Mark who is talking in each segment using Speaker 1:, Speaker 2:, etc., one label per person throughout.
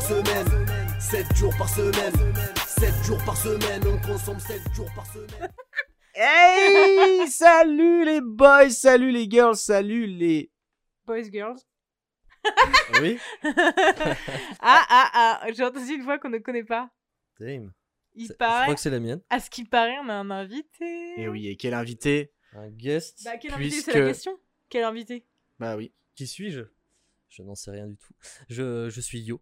Speaker 1: semaine, 7 jours par semaine, 7 jours par semaine, on consomme 7 jours par semaine.
Speaker 2: Hey Salut les boys, salut les girls, salut les...
Speaker 3: Boys, girls.
Speaker 4: Oui
Speaker 3: Ah, ah, ah, j'ai entendu une voix qu'on ne connaît pas.
Speaker 4: Damn.
Speaker 3: Il
Speaker 4: C'est- Je
Speaker 3: paraît,
Speaker 4: crois que c'est la mienne.
Speaker 3: à ce qu'il paraît, on a un invité.
Speaker 2: Et Eh oui, et quel invité
Speaker 4: Un guest.
Speaker 3: Bah, quel invité,
Speaker 4: puisque...
Speaker 3: c'est la question. Quel invité
Speaker 2: Bah oui.
Speaker 4: Qui suis-je Je n'en sais rien du tout. Je, je suis Yo.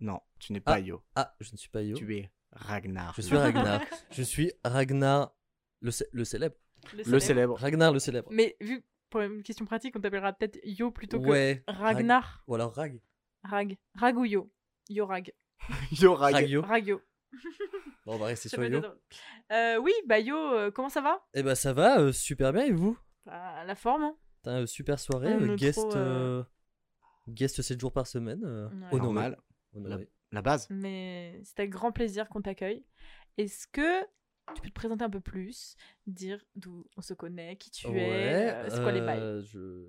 Speaker 2: Non, tu n'es pas
Speaker 4: Ah.
Speaker 2: Yo.
Speaker 4: Ah, je ne suis pas Yo.
Speaker 2: Tu es Ragnar.
Speaker 4: Je suis Ragnar. je suis Ragnar le, cé- le célèbre.
Speaker 2: Le
Speaker 3: célèbre.
Speaker 2: célèbre.
Speaker 4: Ragnar le célèbre.
Speaker 3: Mais vu, pour une question pratique, on t'appellera peut-être Yo plutôt que
Speaker 4: ouais. Rag-
Speaker 3: Ragnar.
Speaker 4: Ou alors Rag.
Speaker 3: Rag. Rag ou Yo Yo Rag.
Speaker 2: Yo Rag.
Speaker 4: Rag Yo.
Speaker 3: Rag Yo.
Speaker 4: Bon, on va rester
Speaker 3: Ça
Speaker 4: sur
Speaker 3: peut être
Speaker 4: Yo.
Speaker 3: drôle. Euh, oui, bah Yo, euh, comment ça va
Speaker 4: Eh bah, ça va, euh, super bien. Et vous
Speaker 3: Bah, La forme. hein.
Speaker 4: T'as une super soirée.
Speaker 3: On
Speaker 4: euh,
Speaker 3: est
Speaker 4: guest.
Speaker 3: trop, euh,
Speaker 4: euh, Guest 7 jours par semaine. euh,
Speaker 3: Ouais.
Speaker 4: honoré.
Speaker 2: Normal.
Speaker 4: Honoré.
Speaker 2: La base.
Speaker 3: Mais c'est avec grand plaisir qu'on t'accueille. Est-ce que tu peux te présenter un peu plus Dire d'où on se connaît, qui tu es, euh, c'est quoi les bails
Speaker 4: euh, Je,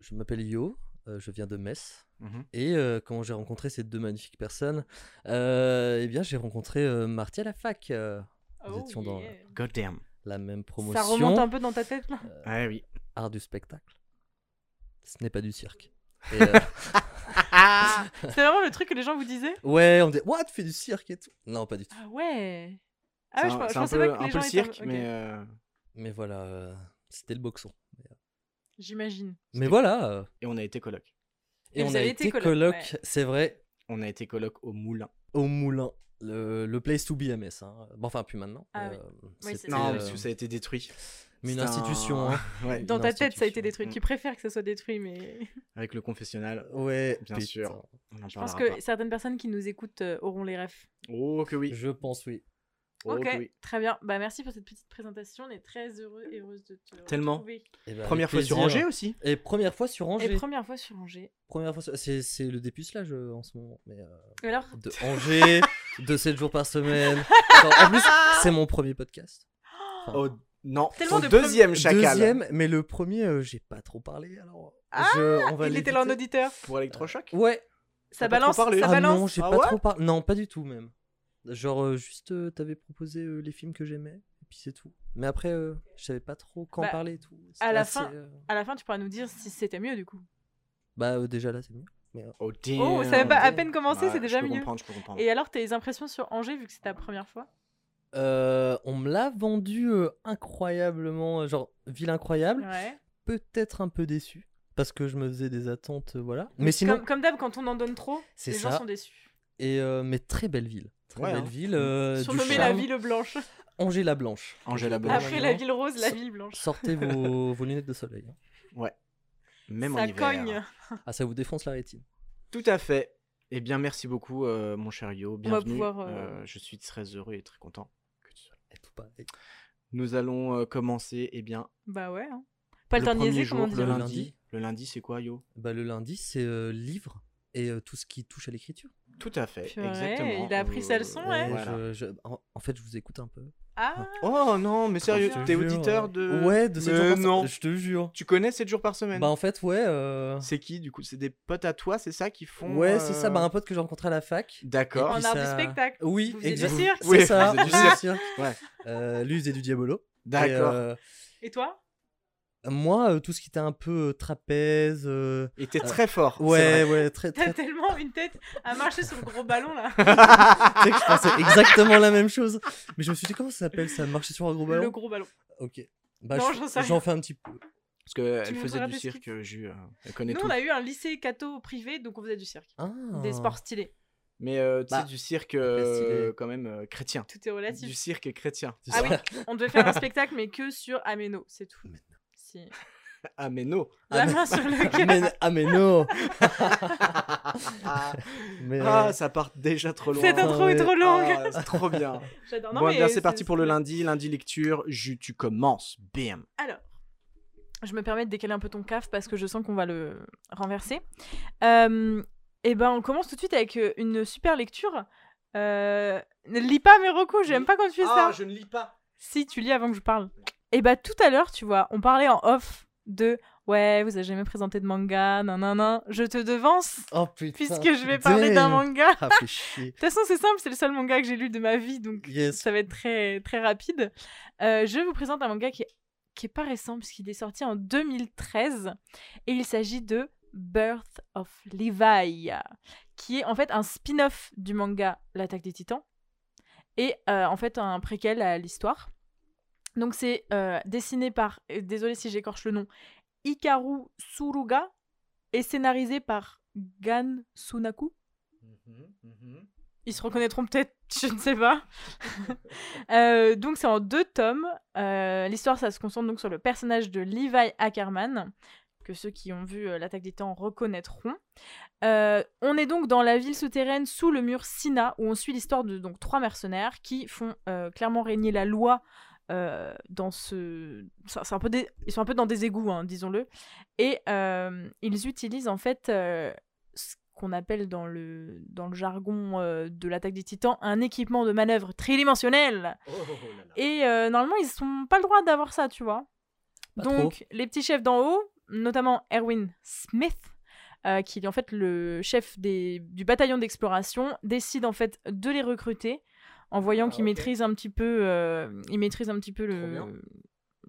Speaker 4: je m'appelle Yo, euh, je viens de Metz.
Speaker 2: Mhm.
Speaker 4: Et euh, quand j'ai rencontré ces deux magnifiques personnes, euh, eh bien, j'ai rencontré euh, Marty à la fac. euh, nous
Speaker 3: Oh,
Speaker 4: étions dans
Speaker 3: yeah.
Speaker 2: God damn.
Speaker 4: la même
Speaker 3: Ça
Speaker 4: promotion.
Speaker 3: remonte un peu dans ta tête là
Speaker 2: Ouais, Ah oui.
Speaker 4: Art du spectacle. Ce n'est pas du cirque. Et, euh,
Speaker 2: Ah,
Speaker 3: C'est vraiment le truc que les gens vous disaient
Speaker 4: ouais, on me dit What, tu fais du cirque et tout Non, pas du tout.
Speaker 3: Ah ouais Ah
Speaker 2: C'est
Speaker 3: ouais,
Speaker 2: un-
Speaker 3: je, je
Speaker 2: c'est un
Speaker 3: pensais
Speaker 2: peu,
Speaker 3: pas que
Speaker 2: un
Speaker 3: les
Speaker 2: peu
Speaker 3: gens
Speaker 2: le cirque,
Speaker 3: étaient... ok,
Speaker 2: mais. euh,
Speaker 4: Mais voilà, euh, c'était le boxon.
Speaker 3: J'imagine.
Speaker 4: Mais voilà. euh,
Speaker 2: Et on a été coloc.
Speaker 4: et,
Speaker 3: Et
Speaker 4: on
Speaker 3: vous
Speaker 4: a
Speaker 3: avez
Speaker 4: été
Speaker 3: été coloc,
Speaker 4: coloc,
Speaker 3: ouais.
Speaker 4: c'est vrai,
Speaker 2: On a été coloc au Moulin.
Speaker 4: au Moulin. Le, le place to be à Metz. hein. Bon, enfin, plus maintenant.
Speaker 3: Ah
Speaker 4: mais,
Speaker 3: oui.
Speaker 4: euh,
Speaker 3: Oui, c'est
Speaker 4: c'était,
Speaker 3: vrai.
Speaker 2: Non,
Speaker 4: euh,
Speaker 2: parce que ça a été détruit.
Speaker 4: mais une
Speaker 2: C'est un-
Speaker 4: institution. hein.
Speaker 2: Ouais,
Speaker 3: Dans
Speaker 4: Une
Speaker 3: ta tête, ça a été
Speaker 4: institution.
Speaker 3: détruit. Tu préfères que ça soit détruit, mais
Speaker 2: avec le confessionnal.
Speaker 4: Ouais,
Speaker 2: Bien
Speaker 4: putain.
Speaker 2: sûr. On en
Speaker 3: je pense
Speaker 2: parlera
Speaker 3: que
Speaker 2: pas.
Speaker 3: certaines personnes qui nous écoutent euh, auront les refs.
Speaker 2: Oh, que oui.
Speaker 4: Je pense oui.
Speaker 2: Oh, que oui.
Speaker 3: très bien. Bah merci pour cette petite présentation. On est très heureux et heureuse de te
Speaker 2: Tellement.
Speaker 3: retrouver.
Speaker 4: Eh ben,
Speaker 2: Première
Speaker 4: avec
Speaker 2: fois sur
Speaker 4: plaisir.
Speaker 2: Angers aussi.
Speaker 4: Et première fois sur Angers.
Speaker 3: Et première fois sur Angers.
Speaker 4: Première fois sur- C'est, c'est le dépucelage euh, en ce moment. Mais, euh,
Speaker 3: Et Alors,
Speaker 4: de Angers, de 7 jours par semaine. Enfin, en plus, c'est mon premier podcast. Enfin,
Speaker 3: Oh,
Speaker 2: Au... Non,
Speaker 3: Tellement
Speaker 2: au
Speaker 3: de
Speaker 2: deuxième chacal.
Speaker 4: Deuxième, mais le premier, euh, j'ai pas trop parlé. Alors, Je- on va
Speaker 3: Ah, il était
Speaker 4: l'éviter.
Speaker 3: là en auditeur.
Speaker 2: Pour Electrochoc
Speaker 4: Ouais.
Speaker 3: Ça
Speaker 2: pas trop
Speaker 3: balance, ça
Speaker 2: parlé.
Speaker 4: ah
Speaker 3: balance.
Speaker 4: non, j'ai
Speaker 2: Ah
Speaker 4: pas
Speaker 2: ouais
Speaker 4: trop parlé. Non, pas du tout même. Genre, euh, juste, euh, t'avais proposé euh, les films que j'aimais, et puis c'est tout. Mais après, euh, je savais pas trop quand
Speaker 3: Bah,
Speaker 4: parler et tout.
Speaker 3: à
Speaker 4: Là,
Speaker 3: la
Speaker 4: c'est,
Speaker 3: fin-
Speaker 4: euh,
Speaker 3: À la fin, tu pourras nous dire si c'était mieux du coup.
Speaker 4: Bah, euh, déjà là, c'est mieux.
Speaker 2: Oh, damn.
Speaker 3: Oh, ça avait pas à
Speaker 4: ouais.
Speaker 3: peine commencé,
Speaker 2: Ouais,
Speaker 3: c'est déjà
Speaker 2: je peux
Speaker 3: mieux.
Speaker 2: comprendre, je peux comprendre.
Speaker 3: Et alors, tes impressions sur Angers vu que c'est ta première fois
Speaker 4: Euh, on me l'a vendu euh, incroyablement, euh, genre, ville incroyable.
Speaker 3: Ouais.
Speaker 4: Peut-être un peu déçu, parce que je me faisais des attentes, euh, voilà. Mais sinon,
Speaker 3: Comme, comme d'hab, quand on en donne trop,
Speaker 4: c'est
Speaker 3: les
Speaker 4: ça.
Speaker 3: gens sont déçus.
Speaker 4: et euh, mais très belle ville. Très
Speaker 2: Ouais,
Speaker 4: belle
Speaker 2: hein.
Speaker 4: ville. euh, du
Speaker 3: Surnommée la
Speaker 4: charme.
Speaker 3: ville blanche.
Speaker 4: Angers la Blanche.
Speaker 2: Angela Blanche.
Speaker 3: Après la ville rose, la ville blanche.
Speaker 4: Sortez vos, vos lunettes de soleil. hein.
Speaker 2: Même en
Speaker 3: ça
Speaker 2: hiver.
Speaker 3: cogne.
Speaker 4: Ah, ça vous défonce la rétine.
Speaker 2: Tout à fait. Eh bien, merci beaucoup, euh, mon cher Yo.
Speaker 3: va
Speaker 2: Bienvenue.
Speaker 3: pouvoir, euh,
Speaker 2: Euh, je suis très heureux et très content que tu sois là.
Speaker 4: Et Eh, tout pareil.
Speaker 2: Nous allons euh, commencer, eh bien,
Speaker 3: Bah ouais. hein. Pas le, temps de
Speaker 2: premier
Speaker 3: niaiser,
Speaker 2: jour,
Speaker 3: comment
Speaker 2: le
Speaker 3: dire.
Speaker 2: lundi. Le lundi, c'est quoi, Yo
Speaker 4: Bah, le lundi, c'est euh, livre et euh, tout ce qui touche à l'écriture.
Speaker 2: Tout à fait.
Speaker 3: Purée,
Speaker 2: exactement. Euh,
Speaker 3: il a appris sa leçon, ouais.
Speaker 4: Et
Speaker 2: voilà.
Speaker 4: je- je- en, en fait, je vous écoute un peu.
Speaker 3: Ah,
Speaker 2: Oh non, mais sérieux,
Speaker 3: Je te
Speaker 2: t'es
Speaker 4: jure,
Speaker 2: auditeur
Speaker 4: ouais.
Speaker 2: de.
Speaker 4: Ouais, de cette
Speaker 2: Mais
Speaker 4: journée-
Speaker 2: non.
Speaker 4: Je te jure.
Speaker 2: Tu connais 7 jours par semaine
Speaker 4: Bah, en fait, ouais. euh,
Speaker 2: C'est qui, du coup C'est des potes à toi, c'est ça qui font.
Speaker 4: Ouais, c'est ça.
Speaker 2: euh,
Speaker 4: Bah, un pote que j'ai rencontré à la fac.
Speaker 2: D'accord.
Speaker 4: puis
Speaker 3: en art du
Speaker 4: ça-
Speaker 3: spectacle.
Speaker 4: Oui,
Speaker 3: Vous faisiez du
Speaker 4: exactement.
Speaker 3: cirque
Speaker 2: Oui,
Speaker 4: C'est ça.
Speaker 2: vous faisiez du
Speaker 4: faisait
Speaker 2: cirque.
Speaker 4: cirque.
Speaker 2: Ouais.
Speaker 4: Euh, lui, il faisait du diabolo. Et,
Speaker 2: D'accord.
Speaker 4: euh,
Speaker 3: Et toi
Speaker 4: moi, euh, tout ce qui était un peu euh, trapèze. euh,
Speaker 2: Et t'es
Speaker 4: euh,
Speaker 2: très fort.
Speaker 3: Oh,
Speaker 2: c'est
Speaker 4: Ouais, ouais, très,
Speaker 3: T'as
Speaker 4: très,
Speaker 3: tellement une tête à marcher sur le gros ballon là.
Speaker 4: Tu sais que je pensais exactement la même chose. Mais je me suis dit, comment ça s'appelle ça Marcher sur un gros ballon
Speaker 3: Le gros ballon.
Speaker 4: Ok. Bah,
Speaker 3: Non,
Speaker 4: je-
Speaker 3: j'en sais rien.
Speaker 4: j'en fais un petit peu.
Speaker 2: Parce qu'elle
Speaker 3: nous
Speaker 2: faisait
Speaker 3: feras
Speaker 2: du
Speaker 3: des
Speaker 2: cirque,
Speaker 3: skits.
Speaker 2: Ju. euh, Elle connaît
Speaker 3: Nous,
Speaker 2: tout.
Speaker 3: on a eu un lycée catho privé, donc on faisait du cirque.
Speaker 4: Ah.
Speaker 3: Des sports stylé.
Speaker 2: Mais euh, tu sais,
Speaker 4: Bah,
Speaker 2: du cirque euh,
Speaker 4: stylé.
Speaker 2: quand même euh, chrétien.
Speaker 3: Tout est
Speaker 2: Du
Speaker 3: relatif.
Speaker 2: cirque chrétien.
Speaker 4: Tu
Speaker 3: Ah
Speaker 4: sais.
Speaker 3: oui, on devait faire un spectacle, mais que sur Ameno, c'est tout.
Speaker 4: Mais
Speaker 3: Si.
Speaker 2: Ah, mais non.
Speaker 3: La
Speaker 4: Ah, mais-
Speaker 3: main sur le
Speaker 4: Ah, mais,
Speaker 3: cœur.
Speaker 4: ah, mais non
Speaker 2: Ah,
Speaker 4: Mais, euh,
Speaker 2: ah, ça part déjà trop loin.
Speaker 3: Cette
Speaker 4: Ah,
Speaker 3: intro est
Speaker 4: ouais.
Speaker 3: trop longue.
Speaker 2: Ah, c'est trop bien.
Speaker 3: J'adore. Non,
Speaker 2: bon, eh
Speaker 3: mais
Speaker 2: bien, c'est parti pour le lundi. Lundi lecture. Ju, tu commences. Bim.
Speaker 3: Alors, je me permets de décaler un peu ton caf parce que je sens qu'on va le renverser. Euh, eh ben, on commence tout de suite avec euh, une super lecture. Euh, ne lis pas mes recos, j'aime pas quand
Speaker 1: Ah,
Speaker 3: tu fais ça.
Speaker 2: Ah, je ne lis pas.
Speaker 3: Eh ben, Si, tu lis avant que je parle. Et bah tout à l'heure, tu vois, on parlait en off de ouais, vous avez jamais présenté de manga, nan nan nan, je te devance
Speaker 4: Oh putain.
Speaker 3: puisque je vais parler d'un
Speaker 4: damn.
Speaker 3: manga.
Speaker 4: Ah, fais chier.
Speaker 3: De toute façon, c'est simple, c'est le seul manga que j'ai lu de ma vie, donc
Speaker 4: Yes.
Speaker 3: ça va être très, très rapide. Euh, je vous présente un manga qui est, qui est pas récent, puisqu'il est sorti en 2013, et il s'agit de Birth of Levi, qui est en fait un spin-off du manga L'attaque des titans, et euh, en fait un préquel à l'histoire. Donc c'est euh, dessiné par, euh, désolé si j'écorche le nom, Hikaru Tsuruga, et scénarisé par Gan Sunaku
Speaker 1: Mhm, mhm.
Speaker 3: ils se reconnaîtront peut-être, je ne sais pas. Euh, donc c'est en deux tomes. Euh, L'histoire, ça se concentre donc sur le personnage de Levi Ackerman, que ceux qui ont vu euh, l'attaque des temps reconnaîtront. Euh, on est donc dans la ville souterraine sous le mur Sina, où on suit l'histoire de donc trois mercenaires qui font euh, clairement régner la loi. euh, dans ce, c'est c'est un peu des- ils sont un peu dans des égouts, hein, disons-le, et euh, ils utilisent en fait euh, ce qu'on appelle dans le, dans le jargon euh, de l'attaque des titans un équipement de manœuvre tridimensionnel.
Speaker 1: Oh, oh, oh là là.
Speaker 3: Et euh, normalement, ils n'ont pas le droit d'avoir ça, tu vois.
Speaker 4: Pas
Speaker 3: Donc, les petits chefs d'en haut, notamment Erwin Smith, euh, qui est en fait le chef des- du bataillon d'exploration, décide en fait de les recruter en voyant
Speaker 1: Ah,
Speaker 3: qu'ils
Speaker 1: ok.
Speaker 3: maîtrisent un petit peu, euh, ils maîtrisent un petit peu
Speaker 1: Trop bien.
Speaker 3: le,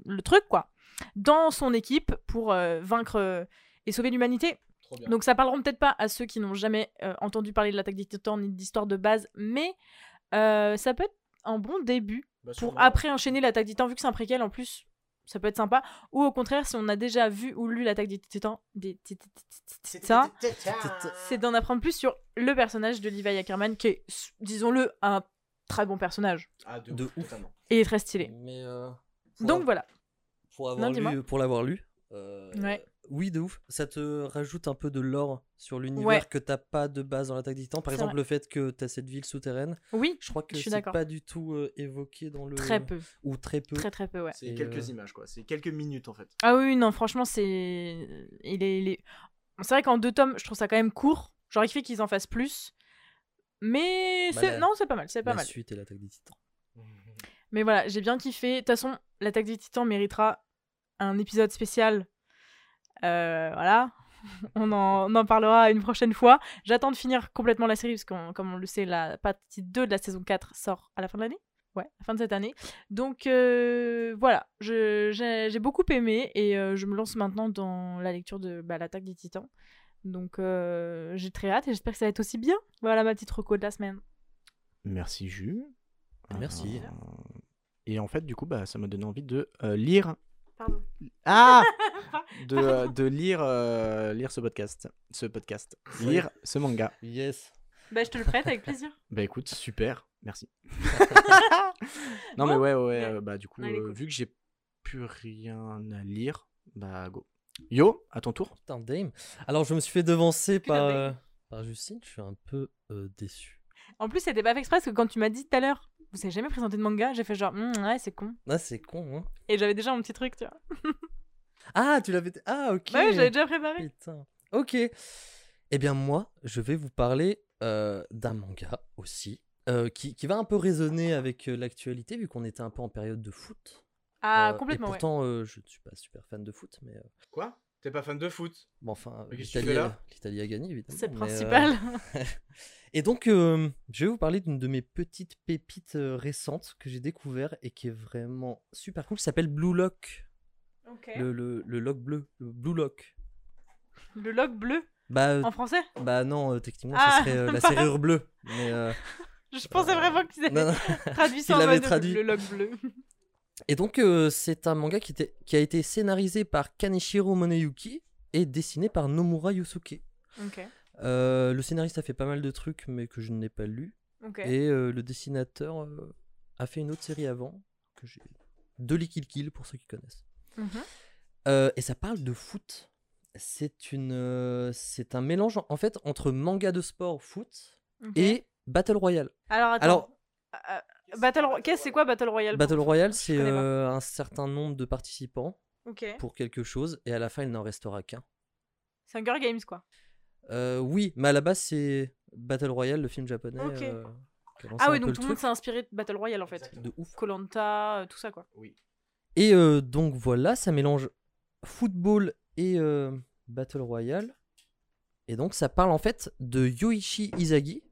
Speaker 3: le truc, quoi, dans son équipe pour euh, vaincre euh, et sauver l'humanité.
Speaker 1: Trop bien.
Speaker 3: Donc ça parleront peut-être pas à ceux qui n'ont jamais euh, entendu parler de l'attaque des titans ni d'histoire de base, mais euh, ça peut être un bon début
Speaker 1: Bah,
Speaker 3: pour
Speaker 1: sûrement.
Speaker 3: après enchaîner l'attaque des titans, vu que c'est un préquel en plus, ça peut être sympa. Ou au contraire, si on a déjà vu ou lu l'attaque des titans, des tit- tit- tit- tit- titans, c'est d'en apprendre plus sur le personnage de Levi Ackerman, qui est, s- disons-le, un très bon personnage.
Speaker 1: Ah, de,
Speaker 4: de
Speaker 1: ouf,
Speaker 4: ouf.
Speaker 1: totalement.
Speaker 3: Et il est très stylé.
Speaker 4: Mais euh, pour
Speaker 3: Donc
Speaker 4: av-
Speaker 3: voilà.
Speaker 4: pour
Speaker 3: Non,
Speaker 4: avoir
Speaker 3: dis-moi.
Speaker 4: lu, pour l'avoir lu. euh,
Speaker 3: Ouais.
Speaker 4: Oui, de ouf. Ça te rajoute un peu de lore sur l'univers
Speaker 3: Ouais.
Speaker 4: que t'as pas de base dans l'attaque des titans. Par
Speaker 3: C'est
Speaker 4: exemple,
Speaker 3: vrai.
Speaker 4: le fait que t'as cette ville souterraine,
Speaker 3: Oui,
Speaker 4: je crois que
Speaker 3: Je suis
Speaker 4: c'est
Speaker 3: d'accord.
Speaker 4: pas du tout euh, évoqué dans le.
Speaker 3: très peu.
Speaker 4: Ou très peu.
Speaker 3: Très très peu, ouais.
Speaker 1: C'est
Speaker 4: Et,
Speaker 1: quelques
Speaker 4: euh,
Speaker 1: images, quoi. C'est quelques minutes, en fait.
Speaker 3: Ah oui, oui, non, franchement, c'est. Il est. il est- C'est vrai qu'en deux tomes, je trouve ça quand même court. J'aurais kiffé qu'ils en fassent plus. Mais
Speaker 4: Bah,
Speaker 3: c'est-
Speaker 4: la-
Speaker 3: non, c'est pas mal, c'est pas
Speaker 4: La
Speaker 3: mal.
Speaker 4: suite et l'attaque des titans.
Speaker 3: Mais voilà, j'ai bien kiffé. De toute façon, l'attaque des titans méritera un épisode spécial. Euh, voilà. on, en, on en parlera une prochaine fois. J'attends de finir complètement la série, parce que, comme on le sait, la partie 2 de la saison 4 sort à la fin de l'année. Ouais, à la fin de cette année. Donc euh, voilà, je- j'ai j'ai beaucoup aimé et euh, je me lance maintenant dans la lecture de bah, l'attaque des titans. Donc euh, j'ai très hâte et j'espère que ça va être aussi bien. Voilà ma petite reco de la semaine.
Speaker 2: Merci, Ju.
Speaker 4: Merci.
Speaker 2: Euh, Et en fait, du coup, bah, ça m'a donné envie de euh, lire.
Speaker 3: Pardon.
Speaker 2: Ah de, euh, de lire, euh, lire ce podcast. Ce podcast. Lire ce manga.
Speaker 4: Yes.
Speaker 3: Bah, je te le prête avec plaisir.
Speaker 2: Bah écoute, super, merci. non mais ouais, ouais, ouais,
Speaker 3: Ouais.
Speaker 2: euh, bah du coup,
Speaker 3: Non, elle est
Speaker 2: euh,
Speaker 3: cool.
Speaker 2: vu que j'ai plus rien à lire, bah go. Yo, à ton tour.
Speaker 4: Putain, dame. Alors, je me suis fait devancer
Speaker 3: Putain,
Speaker 4: par,
Speaker 3: dame.
Speaker 4: euh, par Justine. Je suis un peu euh, déçu.
Speaker 3: En plus, c'était pas fait exprès parce que quand tu m'as dit tout à l'heure, vous avez jamais présenté de manga, j'ai fait genre, Hum, ouais, c'est con.
Speaker 4: Ah, c'est con, hein.
Speaker 3: Et j'avais déjà mon petit truc, tu vois.
Speaker 4: Ah, tu l'avais. Ah, ok. Euh,
Speaker 3: Bah ouais, j'avais déjà préparé.
Speaker 4: Putain. Ok. Eh bien, moi, je vais vous parler euh, d'un manga aussi, euh, qui, qui va un peu résonner avec euh, l'actualité, vu qu'on était un peu en période de foot.
Speaker 3: Ah,
Speaker 4: Euh,
Speaker 3: complètement,
Speaker 4: Et
Speaker 3: ouais.
Speaker 4: pourtant, euh, je ne suis pas super fan de foot, mais euh,
Speaker 1: Quoi T'es pas fan de foot
Speaker 4: bon, enfin,
Speaker 1: Mais qu'est-ce que tu
Speaker 4: l'Italie
Speaker 1: fais
Speaker 4: a,
Speaker 1: là
Speaker 4: l'Italie a gagné, évidemment.
Speaker 3: C'est le
Speaker 4: mais, euh,
Speaker 3: principal.
Speaker 4: Et donc, euh, je vais vous parler d'une de mes petites pépites euh, récentes que j'ai découvert et qui est vraiment super cool. Ça s'appelle Blue Lock,
Speaker 3: Ok. Le...
Speaker 4: euh, le, le, le lock bleu, le Blue Lock.
Speaker 3: log bleu,
Speaker 4: Bah, euh,
Speaker 3: en français
Speaker 4: bah non, euh, techniquement,
Speaker 3: Ah,
Speaker 4: ça serait euh, la serrure bleue. Mais euh,
Speaker 3: Je pensais vraiment qu'ils avaient
Speaker 4: non, non.
Speaker 3: traduit ça
Speaker 4: Ils
Speaker 3: en
Speaker 4: l'avaient
Speaker 3: mode
Speaker 4: traduit.
Speaker 3: le log bleu.
Speaker 4: Et donc, euh, c'est un manga qui, était- qui a été scénarisé par Kaneshiro Moneyuki et dessiné par Nomura Yosuke.
Speaker 3: ok.
Speaker 4: Euh, le scénariste a fait pas mal de trucs, mais que je n'ai pas lu.
Speaker 3: Ok.
Speaker 4: Et euh, le dessinateur euh, a fait une autre série avant, que j'ai. De Liquid Kill, pour ceux qui connaissent.
Speaker 3: Mhm.
Speaker 4: Euh, et ça parle de foot. C'est une, euh, c'est un mélange, en fait, entre manga de sport, foot,
Speaker 3: Ok.
Speaker 4: et Battle Royale.
Speaker 3: Alors, attends.
Speaker 4: Alors-
Speaker 3: Euh, Battle Ro- Qu'est-ce c'est quoi Battle Royale
Speaker 4: Battle
Speaker 3: pour-
Speaker 4: Royale,
Speaker 3: je
Speaker 4: c'est
Speaker 3: connais pas.
Speaker 4: euh, un certain nombre de participants
Speaker 3: Ok.
Speaker 4: pour quelque chose, et à la fin, il n'en restera qu'un.
Speaker 3: C'est Hunger Games, quoi. Ah
Speaker 4: Euh, oui, mais à la base, c'est Battle Royale, le film japonais.
Speaker 3: Ok.
Speaker 4: euh, qui a lancé
Speaker 3: Ah
Speaker 4: un
Speaker 3: oui,
Speaker 4: peu
Speaker 3: donc tout le monde
Speaker 4: truc
Speaker 3: s'est inspiré de Battle Royale en fait. euh,
Speaker 1: Exactement.
Speaker 4: de ouf.
Speaker 3: Colanta, tout ça quoi.
Speaker 1: Oui.
Speaker 4: Et euh, donc voilà, ça mélange football et euh, Battle Royale. Et donc ça parle en fait de Yoichi Izagi,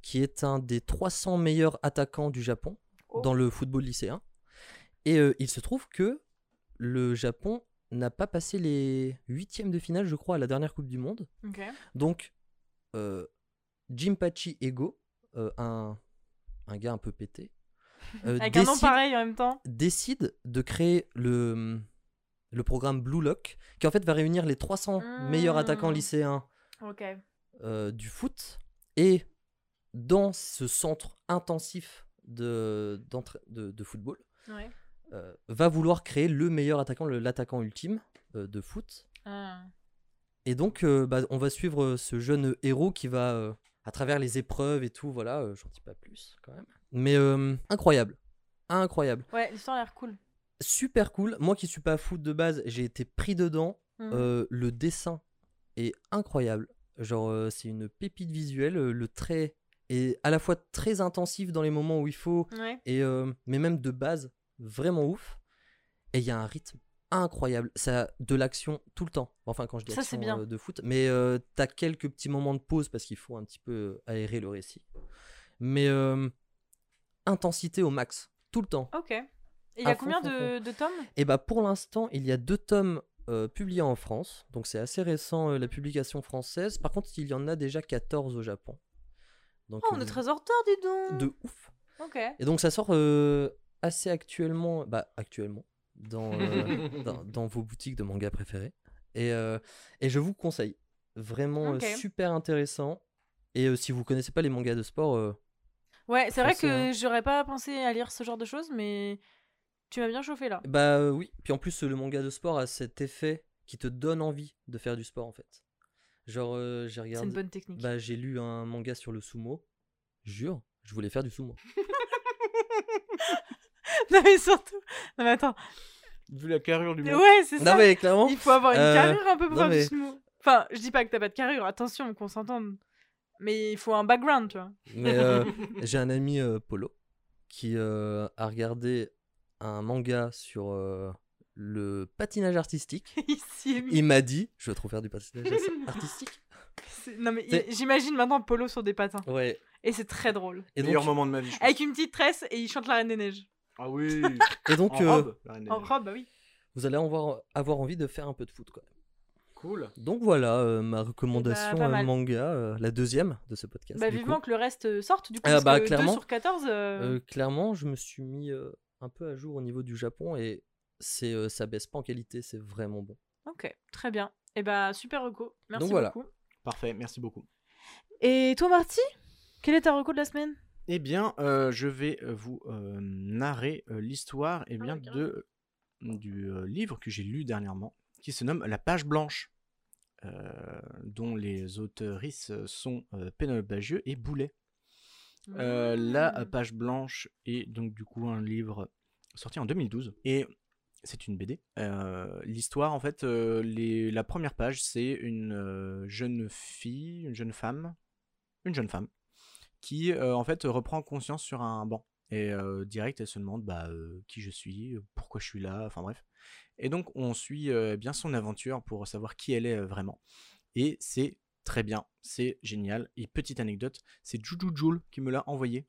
Speaker 4: qui est un des 300 meilleurs attaquants du Japon
Speaker 3: Oh.
Speaker 4: dans le football lycéen. Et euh, il se trouve que le Japon n'a pas passé les huitièmes de finale, je crois, à la dernière Coupe du Monde.
Speaker 3: Ok.
Speaker 4: Donc, euh, Jinpachi Ego, euh, un, un gars un peu pété, euh,
Speaker 3: Avec un nom
Speaker 4: décide,
Speaker 3: pareil en même temps.
Speaker 4: décide de créer le, le programme Blue Lock, qui en fait va réunir les 300 meilleurs
Speaker 3: Mm.
Speaker 4: attaquants lycéens
Speaker 3: Ok.
Speaker 4: euh, du foot. Et dans ce centre intensif de, d'entra- de, de football,
Speaker 3: Ouais.
Speaker 4: euh, va vouloir créer le meilleur attaquant, le- l'attaquant ultime euh, de foot.
Speaker 3: Ah.
Speaker 4: Et donc, euh, bah, on va suivre euh, ce jeune héros qui va, euh, à travers les épreuves et tout, voilà, euh, j'en dis pas plus quand même. Mais euh, incroyable, incroyable,
Speaker 3: Ouais, l'histoire a l'air cool.
Speaker 4: super cool. Moi qui suis pas foot de base, j'ai été pris dedans.
Speaker 3: Mhm.
Speaker 4: Euh, le dessin est incroyable. Genre, euh, c'est une pépite visuelle. euh, le trait est à la fois très intensif dans les moments où il faut,
Speaker 3: Ouais.
Speaker 4: et euh, mais même de base, vraiment ouf. Et il y a un rythme incroyable, ça de l'action tout le temps. Enfin, quand je dis
Speaker 3: Ça,
Speaker 4: action
Speaker 3: c'est bien.
Speaker 4: euh, de foot, mais euh, t'as quelques petits moments de pause parce qu'il faut un petit peu euh, aérer le récit. Mais euh, intensité au max, tout le temps.
Speaker 3: Ok. Et il y a
Speaker 4: À fond,
Speaker 3: combien
Speaker 4: fond,
Speaker 3: de, de tomes
Speaker 4: Et bah pour l'instant, il y a deux tomes euh, publiés en France, donc c'est assez récent euh, la publication française. Par contre, il y en a déjà 14 au Japon. Donc
Speaker 3: Oh, on
Speaker 4: euh,
Speaker 3: est très en retard, dis donc
Speaker 4: de ouf.
Speaker 3: Ok.
Speaker 4: Et donc ça sort euh, assez actuellement, bah actuellement, dans, euh, dans, dans vos boutiques de manga préférées. Et, euh, et je vous conseille, vraiment euh,
Speaker 3: Ok.
Speaker 4: super intéressant. Et euh, si vous connaissez pas les mangas de sport, euh,
Speaker 3: Ouais, c'est vrai
Speaker 4: Foncez,
Speaker 3: que j'aurais pas pensé à lire ce genre de choses, mais tu m'as bien chauffé là.
Speaker 4: bah euh, oui. Puis en plus, euh, le manga de sport a cet effet qui te donne envie de faire du sport en fait. Genre euh, j'ai
Speaker 3: C'est
Speaker 4: regardé,
Speaker 3: une bonne technique.
Speaker 4: bah j'ai lu un manga sur le sumo. Jure, je voulais faire du sumo.
Speaker 3: non, mais surtout. Non, mais attends.
Speaker 2: Vu la carrure du
Speaker 3: Ouais, c'est ça.
Speaker 4: non mais clairement.
Speaker 3: Il faut avoir une
Speaker 4: Euh,
Speaker 3: carrure un peu pour
Speaker 4: non,
Speaker 3: faire du
Speaker 4: mais-
Speaker 3: sumo. Enfin, je dis pas que t'as pas de carrure, attention, qu'on s'entende. Mais il faut un background, tu vois.
Speaker 4: Mais euh, j'ai un ami euh, Polo qui euh, a regardé un manga sur euh, le patinage artistique.
Speaker 3: il s'y est mis.
Speaker 4: Il m'a dit, je vais trop faire du patinage ar- artistique.
Speaker 3: C'est- Non, mais il-
Speaker 4: C'est-
Speaker 3: j'imagine maintenant Polo sur des patins.
Speaker 4: Ouais.
Speaker 3: Et c'est très drôle.
Speaker 4: Et
Speaker 2: meilleur
Speaker 4: donc,
Speaker 2: moment de ma vie. je pense.
Speaker 3: Avec une petite tresse et il chante la Reine des Neiges.
Speaker 2: Ah oui.
Speaker 4: et donc,
Speaker 2: en
Speaker 4: euh,
Speaker 2: robe. la reine des
Speaker 3: En
Speaker 2: neiges.
Speaker 3: robe, bah oui.
Speaker 4: vous allez avoir, avoir envie de faire un peu de foot. Quoi.
Speaker 2: Cool.
Speaker 4: Donc voilà euh, ma recommandation
Speaker 3: Eh bah, pas
Speaker 4: euh,
Speaker 3: mal.
Speaker 4: manga, euh, la deuxième de ce podcast.
Speaker 3: Bah
Speaker 4: du coup.
Speaker 3: vivement que le reste euh, sorte du coup.
Speaker 4: Ah,
Speaker 3: parce
Speaker 4: bah,
Speaker 3: que 2
Speaker 4: clairement.
Speaker 3: sur 14. euh,
Speaker 4: Euh, clairement, je me suis mis euh, un peu à jour au niveau du Japon et c'est euh, ça baisse pas en qualité, c'est vraiment bon.
Speaker 3: Ok, très bien. Et bah super reco. Merci
Speaker 4: Donc voilà.
Speaker 3: beaucoup.
Speaker 2: Parfait. Merci beaucoup.
Speaker 3: Et toi Marty Quel est ta reco de la semaine
Speaker 2: Eh bien, euh, je vais euh, vous euh, narrer euh, l'histoire eh bien,
Speaker 3: ouais, carrément.
Speaker 2: de, du euh, livre que j'ai lu dernièrement, qui se nomme La page blanche, euh, dont les auteurices sont euh, Pénélope Bagieux et Boulet. Euh, la
Speaker 3: Mmh.
Speaker 2: euh, page blanche est donc du coup un livre sorti en 2012 et c'est une BD. Euh, L'histoire en fait, euh, les- la première page c'est une euh, jeune fille, une jeune femme, une jeune femme qui euh, en fait reprend conscience sur un banc et euh, direct elle se demande bah euh, qui je suis, euh, pourquoi je suis là, enfin bref. Et donc on suit euh, bien son aventure pour savoir qui elle est euh, vraiment et c'est très bien, c'est génial. Et petite anecdote, c'est Juju Joule qui me l'a envoyé.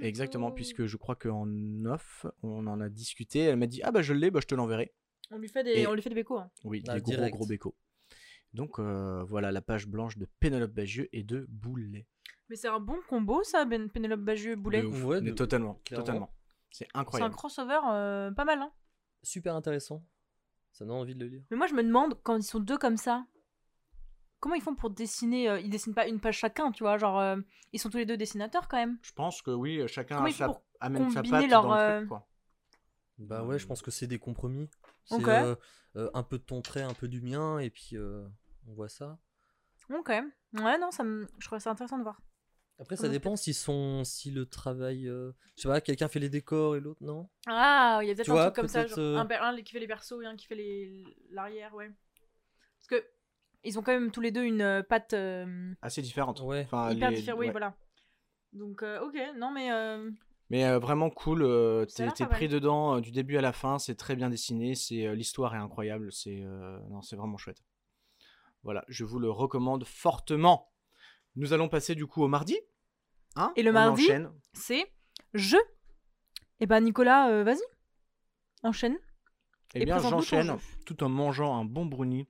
Speaker 2: Exactement, puisque je crois qu'en off, on en a discuté. Elle m'a dit Ah bah je l'ai, bah je te l'enverrai.
Speaker 3: On lui fait des,
Speaker 2: Et-
Speaker 3: on lui fait des bécos. hein.
Speaker 2: Oui,
Speaker 4: Ah,
Speaker 2: des gros
Speaker 4: direct.
Speaker 2: gros bécos. Donc euh, voilà la page blanche de Pénélope Bagieux et de Boulet.
Speaker 3: Mais c'est un bon combo ça, ben Pénélope Bagieux et Boulet.
Speaker 4: De ouf.
Speaker 2: Ouais,
Speaker 4: de-
Speaker 2: mais totalement,
Speaker 4: clairement.
Speaker 2: totalement. C'est
Speaker 3: C'est un
Speaker 2: incroyable.
Speaker 3: crossover euh, pas mal. Hein.
Speaker 4: Super intéressant. Ça donne envie de le lire.
Speaker 3: Mais moi je me demande quand ils sont deux comme ça. Comment ils font pour dessiner euh, Ils dessinent pas une page chacun, tu vois. Genre, euh, ils sont tous les deux dessinateurs quand même.
Speaker 2: Je pense que oui, chacun
Speaker 3: Comment
Speaker 2: a
Speaker 3: ils
Speaker 2: sa-
Speaker 3: font pour
Speaker 2: amène sa
Speaker 3: combiner
Speaker 2: patte
Speaker 3: leur,
Speaker 2: dans le
Speaker 3: euh,
Speaker 2: truc. Quoi.
Speaker 4: Bah
Speaker 2: Euh,
Speaker 4: ouais, je pense que c'est des compromis. C'est
Speaker 3: Ok.
Speaker 4: euh, euh, un peu de ton trait, un peu du mien, et puis euh, on voit ça.
Speaker 3: Bon quand même. Ouais, non, ça me... je trouvais ça intéressant de voir.
Speaker 4: Après, ça
Speaker 3: Comment
Speaker 4: dépend si son, si le travail, euh, je sais pas, quelqu'un fait les décors et l'autre non.
Speaker 3: Ah, il y a peut-être
Speaker 4: Tu
Speaker 3: un
Speaker 4: vois,
Speaker 3: truc comme ça,
Speaker 4: peut-être,
Speaker 3: genre
Speaker 4: euh,
Speaker 3: un, per- un qui fait les berceaux et un qui fait les l'arrière, ouais. Parce que ils ont quand même tous les deux une euh, patte euh,
Speaker 2: Assez différente.
Speaker 4: Ouais.
Speaker 2: Enfin,
Speaker 3: hyper
Speaker 2: Ah, les-
Speaker 3: différente, oui,
Speaker 2: ouais.
Speaker 3: voilà. Donc, euh, ok, non mais euh,
Speaker 2: Mais euh, vraiment cool, euh,
Speaker 3: Ça a
Speaker 2: t'es
Speaker 3: l'air
Speaker 2: t'es
Speaker 3: pas mal.
Speaker 2: pris dedans euh, du début à la fin, c'est très bien dessiné, c'est euh, l'histoire est incroyable, c'est euh, non, c'est vraiment chouette. Voilà, je vous le recommande fortement. Nous allons passer du coup au mardi. Hein
Speaker 3: Et le
Speaker 2: On
Speaker 3: mardi
Speaker 2: enchaîne.
Speaker 3: C'est je. Et ben Nicolas, euh, vas-y. Enchaîne.
Speaker 2: Eh
Speaker 3: Et
Speaker 2: bien,
Speaker 3: présente-nous ton
Speaker 2: j'enchaîne
Speaker 3: jeu.
Speaker 2: tout en mangeant un bon brownie.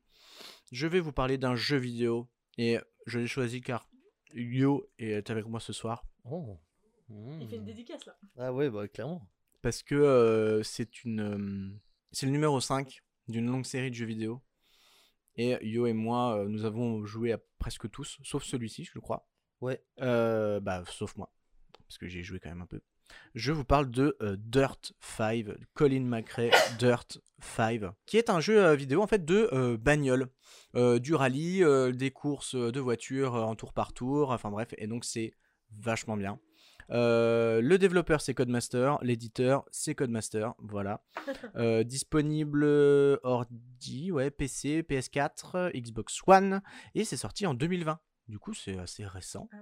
Speaker 2: Je vais vous parler d'un jeu vidéo et je l'ai choisi car Yo est avec moi ce soir
Speaker 4: Oh. Mmh.
Speaker 3: dédicace là.
Speaker 4: Ah ouais, bah clairement.
Speaker 2: parce que euh, c'est une euh, c'est le numéro 5 d'une longue série de jeux vidéo. Et Yo et moi, euh, nous avons joué à presque tous, sauf celui-ci, je le crois.
Speaker 4: Ouais.
Speaker 2: Euh, bah, sauf moi, parce que j'ai joué quand même un peu. Je vous parle de euh, Dirt 5, Colin McRae Dirt 5, qui est un jeu euh, vidéo en fait de euh, bagnole, Euh, du rallye, euh, des courses euh, de voitures euh, en tour par tour, enfin bref, et donc c'est vachement bien. Euh, le développeur c'est Codemaster, l'éditeur c'est Codemaster, voilà. Euh, disponible euh, ordi, ouais, PC, PS4, euh, Xbox One, et c'est sorti en 2020. Du coup c'est assez récent.
Speaker 3: Ah,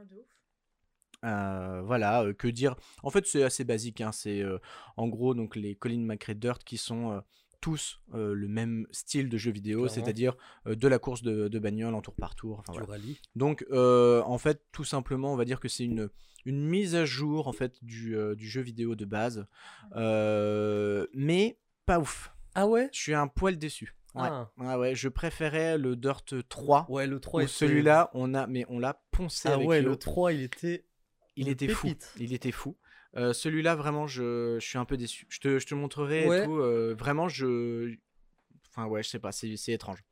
Speaker 2: Euh, voilà, euh, que dire En fait, c'est assez basique. hein, C'est euh, en gros donc les Colin McRae Dirt qui sont euh, tous euh, le même style de jeu vidéo,
Speaker 4: Clairement.
Speaker 2: c'est-à-dire euh, de la course de, de bagnole en tour par tour. enfin,
Speaker 4: Du
Speaker 2: voilà.
Speaker 4: rallye.
Speaker 2: Donc, euh, en fait, tout simplement, on va dire que c'est une, une mise à jour en fait du, euh, du jeu vidéo de base, Euh, mais pas ouf.
Speaker 4: Ah ouais
Speaker 2: Je suis un poil déçu. Ouais.
Speaker 4: Ah.
Speaker 2: Ah ouais, je préférais le Dirt 3.
Speaker 4: Ouais, le 3
Speaker 2: où
Speaker 4: était-
Speaker 2: celui-là, on a, mais on l'a poncé
Speaker 4: Ah
Speaker 2: avec
Speaker 4: ouais,
Speaker 2: Yo.
Speaker 4: le 3, il était.
Speaker 2: Il
Speaker 4: Une
Speaker 2: était
Speaker 4: pépite.
Speaker 2: fou. Il était fou. Euh, Celui-là, vraiment, je, je suis un peu déçu. Je te, je te montrerai et
Speaker 4: Ouais.
Speaker 2: tout. euh, vraiment, je. Enfin, ouais, je sais pas, c'est c'est étrange.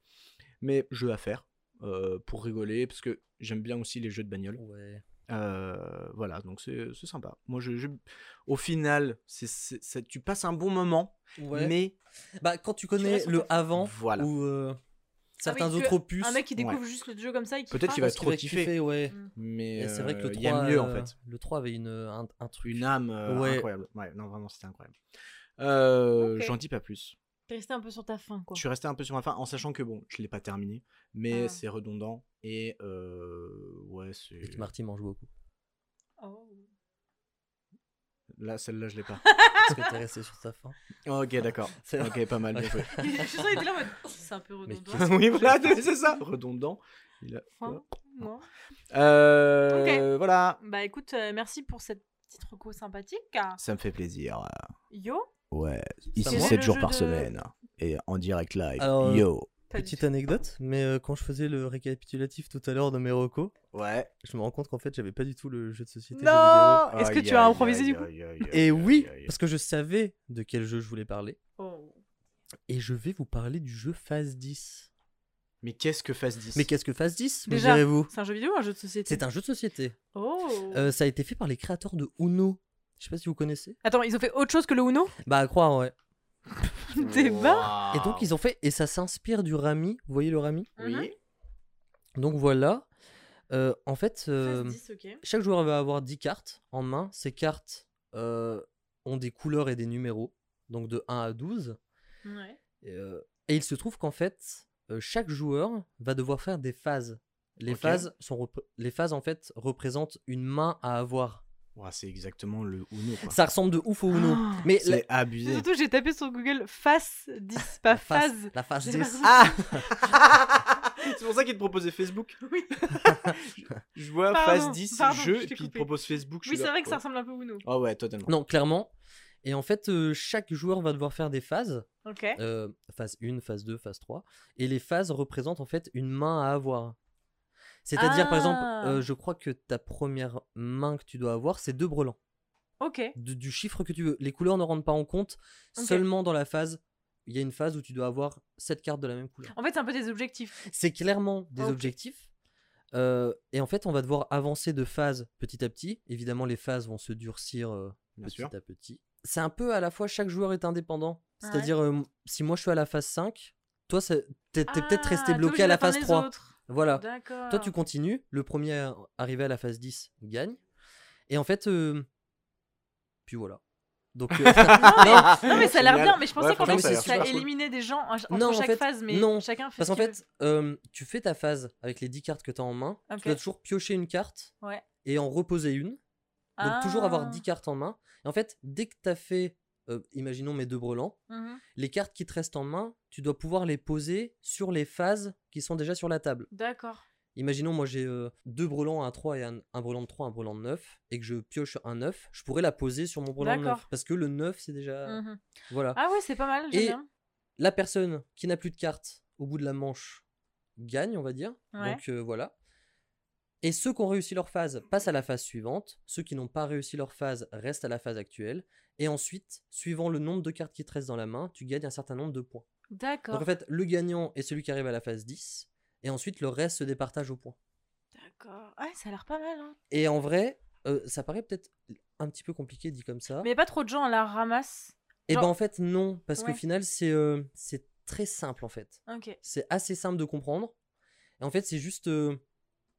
Speaker 2: Mais jeu à faire euh, pour rigoler, parce que j'aime bien aussi les jeux de bagnole.
Speaker 4: Ouais.
Speaker 2: Euh, voilà, donc c'est c'est sympa. Moi, je, je- au final, c'est c'est- ça- tu passes un bon moment,
Speaker 4: Ouais.
Speaker 2: mais
Speaker 4: Bah, quand tu connais
Speaker 3: restes
Speaker 4: le avant
Speaker 2: voilà.
Speaker 4: ou
Speaker 3: Ah
Speaker 4: euh, certains
Speaker 3: que
Speaker 4: autres opus.
Speaker 3: Un mec Mm. qui
Speaker 2: Ouais.
Speaker 3: découvre juste le jeu comme ça et qui.
Speaker 2: Peut-être
Speaker 3: part,
Speaker 2: qu'il va
Speaker 4: parce
Speaker 2: trop
Speaker 4: va
Speaker 2: kiffer.
Speaker 4: ouais.
Speaker 3: hmm,
Speaker 2: Mais
Speaker 4: Et c'est vrai que le
Speaker 2: euh,
Speaker 4: 3,
Speaker 2: il y a mieux en
Speaker 4: euh,
Speaker 2: fait.
Speaker 4: le 3 avait une, un, un truc.
Speaker 2: Une âme euh,
Speaker 4: Ouais.
Speaker 2: incroyable. Ouais, non, vraiment, c'était incroyable. Euh,
Speaker 3: Ok.
Speaker 2: J'en dis pas plus.
Speaker 3: T'es resté un peu sur ta fin quoi.
Speaker 2: Je suis resté un peu sur ma fin en sachant que bon, je l'ai pas terminé, mais
Speaker 3: Ah.
Speaker 2: c'est redondant et euh, ouais, c'est
Speaker 4: Et que Marty mange beaucoup.
Speaker 3: Oh.
Speaker 2: là celle-là je l'ai pas.
Speaker 3: Ah
Speaker 4: Parce que t'es resté sur sa fin.
Speaker 2: ok, d'accord.
Speaker 4: C'est vrai.
Speaker 2: Ok, pas mal. bien joué.
Speaker 3: Je sens, il était là en mode, oh, C'est un peu
Speaker 4: Mais
Speaker 3: redondant.
Speaker 4: qu'est-ce
Speaker 2: oui, voilà, c'est ça, redondant. Il a-
Speaker 3: Enfin, moi.
Speaker 2: Euh, Voilà,
Speaker 3: Bah écoute, euh, merci pour cette petite reco sympathique.
Speaker 2: ça me fait plaisir.
Speaker 3: Yo,
Speaker 2: Ouais,
Speaker 4: ici, moi.
Speaker 3: sept jours par semaine.
Speaker 2: et en direct live.
Speaker 4: Alors,
Speaker 2: Yo.
Speaker 3: pas du
Speaker 4: Petite
Speaker 3: tout.
Speaker 4: anecdote, mais euh, quand je faisais le récapitulatif tout à l'heure de mes recos,
Speaker 2: Ouais.
Speaker 4: je me rends compte qu'en fait, j'avais pas du tout le jeu de société. jeu
Speaker 3: Non
Speaker 2: Aïe,
Speaker 3: Oh, Est-ce que
Speaker 2: aïe,
Speaker 3: tu as improvisé
Speaker 2: aïe,
Speaker 3: du coup
Speaker 2: aïe, aïe, aïe,
Speaker 4: vidéo. Et
Speaker 2: aïe,
Speaker 4: oui,
Speaker 2: aïe, aïe.
Speaker 4: parce que je savais de quel jeu je voulais parler.
Speaker 3: Oh.
Speaker 4: Et je vais vous parler du jeu Phase 10.
Speaker 2: Mais qu'est-ce que Phase 10
Speaker 4: Mais qu'est-ce que Phase 10 me
Speaker 3: Déjà.
Speaker 4: direz-vous
Speaker 3: C'est un jeu vidéo ou un jeu de société
Speaker 4: C'est un jeu de société.
Speaker 3: Oh
Speaker 4: Euh, ça a été fait par les créateurs de Uno. Je sais pas si vous connaissez.
Speaker 3: Attends, ils ont fait autre chose que le Uno
Speaker 4: Bah, à croire, ouais.
Speaker 3: Débat
Speaker 4: Et
Speaker 2: Ah.
Speaker 4: donc, ils ont fait. Et ça s'inspire du Rami. Vous voyez le Rami
Speaker 3: Mhm.
Speaker 2: Oui.
Speaker 4: Donc, voilà. Euh, en fait. euh,
Speaker 3: Phase 10, ok.
Speaker 4: chaque joueur va avoir 10 cartes en main. Ces cartes euh, ont des couleurs et des numéros, donc de 1 à 12.
Speaker 3: Ouais.
Speaker 4: Et, euh, et il se trouve qu'en fait, euh, chaque joueur va devoir faire des phases. Les,
Speaker 2: Ok.
Speaker 4: phases sont repré- les phases, en fait, représentent une main à avoir.
Speaker 2: Ouais, c'est exactement le Uno. quoi.
Speaker 4: Ça ressemble de ouf au Uno.
Speaker 3: Ah.
Speaker 4: mais la,
Speaker 2: C'est abusé.
Speaker 3: Surtout, j'ai tapé sur Google face 10, pas
Speaker 4: la phase,
Speaker 3: phase.
Speaker 4: la phase
Speaker 3: J'ai
Speaker 4: 10.
Speaker 2: Ah C'est pour ça qu'il te proposait Facebook.
Speaker 3: Oui,
Speaker 2: Je vois
Speaker 3: Pardon,
Speaker 2: phase 10
Speaker 3: pardon,
Speaker 2: jeu,
Speaker 3: je
Speaker 2: et
Speaker 3: t'ai
Speaker 2: puis il te
Speaker 3: coupé.
Speaker 2: propose Facebook. je
Speaker 3: oui
Speaker 2: suis
Speaker 3: c'est
Speaker 2: là,
Speaker 3: vrai que ça
Speaker 2: ouais.
Speaker 3: ressemble un peu au Uno.
Speaker 2: Ah ouais, totalement.
Speaker 4: Non, clairement. Et en fait, euh, chaque joueur va devoir faire des phases.
Speaker 3: Ok.
Speaker 4: euh, phase 1, phase 2, phase 3. Et les phases représentent en fait une main à avoir. C'est-à-dire, par exemple,
Speaker 3: Ah.
Speaker 4: euh, je crois que ta première main que tu dois avoir, c'est deux brelans.
Speaker 3: Ok.
Speaker 4: De- du chiffre que tu veux. Les couleurs ne rentrent pas en compte.
Speaker 3: Ok.
Speaker 4: Seulement dans la phase, il y a une phase où tu dois avoir sept cartes de la même couleur.
Speaker 3: En fait, c'est un peu des objectifs.
Speaker 4: C'est clairement des
Speaker 3: Ok.
Speaker 4: objectifs. Euh, et en fait, on va devoir avancer de phase petit à petit. Évidemment, les phases vont se durcir euh,
Speaker 2: Bien
Speaker 4: petit
Speaker 2: sûr.
Speaker 4: à petit. C'est un peu à la fois chaque joueur est indépendant.
Speaker 3: Ouais.
Speaker 4: C'est-à-dire, euh, si moi je suis à la phase 5, toi ça- t'es t'es peut-être
Speaker 3: Ah,
Speaker 4: resté
Speaker 3: t'es
Speaker 4: bloqué
Speaker 3: obligé
Speaker 4: à la
Speaker 3: d'attendre
Speaker 4: phase
Speaker 3: les
Speaker 4: 3.
Speaker 3: autres.
Speaker 4: Voilà.
Speaker 3: D'accord.
Speaker 4: Toi tu continues, le premier à- arrivé à la phase 10 gagne. Et en fait, euh, puis voilà. Donc, euh,
Speaker 2: Ah,
Speaker 3: Non, mais ça a l'air
Speaker 2: génial.
Speaker 3: bien, mais je pensais
Speaker 2: Ouais,
Speaker 3: qu'en
Speaker 4: franchement,
Speaker 3: fait,
Speaker 4: ça a
Speaker 3: ça,
Speaker 4: l'air super cool.
Speaker 3: éliminait des gens en- entre
Speaker 4: Non, en
Speaker 3: chaque
Speaker 4: fait,
Speaker 3: phase, mais
Speaker 4: non.
Speaker 3: chacun fait
Speaker 4: parce
Speaker 3: ce
Speaker 4: qu'en
Speaker 3: qu'il
Speaker 4: fait, euh, tu fais ta phase avec les 10 cartes que t'as en main.
Speaker 3: Ok.
Speaker 4: Tu dois toujours piocher une carte
Speaker 3: Ouais.
Speaker 4: et en reposer une. Donc toujours
Speaker 3: Ah.
Speaker 4: avoir 10 cartes en main. Et en fait, dès que tu as fait, euh, imaginons mes deux brelans,
Speaker 3: Mhm.
Speaker 4: les cartes qui te restent en main, tu dois pouvoir les poser sur les phases qui sont déjà sur la table.
Speaker 3: D'accord.
Speaker 4: Imaginons, moi j'ai euh, deux brelans, un 3 et un, un brelan de 3, un brelan de 9, et que je pioche un 9, je pourrais la poser sur mon brelan de 9.
Speaker 3: D'accord.
Speaker 4: Parce que le 9, c'est déjà.
Speaker 3: Mhm.
Speaker 4: Voilà.
Speaker 3: Ah ouais, c'est pas mal, j'aime
Speaker 4: Euh, Et-
Speaker 3: bien.
Speaker 4: La personne qui n'a plus de cartes au bout de la manche gagne, on va dire.
Speaker 3: Ouais.
Speaker 4: Donc euh, voilà. Et ceux qui ont réussi leur phase passent à la phase suivante. Ceux qui n'ont pas réussi leur phase restent à la phase actuelle. Et ensuite, suivant le nombre de cartes qui te restent dans la main, tu gagnes un certain nombre de points.
Speaker 3: D'accord.
Speaker 4: Donc en fait, le gagnant est celui qui arrive à la phase 10. Et ensuite, le reste se départage au point.
Speaker 3: D'accord. Ouais, ça a l'air pas mal. hein.
Speaker 4: Et en vrai, euh, ça paraît peut-être un petit peu compliqué dit comme ça.
Speaker 3: Mais pas trop de gens à la ramasse.
Speaker 4: Et ben
Speaker 3: genre-
Speaker 4: en fait, non. Parce
Speaker 3: Ouais.
Speaker 4: qu'au final, c'est euh, c'est très simple en fait.
Speaker 3: Ok.
Speaker 4: C'est assez simple de comprendre. Et en fait, c'est juste euh,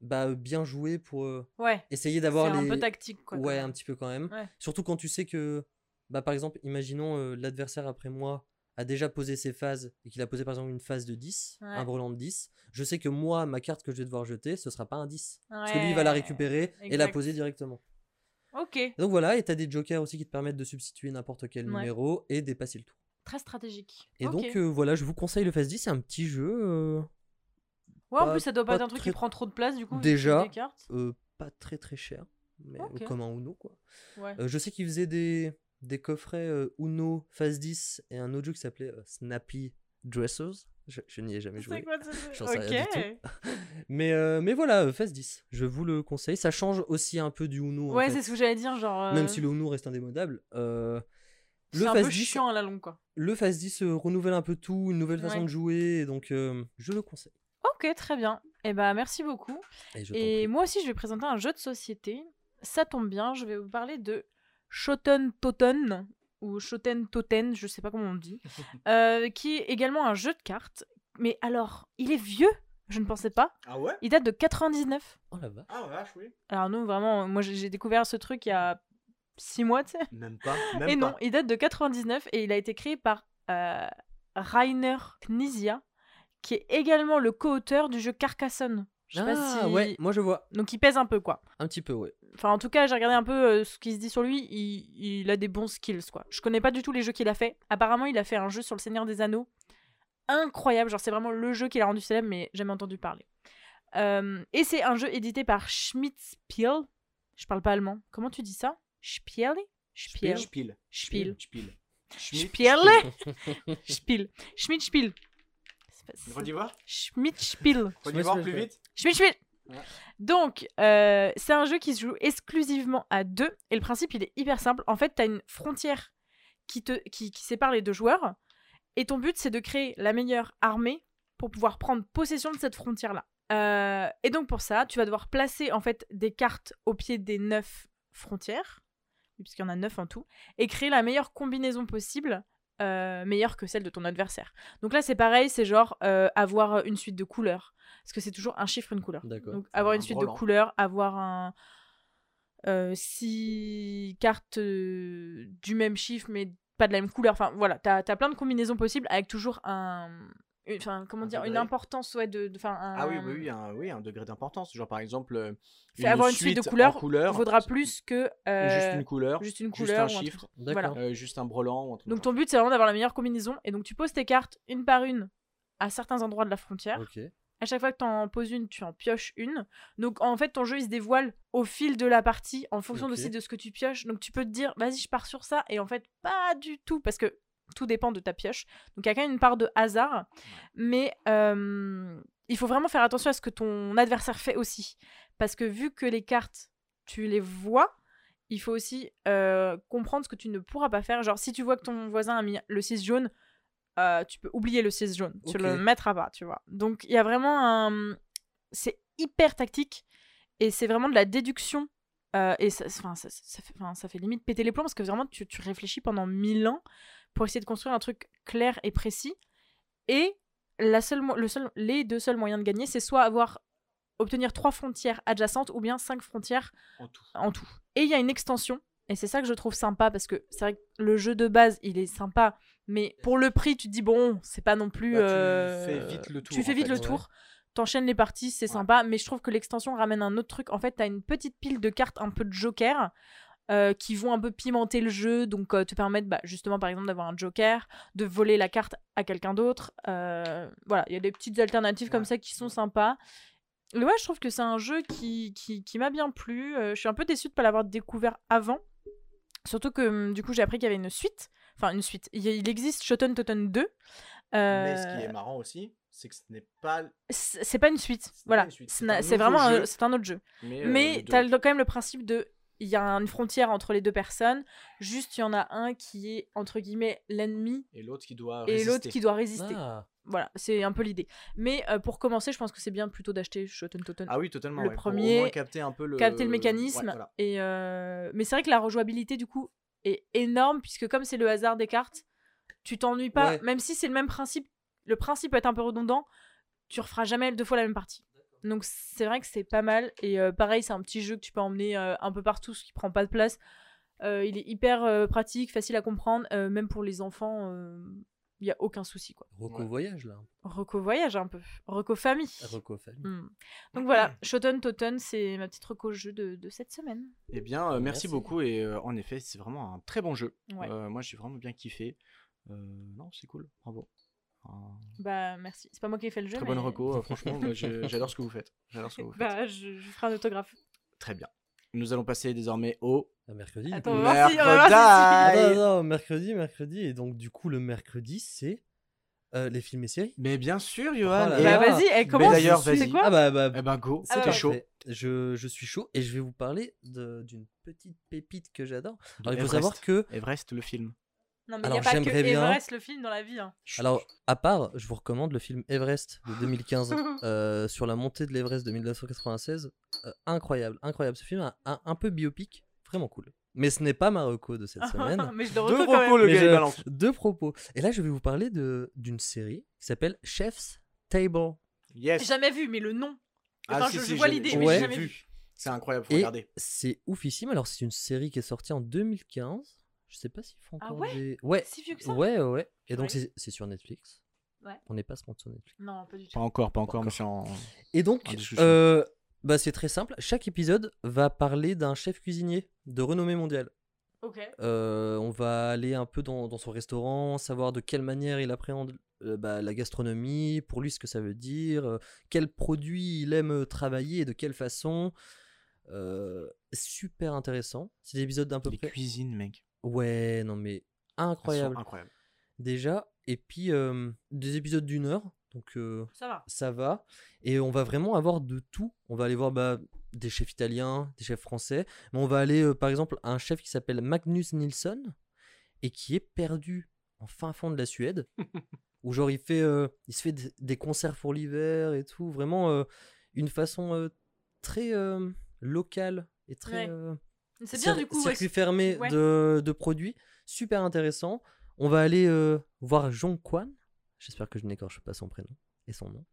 Speaker 4: bah, euh, bien joué pour euh,
Speaker 3: Ouais.
Speaker 4: essayer
Speaker 3: C'est
Speaker 4: d'avoir les.
Speaker 3: un peu tactique, quoi.
Speaker 4: ouais,
Speaker 3: quand
Speaker 4: un petit peu quand même.
Speaker 3: Ouais.
Speaker 4: Surtout quand tu sais que, bah, par exemple, imaginons euh, l'adversaire après moi a déjà posé ses phases et qu'il a posé par exemple une phase de 10,
Speaker 3: Ouais.
Speaker 4: un brelan de 10. Je sais que moi, ma carte que je vais devoir jeter, ce sera pas un 10.
Speaker 3: même.
Speaker 4: Parce que lui, il va la
Speaker 3: Ouais.
Speaker 4: récupérer et la
Speaker 3: Exact.
Speaker 4: poser directement.
Speaker 3: Ok.
Speaker 4: Et donc voilà, et t'as des jokers aussi qui te permettent de substituer n'importe quel
Speaker 3: Ouais.
Speaker 4: numéro et dépasser le tour.
Speaker 3: Très stratégique.
Speaker 4: Et
Speaker 3: Ok.
Speaker 4: donc euh, voilà, je vous conseille le phase 10, c'est un petit jeu. euh,
Speaker 3: Ouais, en
Speaker 4: pas-
Speaker 3: plus, ça doit pas,
Speaker 4: pas
Speaker 3: être un truc qui
Speaker 4: très-
Speaker 3: prend trop de place, du coup. vu que
Speaker 4: Déjà.
Speaker 3: c'est des cartes.
Speaker 4: euh, pas très très cher, mais euh,
Speaker 3: Ok.
Speaker 4: comme un Uno quoi.
Speaker 3: Ouais.
Speaker 4: Euh, je sais qu'ils faisaient des, des coffrets euh, Uno phase 10 et un autre jeu qui s'appelait euh, Snappy Dressers. Je, je n'y ai jamais
Speaker 3: C'est
Speaker 4: joué.
Speaker 3: quoi ce-
Speaker 4: J'en sais rien du
Speaker 3: Ok.
Speaker 4: Mais, euh, mais voilà, euh, phase 10, je vous le conseille. Ça change aussi un peu du Uno. en
Speaker 3: Ouais,
Speaker 4: fait.
Speaker 3: c'est ce que j'allais dire, genre. euh,
Speaker 4: Même si le Uno reste indémodable. euh,
Speaker 3: C'est
Speaker 4: le
Speaker 3: un
Speaker 4: phase
Speaker 3: peu
Speaker 4: 10,
Speaker 3: chiant à la longue, quoi.
Speaker 4: le phase 10 euh, renouvelle un peu tout, une nouvelle façon
Speaker 3: Ouais.
Speaker 4: de jouer, et donc euh, je le conseille.
Speaker 3: Ok, très bien. Et bah, merci beaucoup.
Speaker 4: Et, je t'en
Speaker 3: Et
Speaker 4: prie.
Speaker 3: moi aussi, je vais présenter un jeu de société. Ça tombe bien, je vais vous parler de Shoten Toten, ou Shoten Toten, je sais pas comment on dit, euh, qui est également un jeu de cartes. Mais alors, il est vieux, je ne pensais pas.
Speaker 2: Ah ouais
Speaker 3: Il date de 99.
Speaker 4: Oh la vache.
Speaker 2: Ah vache, oui.
Speaker 3: Alors nous, vraiment, moi j'ai j'ai découvert ce truc il y a 6 mois, tu sais.
Speaker 2: Même pas. Même
Speaker 3: Et
Speaker 2: pas.
Speaker 3: non, il date de 99 et il a été créé par euh, Rainer Knizia, qui est également le co-auteur du jeu Carcassonne. Je sais
Speaker 4: Ah,
Speaker 3: pas si...
Speaker 4: ouais, moi je vois.
Speaker 3: Donc il pèse un peu, quoi.
Speaker 4: Un petit peu, ouais.
Speaker 3: Enfin, en tout cas, j'ai regardé un peu euh, ce qui se dit sur lui. Il, il a des bons skills, quoi. Je connais pas du tout les jeux qu'il a fait. Apparemment, il a fait un jeu sur le Seigneur des Anneaux. Incroyable. Genre, c'est vraiment le jeu qu'il a rendu célèbre, mais jamais entendu parler. Euh, et c'est un jeu édité par Schmidt-Spiel. Je parle pas allemand. Comment tu dis ça Spiel Spiel.
Speaker 2: Spiel.
Speaker 3: Spiel.
Speaker 2: Spiel. Schmidt.
Speaker 3: Spiel Spiel. Schmidt-Spiel. C'est pas- c'est-
Speaker 2: Redis voir.
Speaker 3: Schmidt-Spiel.
Speaker 2: Redis voir
Speaker 4: Schmidt.
Speaker 2: plus vite.
Speaker 3: Je vais, je vais.
Speaker 2: Ouais.
Speaker 3: Donc, euh, c'est un jeu qui se joue exclusivement à deux. Et le principe, il est hyper simple. En fait, tu as une frontière qui, te, qui, qui sépare les deux joueurs. Et ton but, c'est de créer la meilleure armée pour pouvoir prendre possession de cette frontière-là. Euh, et donc, pour ça, tu vas devoir placer en fait des cartes au pied des neuf frontières, puisqu'il y en a neuf en tout, et créer la meilleure combinaison possible, euh, meilleure que celle de ton adversaire. Donc là, c'est pareil, c'est genre euh, avoir une suite de couleurs. Parce que c'est toujours un chiffre, une couleur.
Speaker 4: D'accord.
Speaker 3: Ah, Donc avoir
Speaker 2: un
Speaker 3: une suite
Speaker 2: brelan.
Speaker 3: de couleurs, avoir un euh, six cartes euh, du même chiffre mais pas de la même couleur. Enfin voilà, t'as as plein de combinaisons possibles avec toujours un, une- enfin comment
Speaker 2: Un
Speaker 3: dire, une
Speaker 2: degré.
Speaker 3: importance ouais de, de- enfin un.
Speaker 2: Ah oui, oui, oui, un, oui, un degré d'importance. Genre par exemple, euh,
Speaker 3: Fait avoir une suite de couleurs
Speaker 2: en couleur,
Speaker 3: Vaudra plus que
Speaker 2: ou
Speaker 3: euh,
Speaker 2: juste une couleur,
Speaker 3: juste une
Speaker 2: un
Speaker 3: couleur ou un
Speaker 2: chiffre,
Speaker 4: D'accord.
Speaker 3: Voilà.
Speaker 2: euh, juste un brelan. ou un truc
Speaker 3: Donc
Speaker 2: comme
Speaker 3: ton but c'est vraiment d'avoir la meilleure combinaison et donc tu poses tes cartes une par une à certains endroits de la frontière.
Speaker 4: Ok.
Speaker 3: À chaque fois que tu en poses une, tu en pioches une. Donc en fait, ton jeu il se dévoile au fil de la partie en fonction
Speaker 4: Ok.
Speaker 3: aussi de ce que tu pioches. Donc tu peux te dire, vas-y, je pars sur ça. Et en fait, pas du tout, parce que tout dépend de ta pioche. Donc il y a quand même une part de hasard. Mais euh, il faut vraiment faire attention à ce que ton adversaire fait aussi. Parce que vu que les cartes, tu les vois, il faut aussi euh, comprendre ce que tu ne pourras pas faire. Genre si tu vois que ton voisin a mis le 6 jaune, euh, tu peux oublier le 6 jaune. Tu
Speaker 4: Ok.
Speaker 3: le mettras pas, tu vois. Donc il y a vraiment un... C'est hyper tactique et c'est vraiment de la déduction. Euh, et ça, enfin, ça, ça fait, enfin, ça fait limite péter les plombs parce que vraiment tu, tu réfléchis pendant mille ans pour essayer de construire un truc clair et précis. Et la seule, mo- le seul, les deux seuls moyens de gagner, c'est soit avoir obtenir trois frontières adjacentes ou bien cinq frontières
Speaker 2: ça, en tout.
Speaker 3: en tout. Et il y a une extension, et c'est ça que je trouve sympa, parce que c'est vrai que le jeu de base, il est sympa, mais pour le prix, tu te dis, bon, c'est pas non plus...
Speaker 2: Bah, tu
Speaker 3: euh,
Speaker 2: fais vite le tour,
Speaker 3: Tu fais
Speaker 2: en
Speaker 3: vite
Speaker 2: fait,
Speaker 3: le
Speaker 4: ouais.
Speaker 3: tour, t'enchaînes les parties, c'est
Speaker 2: Ouais.
Speaker 3: sympa, mais je trouve que l'extension ramène un autre truc. En fait, t'as une petite pile de cartes un peu de joker, euh, qui vont un peu pimenter le jeu, donc euh, te permettre bah, justement par exemple d'avoir un joker, de voler la carte à quelqu'un d'autre. Euh, voilà, il y a des petites alternatives comme ça qui sont sympas. Et ouais, je trouve que c'est un jeu qui, qui, qui m'a bien plu. Euh, je suis un peu déçue de ne pas l'avoir découvert avant. Surtout que hum, du coup j'ai appris qu'il y avait une suite. Enfin une suite. Il, y a- il existe Shotten Totten 2.
Speaker 2: Mais ce
Speaker 3: Euh,
Speaker 2: qui est marrant aussi, c'est que ce n'est pas.
Speaker 3: c'est c'est pas une suite.
Speaker 2: n'est pas
Speaker 3: Voilà.
Speaker 2: une suite,
Speaker 3: Ce
Speaker 2: c'est
Speaker 3: n'a-
Speaker 2: un
Speaker 3: C'est
Speaker 2: nouveau
Speaker 3: vraiment un-
Speaker 2: jeu.
Speaker 3: c'est un autre jeu.
Speaker 2: Mais, euh,
Speaker 3: Mais
Speaker 2: de-
Speaker 3: t'as le- quand même le principe de il y a une frontière entre les deux personnes. Juste il y en a un qui est entre guillemets l'ennemi
Speaker 2: Et l'autre qui doit.
Speaker 3: et l'autre
Speaker 2: résister.
Speaker 3: qui doit résister.
Speaker 4: Ah,
Speaker 3: Voilà, c'est un peu l'idée. Mais euh, pour commencer, je pense que c'est bien plutôt d'acheter Shotten Totten.
Speaker 2: Ah oui, totalement.
Speaker 3: le
Speaker 2: ouais, pour au
Speaker 3: premier,
Speaker 2: moins capter un peu le.
Speaker 3: capter le
Speaker 2: ouais,
Speaker 3: mécanisme.
Speaker 2: voilà.
Speaker 3: et euh, Mais c'est vrai que la rejouabilité, du coup, est énorme, puisque comme c'est le hasard des cartes, tu t'ennuies pas,
Speaker 4: Ouais.
Speaker 3: même si c'est le même principe, le principe peut être un peu redondant, tu referas jamais deux fois la même partie. Donc c'est vrai que c'est pas mal, et euh, pareil, c'est un petit jeu que tu peux emmener euh, un peu partout, ce qui prend pas de place. Euh, il est hyper euh, pratique, facile à comprendre, euh, même pour les enfants, euh, il y a aucun souci. quoi.
Speaker 4: Reco
Speaker 2: Ouais.
Speaker 4: voyage là.
Speaker 3: Reco voyage un peu, reco famille.
Speaker 4: Reco famille.
Speaker 3: Hmm. Donc voilà, Shoten Totten, c'est ma petite reco jeu de, de cette semaine.
Speaker 2: Eh bien, euh, merci,
Speaker 4: Merci.
Speaker 2: beaucoup. Et euh, en effet, c'est vraiment un très bon jeu.
Speaker 3: Ouais.
Speaker 2: Euh, moi, j'ai vraiment bien kiffé. Euh, non, c'est cool. Bravo. Euh,
Speaker 3: Bah merci. C'est pas moi qui ai fait le jeu.
Speaker 2: très
Speaker 3: mais-
Speaker 2: bonne reco. euh, franchement, moi, je- j'adore ce que vous faites. J'adore ce que vous faites.
Speaker 3: Bah je, je ferai un autographe.
Speaker 2: Très bien. Nous allons passer désormais au.
Speaker 4: À mercredi. du
Speaker 3: Attends,
Speaker 4: coup.
Speaker 3: on va voir si- on va voir si-
Speaker 4: Hmm. Ah,
Speaker 2: Mercredi.
Speaker 4: non, non, mercredi, mercredi. Et donc, du coup, le mercredi, c'est euh, les films et séries.
Speaker 2: Mais bien sûr,
Speaker 4: Oh
Speaker 2: Johan.
Speaker 4: là
Speaker 2: Et-
Speaker 4: là.
Speaker 3: Bah vas-y, elle commence.
Speaker 2: d'ailleurs,
Speaker 3: c'est
Speaker 2: vas-y.
Speaker 3: quoi
Speaker 4: ah bah, bah
Speaker 2: Eh ben, go.
Speaker 3: Ah,
Speaker 2: C'était
Speaker 3: ouais.
Speaker 2: chaud.
Speaker 4: parfait. Je, je suis chaud et je vais vous parler de- d'une petite pépite que j'adore.
Speaker 2: De
Speaker 4: Alors, il faut
Speaker 2: Everest.
Speaker 4: savoir que,
Speaker 2: Everest, le film.
Speaker 3: Non mais
Speaker 4: bah,
Speaker 3: il
Speaker 4: Alors,
Speaker 3: y a pas que
Speaker 4: j'aimerais bien-
Speaker 3: Everest le film dans la vie. hein.
Speaker 4: alors, à part, je vous recommande le film Everest de 2015 euh, sur la montée de l'Everest de 1996. Euh, incroyable, incroyable. Ce film un, un- un peu biopic, vraiment cool. Mais ce n'est pas Marocco de cette semaine.
Speaker 3: mais je le
Speaker 2: Deux
Speaker 3: reco quand
Speaker 2: recos,
Speaker 3: même.
Speaker 2: le
Speaker 4: Mais
Speaker 2: gars, il
Speaker 4: je-
Speaker 2: balance.
Speaker 4: Deux propos. Et là, je vais vous parler de- d'une série qui s'appelle Chef's Table.
Speaker 3: J'ai
Speaker 2: Yes.
Speaker 3: jamais vu, mais le nom.
Speaker 2: Ah,
Speaker 3: Enfin, je- je vois l'idée,
Speaker 4: mais j'ai
Speaker 3: jamais vu.
Speaker 2: C'est incroyable, faut
Speaker 4: Et
Speaker 2: regarder.
Speaker 4: c'est oufissime. Alors, c'est une série qui est sortie en 2015. Je sais pas s'il faut
Speaker 3: Ah
Speaker 4: encore
Speaker 3: ouais
Speaker 4: des- Ouais,
Speaker 3: Si vieux que ça.
Speaker 4: ouais, ouais, ouais. Et
Speaker 3: Je
Speaker 4: donc,
Speaker 3: croyais.
Speaker 4: c'est c'est sur Netflix.
Speaker 3: Ouais.
Speaker 4: On n'est pas sponsor Netflix.
Speaker 3: Non, pas du tout.
Speaker 2: Pas encore, pas encore,
Speaker 4: encore.
Speaker 2: mais c'est en.
Speaker 4: Et donc,
Speaker 2: En discussion.
Speaker 4: euh, bah, c'est très simple. Chaque épisode va parler d'un chef cuisinier de renommée mondiale.
Speaker 3: Ok.
Speaker 4: Euh, on va aller un peu dans, dans son restaurant, savoir de quelle manière il appréhende euh, bah, la gastronomie, pour lui ce que ça veut dire, euh, quels produits il aime euh, travailler et de quelle façon. Euh, super intéressant. C'est des épisodes d'un peu
Speaker 2: Les
Speaker 4: près.
Speaker 2: cuisines, mec.
Speaker 4: Ouais, non mais
Speaker 2: Elles sont
Speaker 4: incroyable
Speaker 2: Incroyable.
Speaker 4: déjà. Et puis euh, des épisodes d'une heure, donc euh,
Speaker 3: Ça va.
Speaker 4: ça va. Et on va vraiment avoir de tout. On va aller voir bah, des chefs italiens, des chefs français. Mais on va aller euh, par exemple à un chef qui s'appelle Magnus Nilsson et qui est perdu en fin fond de la Suède. où genre il fait, euh, il se fait d- des concerts pour l'hiver et tout. Vraiment euh, une façon euh, très euh, locale et très
Speaker 3: Ouais.
Speaker 4: euh,
Speaker 3: C'est bien
Speaker 4: Cir-
Speaker 3: du coup. ouais,
Speaker 4: Circuit fermé
Speaker 3: ouais.
Speaker 4: de, de produits, super intéressant. On va aller euh, voir Jong Kwan, j'espère que je n'écorche pas son prénom et son nom,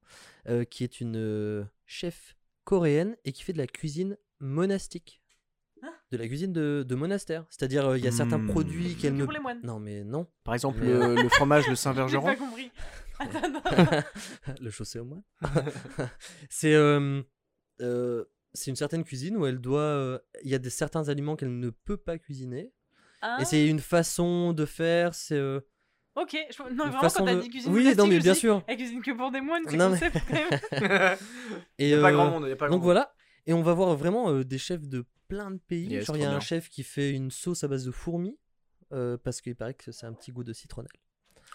Speaker 4: euh, qui est une euh, chef coréenne et qui fait de la cuisine monastique.
Speaker 3: Hein
Speaker 4: De la cuisine de, de monastère. C'est-à-dire, euh, il y a certains
Speaker 2: Hmm.
Speaker 4: produits qu'elle
Speaker 3: C'est
Speaker 4: ne.
Speaker 3: pour les moines.
Speaker 4: Non, mais non.
Speaker 2: Par exemple,
Speaker 4: Mais,
Speaker 2: le, le fromage, le
Speaker 3: J'ai
Speaker 2: Saint-Vergeron.
Speaker 3: pas compris. Attends, non.
Speaker 4: le chaussé au moine. c'est euh, euh, c'est une certaine cuisine où elle doit. euh, Il y a des, certains aliments qu'elle ne peut pas cuisiner.
Speaker 3: Ah,
Speaker 4: Et c'est une façon de faire. C'est. euh,
Speaker 3: Ok. je- Non,
Speaker 4: une
Speaker 3: vraiment
Speaker 4: façon
Speaker 3: quand t'as
Speaker 4: de-
Speaker 3: dit cuisine.
Speaker 4: Oui, non,
Speaker 3: monastique,
Speaker 4: mais
Speaker 3: je
Speaker 4: bien
Speaker 3: dis,
Speaker 4: sûr.
Speaker 3: Elle cuisine que pour des moines, c'est
Speaker 4: Non, mais-
Speaker 3: concept quand même.
Speaker 4: Et
Speaker 2: Il n'y a pas
Speaker 4: euh,
Speaker 2: grand monde. y a pas grand
Speaker 4: donc
Speaker 2: monde.
Speaker 4: voilà, et on va voir vraiment euh, des chefs de plein de pays.
Speaker 2: Yes,
Speaker 4: Genre, il y
Speaker 2: trop
Speaker 4: a un
Speaker 2: bien.
Speaker 4: chef qui fait une sauce à base de fourmis euh, parce qu'il paraît que c'est un petit goût de citronnelle.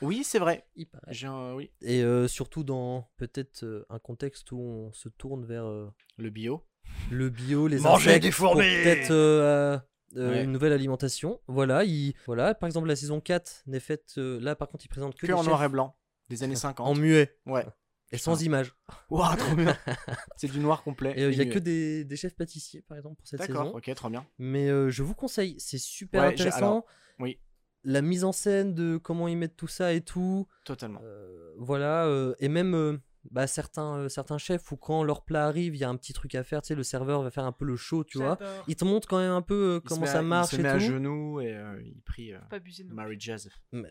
Speaker 2: Oui, c'est vrai.
Speaker 4: Il paraît.
Speaker 2: J'ai un- oui.
Speaker 4: Et euh, surtout dans peut-être euh, un contexte où on se tourne vers euh,
Speaker 2: Le bio.
Speaker 4: le bio, les
Speaker 2: Manger
Speaker 4: insectes,
Speaker 2: des fourmis
Speaker 4: pour peut-être euh, euh,
Speaker 2: Ouais.
Speaker 4: une nouvelle alimentation. Voilà, il... voilà, par exemple la saison 4 n'est faite euh, là par contre, il présente que,
Speaker 2: Que
Speaker 4: des
Speaker 2: en
Speaker 4: chefs
Speaker 2: noir et blanc. Des années
Speaker 4: en
Speaker 2: 50.
Speaker 4: muet
Speaker 2: Ouais.
Speaker 4: et sans
Speaker 2: Putain.
Speaker 4: image.
Speaker 2: Waouh, trop bien. C'est du noir complet.
Speaker 4: Et euh, il y a
Speaker 2: Minuit.
Speaker 4: que des, des chefs pâtissiers par exemple pour cette
Speaker 2: D'accord,
Speaker 4: saison.
Speaker 2: ok, trop bien.
Speaker 4: Mais euh, je vous conseille, c'est super
Speaker 2: Ouais, j'ai-
Speaker 4: intéressant.
Speaker 2: alors, oui.
Speaker 4: La mise en scène de comment ils mettent tout ça et tout.
Speaker 2: Totalement.
Speaker 4: euh, voilà. euh, et même euh, bah, certains, euh, certains chefs, où quand leur plat arrive, il y a un petit truc à faire. Tu sais, le serveur va faire un peu le show, tu vois.
Speaker 3: J'adore.
Speaker 4: Il te montre quand même un peu euh,
Speaker 2: Il se
Speaker 4: comment
Speaker 2: met à-
Speaker 4: ça marche
Speaker 2: Il se
Speaker 4: et
Speaker 2: met à
Speaker 4: tout.
Speaker 2: genoux et euh, il prie euh,
Speaker 3: Faut Pas abuser de nous.
Speaker 2: Mary Joseph.
Speaker 4: Mais-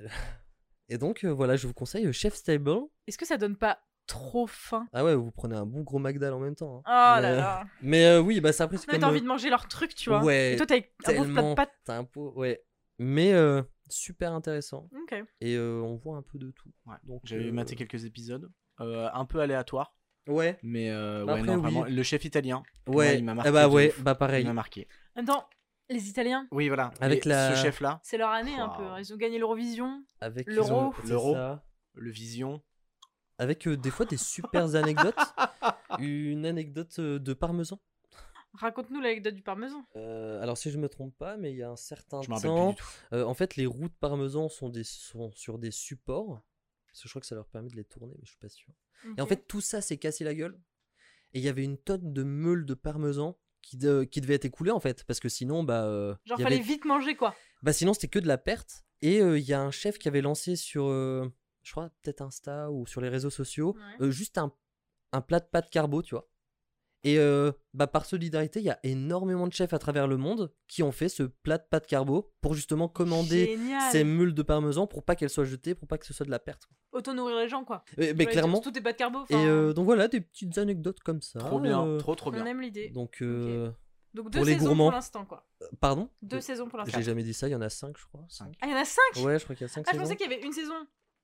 Speaker 4: Et donc, euh, voilà, je vous conseille euh, Chef's Table.
Speaker 3: Est-ce que ça donne pas trop faim.
Speaker 4: Ah ouais, vous prenez un bon gros Magdal en même temps. hein.
Speaker 3: Oh là
Speaker 4: Mais, euh,
Speaker 3: là.
Speaker 4: Mais euh, oui, bah ça après c'est
Speaker 3: Non, mais
Speaker 4: comme.
Speaker 3: t'as
Speaker 4: euh,
Speaker 3: envie de manger leur truc, tu vois.
Speaker 4: ouais,
Speaker 3: Et toi, t'as un beau plat de
Speaker 4: tellement.
Speaker 3: pâtes.
Speaker 4: T'as un pot, ouais. Mais euh, super intéressant.
Speaker 3: Ok.
Speaker 4: Et euh, on voit un peu de tout.
Speaker 2: Ouais.
Speaker 4: Donc,
Speaker 2: J'avais
Speaker 4: euh,
Speaker 2: maté quelques épisodes, euh, un peu aléatoires,
Speaker 4: Ouais.
Speaker 2: mais euh,
Speaker 4: Bah
Speaker 2: ouais, Ah
Speaker 4: après,
Speaker 2: non,
Speaker 4: oui.
Speaker 2: vraiment. Le chef italien, Moi,
Speaker 4: Ouais.
Speaker 2: il m'a
Speaker 4: Eh
Speaker 2: marqué
Speaker 4: bah
Speaker 2: de
Speaker 4: ouais,
Speaker 2: ouf.
Speaker 4: bah
Speaker 2: il
Speaker 4: pareil.
Speaker 2: m'a marqué.
Speaker 3: Attends, les Italiens,
Speaker 2: Oui, voilà.
Speaker 4: Avec
Speaker 2: Et
Speaker 4: la-
Speaker 2: Ce chef-là,
Speaker 3: c'est leur année un
Speaker 2: Waouh.
Speaker 3: peu. Ils ont gagné l'Eurovision.
Speaker 4: Avec
Speaker 3: L'euro.
Speaker 4: ils ont-
Speaker 2: Ouf.
Speaker 4: c'est
Speaker 2: L'euro.
Speaker 4: ça.
Speaker 2: le vision.
Speaker 4: Avec euh, des fois des super anecdotes. Une anecdote euh, de parmesan.
Speaker 3: Raconte-nous l'anecdote du parmesan.
Speaker 4: Euh, alors si je me trompe pas, mais il y a un certain
Speaker 2: Je me rappelle plus
Speaker 4: temps,
Speaker 2: du tout.
Speaker 4: Euh, en fait, les roues de parmesan sont, des, sont sur des supports. Parce que je crois que ça leur permet de les tourner, mais je suis pas sûr. Et en
Speaker 3: Ok.
Speaker 4: fait, tout ça s'est cassé la gueule. Et il y avait une tonne de meules de parmesan qui, de- qui devait être écoulée, en fait. Parce que sinon, bah. euh,
Speaker 3: genre,
Speaker 4: il y
Speaker 3: fallait
Speaker 4: avait-
Speaker 3: vite manger quoi.
Speaker 4: bah, sinon, c'était que de la perte. Et euh, il y a un chef qui avait lancé sur, euh, je crois, peut-être Insta ou sur les réseaux sociaux,
Speaker 3: Ouais.
Speaker 4: euh, juste un, un plat de pâtes carbo, tu vois. Et euh, bah, par solidarité, il y a énormément de chefs à travers le monde qui ont fait ce plat de pâtes carbo pour justement commander
Speaker 3: Génial.
Speaker 4: ces meules de parmesan pour pas qu'elles soient jetées, pour pas que ce soit de la perte.
Speaker 3: Autant nourrir les gens quoi.
Speaker 4: Mais, mais
Speaker 3: Ouais,
Speaker 4: clairement.
Speaker 3: Tout est pas de hein. carbo.
Speaker 4: Et
Speaker 3: enfin,
Speaker 4: euh, donc voilà, des petites anecdotes comme ça.
Speaker 2: Trop bien,
Speaker 4: euh,
Speaker 2: trop trop
Speaker 3: on
Speaker 2: bien.
Speaker 3: aime l'idée.
Speaker 4: Donc, euh,
Speaker 3: Donc deux
Speaker 4: pour les
Speaker 3: saisons
Speaker 4: gourmands.
Speaker 3: pour l'instant quoi.
Speaker 4: pardon
Speaker 3: Deux saisons pour l'instant.
Speaker 4: J'ai jamais dit ça, il y en a 5, je crois.
Speaker 2: Cinq.
Speaker 3: Ah, il y en a cinq
Speaker 4: Ouais, je crois qu'il y a 5
Speaker 3: Ah, je pensais qu'il y avait une saison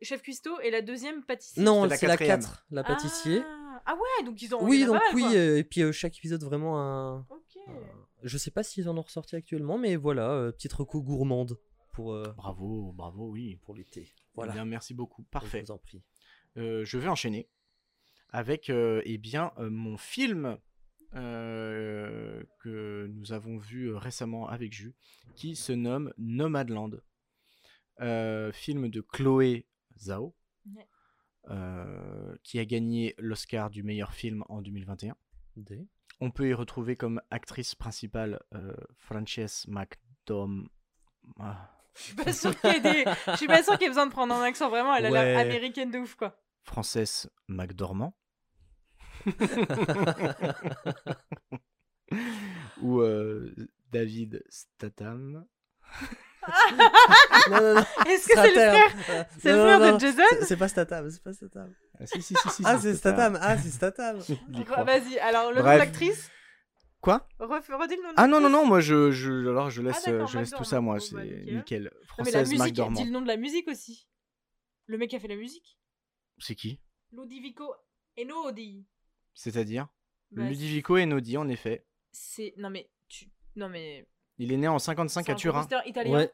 Speaker 3: chef cuistot et la deuxième pâtissier.
Speaker 4: Non,
Speaker 2: C'est la
Speaker 4: c'est la
Speaker 2: quatrième.
Speaker 4: 4, la pâtissier.
Speaker 3: Ah, Ah ouais, donc ils ont. il
Speaker 4: oui,
Speaker 3: y en a
Speaker 4: donc
Speaker 3: pas mal,
Speaker 4: oui,
Speaker 3: quoi.
Speaker 4: euh, et puis euh, chaque épisode vraiment un.
Speaker 3: Ok.
Speaker 2: Euh.
Speaker 4: Je sais pas s'ils en ont ressorti actuellement, mais voilà, euh, petite reco gourmande pour, euh,
Speaker 2: Bravo, bravo, oui. Eh
Speaker 4: pour l'été. Voilà.
Speaker 2: Bien, merci beaucoup. Parfait.
Speaker 4: Je vous en prie.
Speaker 2: Euh, je vais enchaîner avec euh, eh bien, euh, mon film euh, que nous avons vu euh, récemment avec Jus, qui se nomme Nomadland. Euh, film de Chloé Zhao,
Speaker 3: Ouais.
Speaker 2: euh, qui a gagné l'Oscar du meilleur film en 2021.
Speaker 4: Des-
Speaker 2: On peut y retrouver comme actrice principale euh, Frances McDormand. Ah.
Speaker 3: Je suis pas sûre qu'il y ait des- Je suis pas sûre qu'il y ait besoin de prendre un accent vraiment. Elle a l'air
Speaker 4: Ouais.
Speaker 3: américaine de ouf quoi.
Speaker 2: Frances McDormand. Ou euh, David Statham.
Speaker 4: Non, non, non,
Speaker 3: Est-ce Ah, que c'est le frère
Speaker 4: frère
Speaker 3: C'est le frère de Jason
Speaker 4: C'est pas Statam, c'est pas Statam.
Speaker 2: Ah, si, si, si, si,
Speaker 4: Ah,
Speaker 2: si,
Speaker 4: c'est Statam, ah, c'est Statam.
Speaker 2: Il y
Speaker 3: Re-
Speaker 2: croit.
Speaker 3: Bah, Vas-y, alors le nom
Speaker 2: Bref.
Speaker 3: de l'actrice
Speaker 2: Quoi
Speaker 3: Ref- Redis le nom de
Speaker 2: Ah non, non,
Speaker 3: l'actrice.
Speaker 2: non, moi je, je, alors, je laisse,
Speaker 3: Ah, d'accord,
Speaker 2: euh, je laisse tout
Speaker 3: McDormand.
Speaker 2: ça, moi,
Speaker 3: Bon,
Speaker 2: c'est
Speaker 3: bah, nickel.
Speaker 2: nickel.
Speaker 3: Non, mais la
Speaker 2: Française
Speaker 3: musique,
Speaker 2: McDormand.
Speaker 3: dis le nom de la musique aussi. Le mec qui a fait la musique
Speaker 2: C'est qui
Speaker 3: Ludovico Einaudi.
Speaker 2: C'est-à-dire
Speaker 3: Bah,
Speaker 2: Ludovico Einaudi, en effet.
Speaker 3: C'est. Non mais. Tu... Non mais.
Speaker 2: Il est né en 55
Speaker 3: c'est un
Speaker 2: à Turin.
Speaker 3: compositeur italien.
Speaker 4: Ouais,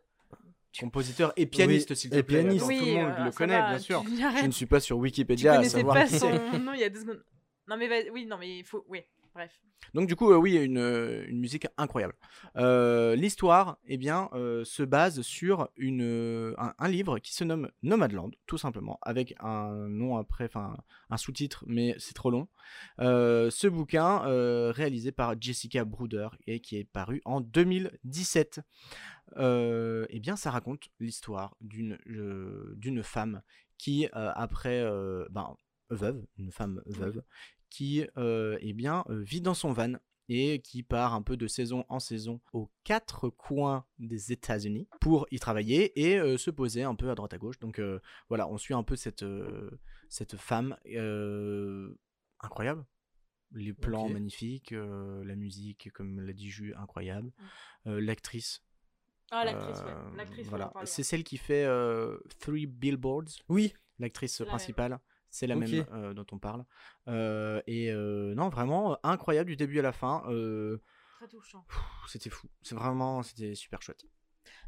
Speaker 2: Compositeur et pianiste,
Speaker 4: Oui,
Speaker 2: s'il
Speaker 4: et
Speaker 2: te plaît.
Speaker 4: pianiste.
Speaker 2: Attends, Tout le monde
Speaker 3: euh,
Speaker 2: le
Speaker 3: ça
Speaker 2: connaît,
Speaker 3: va,
Speaker 2: bien sûr.
Speaker 3: Tu,
Speaker 2: Je ne
Speaker 3: arrête,
Speaker 2: suis pas sur
Speaker 3: tu
Speaker 2: Wikipédia à
Speaker 3: connaissais
Speaker 2: savoir
Speaker 3: pas
Speaker 2: qui c'est.
Speaker 3: son nom il y a deux secondes. Non mais vas- oui, non mais il faut. Oui, bref.
Speaker 2: Donc du coup, euh, oui, une, euh, une musique incroyable. Euh, L'histoire, eh bien, euh, se base sur une, euh, un, un livre qui se nomme Nomadland, tout simplement, avec un nom après, enfin, un sous-titre, mais c'est trop long. Euh, ce bouquin, euh, réalisé par Jessica Bruder et qui est paru en 2017, euh, eh bien, ça raconte l'histoire d'une euh, d'une femme qui, euh, après, euh, ben, veuve, une femme veuve, qui euh, eh bien, euh, vit dans son van et qui part un peu de saison en saison aux quatre coins des États-Unis pour y travailler et euh, se poser un peu à droite à gauche. Donc euh, voilà, on suit un peu cette, euh, cette femme euh, incroyable. Les plans
Speaker 4: Ok.
Speaker 2: magnifiques, euh, la musique, comme l'a dit Ju, incroyable. Euh, L'actrice.
Speaker 3: Ah l'actrice,
Speaker 2: euh,
Speaker 3: ouais. L'actrice, on en hein.
Speaker 2: voilà.
Speaker 3: parle,
Speaker 2: C'est
Speaker 3: ouais.
Speaker 2: celle qui fait euh, Three Billboards
Speaker 4: oui,
Speaker 2: l'actrice
Speaker 3: C'est la
Speaker 2: principale. C'est la
Speaker 4: Ok.
Speaker 2: même euh, dont on parle. Euh, et euh, non, vraiment euh, incroyable du début à la fin. euh,
Speaker 3: Très touchant.
Speaker 2: pff, c'était fou. C'est vraiment, c'était super chouette.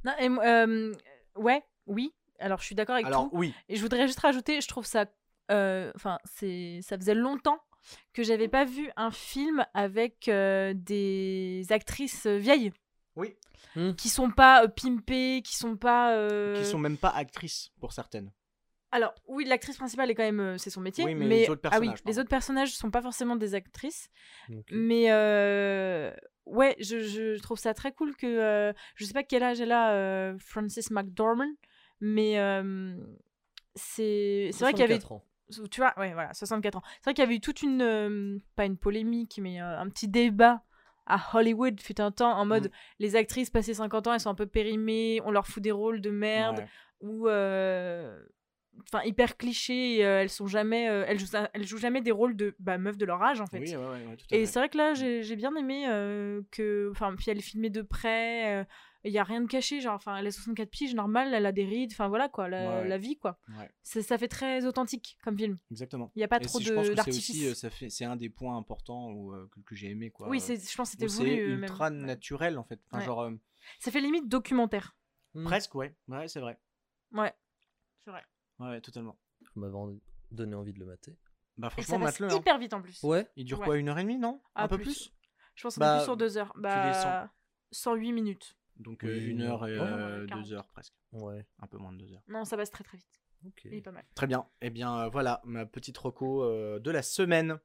Speaker 3: Non, et, moi, euh, ouais, oui. Alors je suis d'accord avec
Speaker 2: Alors
Speaker 3: tout.
Speaker 2: oui,
Speaker 3: Et je voudrais juste rajouter, je trouve ça, euh, enfin, c'est, ça faisait longtemps que j'avais pas vu un film avec euh, des actrices euh, vieilles
Speaker 2: oui,
Speaker 3: qui sont pas euh, pimpées, qui sont pas. euh,
Speaker 2: qui sont même pas actrices pour certaines.
Speaker 3: Alors oui, l'actrice principale est quand même, euh, c'est son métier.
Speaker 2: Oui, mais les autres
Speaker 3: ah oui,
Speaker 2: personnages,
Speaker 3: les
Speaker 2: pardon.
Speaker 3: autres personnages sont pas forcément des actrices.
Speaker 4: Ok.
Speaker 3: Mais euh, ouais, je, je trouve ça très cool que. euh, je sais pas quel âge elle a, euh, Frances McDormand, mais euh, c'est, c'est vrai qu'il y avait
Speaker 4: 64 ans.
Speaker 3: Ou tu vois, ouais, voilà, 64 ans. C'est vrai qu'il y avait eu toute une, euh, pas une polémique, mais euh, un petit débat à Hollywood fut un temps en mode
Speaker 2: Mm.
Speaker 3: les actrices passées 50 ans, elles sont un peu périmées, on leur fout des rôles de merde,
Speaker 2: Ouais.
Speaker 3: ou euh, enfin hyper clichés. et, euh, elles sont jamais, euh, elles, jouent, elles jouent jamais des rôles de bah, meufs de leur âge en fait.
Speaker 2: Oui, ouais, ouais, ouais, tout à
Speaker 3: Et
Speaker 2: fait. Mmh.
Speaker 3: c'est vrai que là, j'ai j'ai bien aimé euh, que. Enfin, puis elle est filmée de près, il y a rien de caché, genre, enfin, elle a 64 piges, normal, elle a des rides, enfin voilà quoi, la,
Speaker 2: Ouais, ouais.
Speaker 3: la vie quoi.
Speaker 2: Ouais,
Speaker 3: Ça, ça fait très authentique comme film.
Speaker 2: exactement.
Speaker 3: Il n'y a pas
Speaker 2: Et
Speaker 3: trop
Speaker 2: si- je pense
Speaker 3: de-
Speaker 2: que c'est aussi, euh,
Speaker 3: d'artifice.
Speaker 2: ça fait- c'est un des points importants où, euh, que, que j'ai aimé. Quoi.
Speaker 3: Oui,
Speaker 2: euh,
Speaker 3: c'est- je pense que
Speaker 2: où
Speaker 3: c'était
Speaker 2: c'est
Speaker 3: voulu. euh, même.
Speaker 2: ultra
Speaker 3: Ouais.
Speaker 2: naturel en fait. Enfin,
Speaker 3: Ouais.
Speaker 2: genre, euh,
Speaker 3: Ça fait limite documentaire.
Speaker 4: Mm.
Speaker 2: presque, ouais. Ouais, c'est vrai.
Speaker 3: Ouais. C'est vrai.
Speaker 2: Ouais, ouais, totalement.
Speaker 4: Vous m'avez en- donné envie de le mater.
Speaker 2: Bah,
Speaker 3: Et ça
Speaker 2: franchement,
Speaker 3: passe
Speaker 2: mate-le. hein.
Speaker 3: hyper vite en plus.
Speaker 4: Ouais.
Speaker 2: Il dure
Speaker 3: Ouais.
Speaker 2: quoi, une heure et demie, non
Speaker 3: Ah,
Speaker 2: Un peu
Speaker 3: plus.
Speaker 2: plus
Speaker 3: Je pense qu'on
Speaker 2: Bah,
Speaker 3: est plus sur deux heures. Bah, 108 minutes.
Speaker 2: Donc, euh,
Speaker 4: Oui,
Speaker 2: une
Speaker 4: une
Speaker 2: heure et
Speaker 4: heure.
Speaker 2: euh,
Speaker 3: Ouais,
Speaker 2: deux
Speaker 3: 40.
Speaker 2: heures presque.
Speaker 4: Ouais.
Speaker 2: Un peu moins de deux heures.
Speaker 3: Non, ça passe très très vite.
Speaker 4: Ok.
Speaker 3: Il est pas mal.
Speaker 2: Très bien. Eh bien, euh, voilà ma petite reco euh, de la semaine.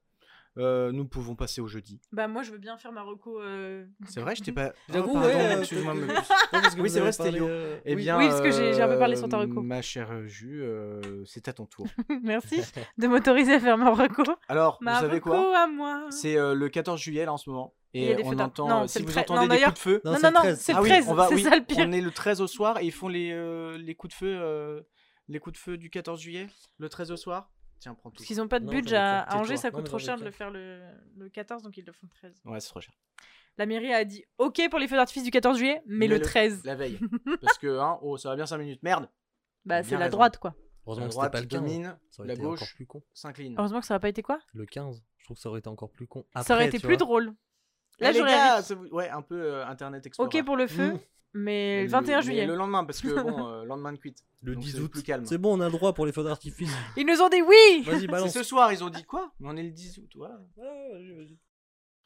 Speaker 2: Euh, nous pouvons passer au jeudi.
Speaker 3: Bah, moi, je veux bien faire ma reco. euh,
Speaker 2: C'est vrai, je t'ai pas.
Speaker 4: J'avoue,
Speaker 2: Oh, pardon,
Speaker 4: ouais, euh,
Speaker 2: excuse-moi.
Speaker 4: peut-être
Speaker 2: mais-
Speaker 4: que- Ouais, parce que
Speaker 2: Oui,
Speaker 4: vous
Speaker 2: c'est vrai,
Speaker 4: avez
Speaker 2: c'était
Speaker 4: parlé,
Speaker 2: Léo.
Speaker 4: euh,
Speaker 2: Eh
Speaker 4: oui.
Speaker 2: bien,
Speaker 3: Oui, parce que j'ai- j'ai un peu parlé sur ta
Speaker 2: euh,
Speaker 3: reco.
Speaker 2: Ma chère Ju, euh, c'est à ton tour.
Speaker 3: Merci de m'autoriser à faire ma reco.
Speaker 2: Alors,
Speaker 3: Ma
Speaker 2: vous savez
Speaker 3: reco
Speaker 2: quoi
Speaker 3: à moi.
Speaker 2: C'est euh, le 14 juillet là, en ce moment.
Speaker 3: Il y
Speaker 2: Et
Speaker 3: a des feux
Speaker 2: on
Speaker 3: d'artifice.
Speaker 2: entend.
Speaker 3: Non,
Speaker 2: euh, si
Speaker 3: c'est le
Speaker 2: vous
Speaker 3: 13.
Speaker 2: entendez
Speaker 3: Non,
Speaker 2: des
Speaker 3: d'ailleurs-
Speaker 2: coups de feu.
Speaker 4: Non,
Speaker 3: Non,
Speaker 4: c'est
Speaker 3: non,
Speaker 4: le
Speaker 3: non,
Speaker 4: 13.
Speaker 3: c'est
Speaker 2: ah
Speaker 3: le
Speaker 2: oui,
Speaker 3: 13,
Speaker 2: on va,
Speaker 3: c'est
Speaker 2: oui,
Speaker 3: ça le pire.
Speaker 2: On est le 13 au soir et ils font les, euh, les coups de feu euh, les coups de feu du 14 juillet le 13 au soir. Tiens, prends tout.
Speaker 3: Parce qu'ils n'ont pas de
Speaker 4: Non,
Speaker 3: budget
Speaker 4: j'en ai
Speaker 3: à,
Speaker 4: pas.
Speaker 3: à Angers,
Speaker 2: Tais-toi.
Speaker 3: ça
Speaker 4: Non,
Speaker 3: coûte
Speaker 4: mais
Speaker 3: trop
Speaker 4: j'en ai
Speaker 3: cher de
Speaker 4: pas.
Speaker 3: le faire le, le 14, donc ils le font le 13.
Speaker 2: Ouais, c'est trop cher.
Speaker 3: La mairie a dit OK pour les feux d'artifice du 14 juillet, mais,
Speaker 2: Mais
Speaker 3: le
Speaker 2: le-
Speaker 3: 13.
Speaker 2: La veille. Parce que hein, oh, ça va bien 5 minutes. Merde.
Speaker 3: Bah,
Speaker 2: bien
Speaker 3: c'est la
Speaker 2: raison.
Speaker 3: droite quoi.
Speaker 4: Heureusement
Speaker 2: la
Speaker 4: que c'était
Speaker 2: droite
Speaker 4: pas le 15.
Speaker 2: domine,
Speaker 4: Ça aurait
Speaker 2: la
Speaker 4: été encore
Speaker 2: gauche
Speaker 4: plus con.
Speaker 2: s'incline.
Speaker 3: Heureusement que ça n'a pas été quoi
Speaker 4: Le 15. Je trouve que ça aurait été encore plus con.
Speaker 3: Ça aurait
Speaker 4: Après,
Speaker 3: été
Speaker 4: tu
Speaker 3: plus
Speaker 4: vois.
Speaker 3: drôle.
Speaker 2: Eh,
Speaker 3: Là,
Speaker 2: les
Speaker 3: j'aurais
Speaker 2: gars, ça vous- ouais, un peu euh, Internet Explorer.
Speaker 3: OK pour le feu,
Speaker 4: Mmh.
Speaker 3: mais
Speaker 2: Mais
Speaker 3: le 21
Speaker 2: mais
Speaker 3: juillet.
Speaker 2: Le lendemain, parce que bon, euh, lendemain de cuite.
Speaker 4: Le
Speaker 2: Donc,
Speaker 4: 10
Speaker 2: c'est
Speaker 4: août.
Speaker 2: plus calme.
Speaker 4: C'est bon, on a le droit pour les feux d'artifice.
Speaker 3: Ils nous ont dit oui
Speaker 4: Vas-y,
Speaker 2: C'est
Speaker 4: balance.
Speaker 2: ce
Speaker 4: Ah,
Speaker 2: soir, ils ont dit quoi Mais on est le 10 août, ouais.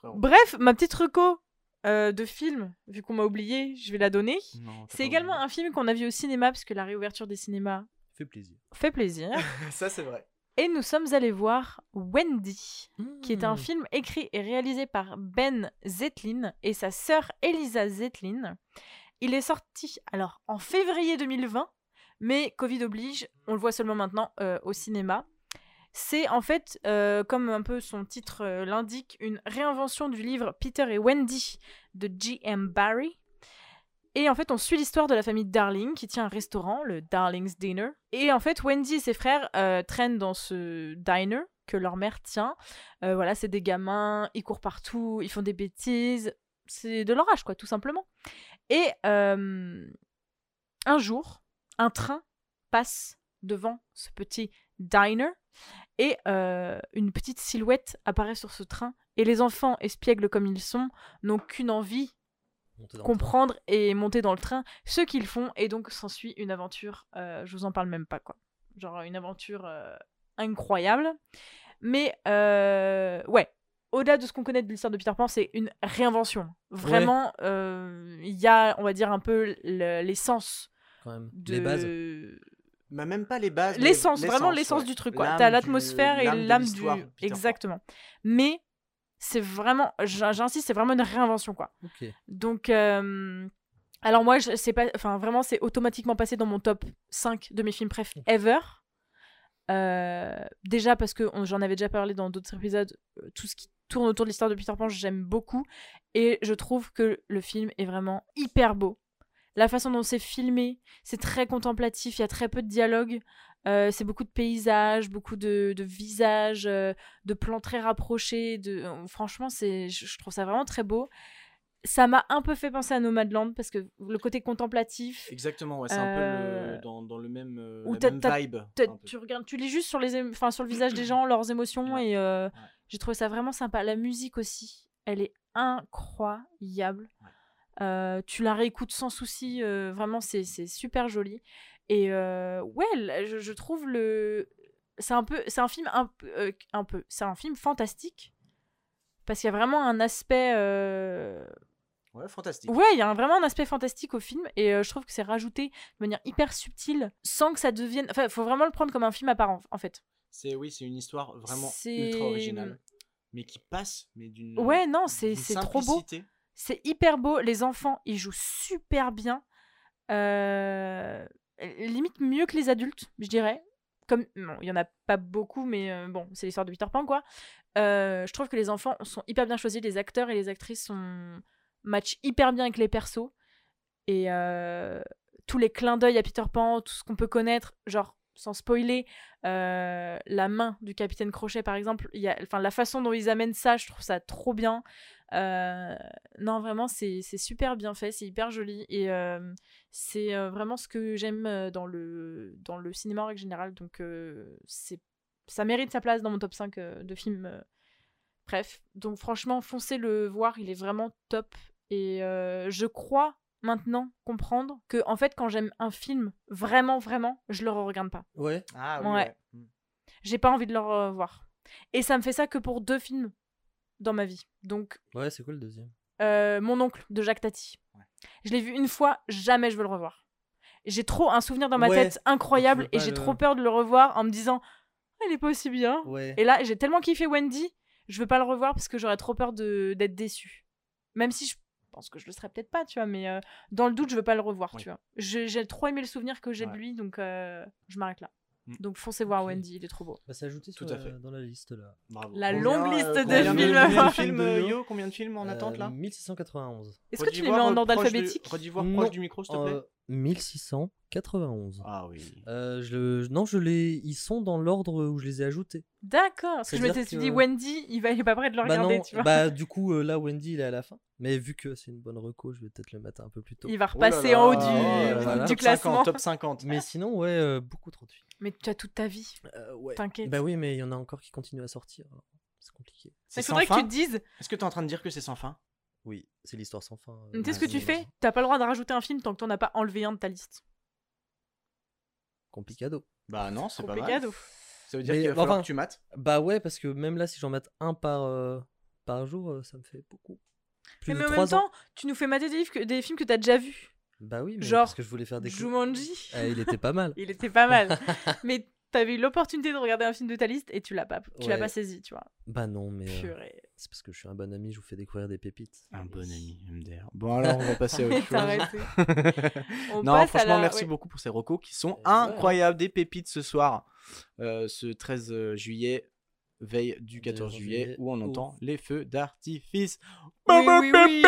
Speaker 2: Frérot.
Speaker 3: Bref, ma petite reco euh, de film, vu qu'on m'a oublié, je vais la donner.
Speaker 2: Non, t'as
Speaker 3: C'est
Speaker 2: pas
Speaker 3: également
Speaker 2: oublié.
Speaker 3: un film qu'on a vu au cinéma, parce que la réouverture des cinémas
Speaker 4: Fait plaisir.
Speaker 3: fait plaisir.
Speaker 2: Ça, c'est vrai.
Speaker 3: Et nous sommes allés voir Wendy, qui est un
Speaker 4: Mmh.
Speaker 3: film écrit et réalisé par Ben Zetlin et sa sœur Elisa Zetlin. Il est sorti alors en février 2020, mais Covid oblige, on le voit seulement maintenant euh, au cinéma. C'est en fait, euh, comme un peu son titre euh, l'indique, une réinvention du livre Peter et Wendy de G.M. Barry. Et en fait, on suit l'histoire de la famille Darling qui tient un restaurant, le Darling's Dinner. Et en fait, Wendy et ses frères euh, traînent dans ce diner que leur mère tient. Euh, voilà, c'est des gamins, ils courent partout, ils font des bêtises. C'est de leur âge, quoi, tout simplement. Et euh, un jour, un train passe devant ce petit diner et euh, une petite silhouette apparaît sur ce train. Et les enfants, espiègles comme ils sont, n'ont qu'une envie
Speaker 4: Montez dans le train.
Speaker 3: comprendre et monter dans le train ce qu'ils font et donc s'ensuit une aventure euh, je vous en parle même pas quoi genre une aventure euh, incroyable mais euh, ouais au-delà de ce qu'on connaît de l'histoire de Peter Pan c'est une réinvention vraiment euh, il y a on va dire un peu le- l'essence
Speaker 4: Quand même.
Speaker 3: de
Speaker 4: Les bases.
Speaker 2: Bah, même pas les bases. mais
Speaker 3: l'essence vraiment l'essence
Speaker 2: ouais.
Speaker 3: du truc quoi
Speaker 2: L'âme
Speaker 3: t'as
Speaker 2: du-
Speaker 3: l'atmosphère
Speaker 2: l'âme de
Speaker 3: et l'âme du
Speaker 2: l'histoire de Peter Pan.
Speaker 3: exactement mais c'est vraiment j'in- j'insiste c'est vraiment une réinvention quoi
Speaker 4: Ok.
Speaker 3: donc, euh, alors moi, je sais pas, enfin vraiment, c'est automatiquement passé dans mon top 5 de mes films préf ever. Euh, déjà parce que on- j'en avais déjà parlé dans d'autres épisodes, euh, tout ce qui tourne autour de l'histoire de Peter Pan, j'aime beaucoup et je trouve que le film est vraiment hyper beau. La façon dont c'est filmé, c'est très contemplatif, il y a très peu de dialogue, euh, c'est beaucoup de paysages, beaucoup de, de visages, euh, de plans très rapprochés. De... euh, Franchement, c'est, je je trouve ça vraiment très beau. Ça m'a un peu fait penser à Nomadland parce que le côté contemplatif,
Speaker 2: Exactement, ouais, c'est un peu
Speaker 3: Euh,
Speaker 2: le, dans, dans le même, euh,
Speaker 3: où
Speaker 2: la
Speaker 3: t'as-
Speaker 2: même
Speaker 3: t'as-
Speaker 2: vibe.
Speaker 3: T'as-
Speaker 2: un peu.
Speaker 3: tu regardes, tu lis juste sur les, émo- enfin sur le visage des gens, leurs émotions
Speaker 2: Ouais.
Speaker 3: et euh, j'ai trouvé ça vraiment sympa. La musique aussi, elle est incroyable. Euh, tu la réécoutes sans souci, euh, vraiment c'est c'est super joli. Et euh, ouais, là, je, je trouve le, c'est un peu, c'est un film un, peu- euh, un peu, c'est un film fantastique parce qu'il y a vraiment un aspect. euh,
Speaker 2: Ouais, fantastique.
Speaker 3: Ouais, il y a un- vraiment un aspect fantastique au film et euh, je trouve que c'est rajouté de manière hyper subtile sans que ça devienne. Enfin, faut vraiment le prendre comme un film à part en, en fait.
Speaker 2: C'est oui, c'est une histoire vraiment
Speaker 3: C'est-
Speaker 2: ultra originale, mais qui passe, mais d'une.
Speaker 3: Ouais, non, Oh, c'est
Speaker 2: d'une
Speaker 3: c'est trop beau.
Speaker 2: simplicité.
Speaker 3: C'est hyper beau. Les enfants, ils jouent super bien. Euh, Limite mieux que les adultes, je dirais. Comme bon, il y en a pas beaucoup, mais euh, bon, c'est l'histoire de Peter Pan quoi. Euh, je trouve que les enfants sont hyper bien choisis. Les acteurs et les actrices sont match hyper bien avec les persos et euh, tous les clins d'œil à Peter Pan, tout ce qu'on peut connaître, genre sans spoiler, euh, la main du capitaine Crochet, par exemple, il y a, enfin, la façon dont ils amènent ça, je trouve ça trop bien. Euh, non, vraiment, c'est c'est super bien fait, c'est hyper joli. Et euh, c'est euh, vraiment ce que j'aime euh, dans le, dans le cinéma en règle générale. Donc, euh, c'est ça mérite sa place dans mon top 5 euh, de films. euh, Bref, donc franchement, foncez le voir, il est vraiment top. Et euh, je crois maintenant comprendre que, en fait, quand j'aime un film, vraiment, vraiment, je le regarde pas.
Speaker 4: Ouais.
Speaker 2: Ah
Speaker 3: oui, Ouais. J'ai pas envie de le revoir. Et ça me fait ça que pour deux films dans ma vie. Donc,
Speaker 4: Ouais, c'est quoi le deuxième
Speaker 3: euh, Mon oncle de Jacques Tati.
Speaker 2: Ouais.
Speaker 3: Je l'ai vu une fois, jamais je veux le revoir. J'ai trop un souvenir dans ma
Speaker 4: Ouais.
Speaker 3: tête incroyable
Speaker 4: Tu
Speaker 3: et
Speaker 4: veux pas
Speaker 3: j'ai
Speaker 4: le-
Speaker 3: trop peur de le revoir en me disant Ah, il est pas aussi bien.
Speaker 4: Ouais.
Speaker 3: Et là, j'ai tellement kiffé Wendy, je veux pas le revoir parce que j'aurais trop peur de d'être déçue. Même si je pense que je le serais peut-être pas, tu vois, mais euh, dans le doute, je veux pas le revoir,
Speaker 2: Oui.
Speaker 3: tu vois. Je- J'ai trop aimé le souvenir que j'ai de
Speaker 2: Ouais.
Speaker 3: lui, donc euh, je m'arrête là.
Speaker 2: Mm.
Speaker 3: Donc foncez voir
Speaker 4: Ok.
Speaker 3: Wendy, il est trop beau.
Speaker 4: Bah, c'est ajouté sur
Speaker 2: Tout à
Speaker 4: la-
Speaker 2: fait.
Speaker 4: dans la liste là.
Speaker 2: Bravo.
Speaker 3: La longue liste
Speaker 2: combien
Speaker 3: de films.
Speaker 2: Combien de
Speaker 4: Combien
Speaker 2: films,
Speaker 4: de
Speaker 2: euh,
Speaker 4: films
Speaker 2: Yo Combien de films en
Speaker 4: Euh,
Speaker 2: attente là
Speaker 4: 1691.
Speaker 3: Est-ce que tu les mets
Speaker 2: Redis voir,
Speaker 3: en
Speaker 2: euh,
Speaker 3: ordre
Speaker 2: proche du-
Speaker 3: alphabétique
Speaker 2: Redis voir
Speaker 4: Non.
Speaker 2: proche du micro, s'il te plaît.
Speaker 4: Euh, 1691.
Speaker 2: Ah oui.
Speaker 4: Euh, je le- non, je les, ils sont dans l'ordre où je les ai ajoutés.
Speaker 3: D'accord, parce que je
Speaker 4: C'est-à-dire
Speaker 3: m'étais
Speaker 4: que-
Speaker 3: dit Wendy, il va il est pas prêt de le
Speaker 4: bah
Speaker 3: regarder,
Speaker 4: non,
Speaker 3: tu vois.
Speaker 4: bah du coup euh, là Wendy il est à la fin. Mais vu que c'est une bonne reco, je vais peut-être le mettre un peu plus tôt.
Speaker 3: Il va
Speaker 2: Oh là
Speaker 3: repasser
Speaker 2: là,
Speaker 3: en haut
Speaker 2: oh
Speaker 3: du,
Speaker 2: là là,
Speaker 4: voilà.
Speaker 3: du
Speaker 2: top 50,
Speaker 3: classement.
Speaker 2: Top 50.
Speaker 4: Mais sinon ouais, euh, beaucoup trop de films.
Speaker 3: Mais tu as toute ta vie,
Speaker 4: Euh, ouais.
Speaker 3: t'inquiète.
Speaker 4: Bah oui, mais il y en a encore qui continuent à sortir. alors C'est compliqué.
Speaker 2: C'est
Speaker 3: Il
Speaker 2: sans
Speaker 3: faudrait que
Speaker 2: fin
Speaker 3: tu te dises,
Speaker 2: Est-ce que t'es en train de dire que c'est sans fin
Speaker 4: Oui, c'est l'histoire sans fin. euh,
Speaker 3: tu sais ce que
Speaker 4: de
Speaker 3: tu
Speaker 4: Zendaya.
Speaker 3: fais T'as pas le droit de rajouter un film tant que t'en as pas enlevé un de ta liste.
Speaker 4: Complicado.
Speaker 2: Bah non, c'est
Speaker 3: Trop
Speaker 2: pas mal.
Speaker 3: cadeau.
Speaker 2: Ça veut dire
Speaker 4: Mais,
Speaker 2: qu'il va
Speaker 4: bah,
Speaker 2: falloir
Speaker 4: enfin,
Speaker 2: que tu mates.
Speaker 4: Bah ouais, parce que même là, si j'en mate un par, euh, par jour, euh, ça me fait beaucoup. Plus
Speaker 3: Mais,
Speaker 4: de
Speaker 3: mais en
Speaker 4: trois
Speaker 3: même
Speaker 4: ans.
Speaker 3: temps, tu nous fais mater des, livres que- des films que t'as déjà vus.
Speaker 4: Bah oui, mais
Speaker 3: genre,
Speaker 4: parce que je voulais faire des.
Speaker 3: Jumanji,
Speaker 4: Ah, il était pas mal.
Speaker 3: il était pas mal. mais t'avais eu l'opportunité de regarder un film de ta liste et tu l'as pas, tu l'as
Speaker 4: Ouais.
Speaker 3: pas saisi, tu vois.
Speaker 4: Bah non, mais euh,
Speaker 3: Purée.
Speaker 4: c'est parce que je suis un bon ami, je vous fais découvrir des pépites.
Speaker 2: Un bon ami, MDR. Bon alors, on va passer à
Speaker 3: Mais
Speaker 2: autre
Speaker 3: t'as
Speaker 2: chose.
Speaker 3: arrêté. On
Speaker 2: non,
Speaker 3: passe à
Speaker 2: franchement,
Speaker 3: la-
Speaker 2: merci
Speaker 3: ouais.
Speaker 2: beaucoup pour ces recos qui sont
Speaker 4: Eh ouais.
Speaker 2: incroyables. Des pépites ce soir, euh, ce 13 juillet, veille du 14
Speaker 4: 14
Speaker 2: juillet,
Speaker 4: juillet,
Speaker 2: où on
Speaker 4: au-
Speaker 2: entend les feux d'artifice.
Speaker 3: Oui, oui, oui.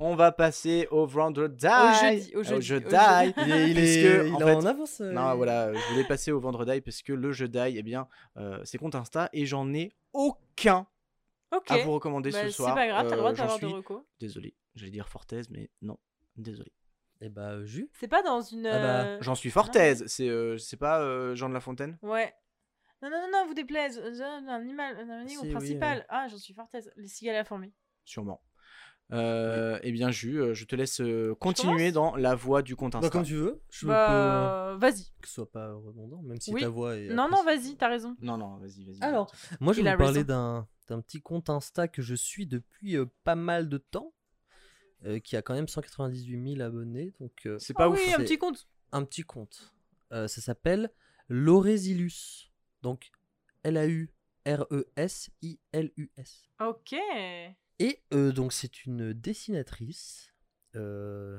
Speaker 2: On va passer au vendredi.
Speaker 3: Au jeudi, au jeudi, au
Speaker 2: jeudi.
Speaker 3: jeudi.
Speaker 4: Il est, il est,
Speaker 2: Puisque,
Speaker 4: il
Speaker 2: en
Speaker 4: est
Speaker 2: fait,
Speaker 4: en avance. euh,
Speaker 2: Non, voilà, je voulais passer au vendredi parce que le jeu d'ail, eh bien, euh, c'est compte Insta et j'en ai aucun
Speaker 3: Ok.
Speaker 2: à vous recommander
Speaker 3: Bah,
Speaker 2: ce
Speaker 3: c'est
Speaker 2: soir.
Speaker 3: pas grave,
Speaker 2: Euh,
Speaker 3: t'as le droit
Speaker 2: j'en
Speaker 3: d'avoir
Speaker 2: suis
Speaker 3: des recos.
Speaker 2: Désolé, j'allais dire Fortez, mais non, désolé.
Speaker 4: Et bah, euh, Jus.
Speaker 3: C'est pas dans une.
Speaker 4: Ah bah,
Speaker 3: euh,
Speaker 2: J'en suis Fortez, c'est euh, c'est pas euh, Jean de la Fontaine
Speaker 3: Ouais. Non, non, non, non, vous déplaise. Euh, Un animal, un animal
Speaker 4: Si, oui,
Speaker 3: principal. Ah, j'en suis fortaise. Les cigales à la fourmi.
Speaker 2: Sûrement. Euh, Eh bien, Ju, euh, je te laisse euh, continuer
Speaker 3: commence
Speaker 2: dans la voie du compte Insta.
Speaker 4: Bah, comme tu veux. Je peux.
Speaker 3: Bah,
Speaker 4: euh,
Speaker 3: vas-y.
Speaker 4: Que ce soit pas redondant, même si
Speaker 3: Oui.
Speaker 4: ta voix est.
Speaker 3: Non, non, vas-y, t'as raison.
Speaker 2: Non, non, vas-y, vas-y.
Speaker 4: Alors, moi, je
Speaker 3: Il
Speaker 4: vais
Speaker 3: a
Speaker 4: vous parler
Speaker 3: raison.
Speaker 4: d'un d'un petit compte Insta que je suis depuis euh, pas mal de temps, euh, qui a quand même 198 000 abonnés, donc euh,
Speaker 2: c'est
Speaker 3: Ah
Speaker 2: pas ouf.
Speaker 3: oui, un
Speaker 4: c'est-
Speaker 3: petit compte.
Speaker 4: un petit compte. Euh, ça s'appelle Loresilus, donc E L-A-U-R-E-S-I-L-U-S.
Speaker 3: Ok.
Speaker 4: Et euh, donc, c'est une dessinatrice euh,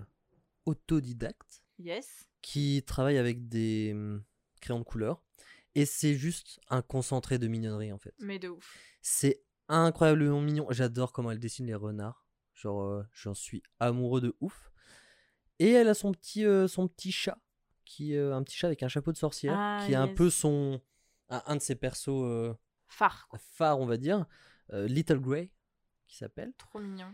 Speaker 4: autodidacte
Speaker 3: Yes.
Speaker 4: qui travaille avec des hum, crayons de couleur. Et c'est juste un concentré de mignonnerie en fait.
Speaker 3: Mais de ouf.
Speaker 4: C'est incroyablement mignon. J'adore comment elle dessine les renards. Genre, euh, j'en suis amoureux de ouf. Et elle a son petit, euh, son petit chat, qui euh, un petit chat avec un chapeau de sorcière,
Speaker 3: Ah,
Speaker 4: qui est un
Speaker 3: yes.
Speaker 4: peu son, un, un de ses persos euh,
Speaker 3: Phare. quoi.
Speaker 4: phares, on va dire, euh, Little Grey, qui s'appelle.
Speaker 3: Trop mignon.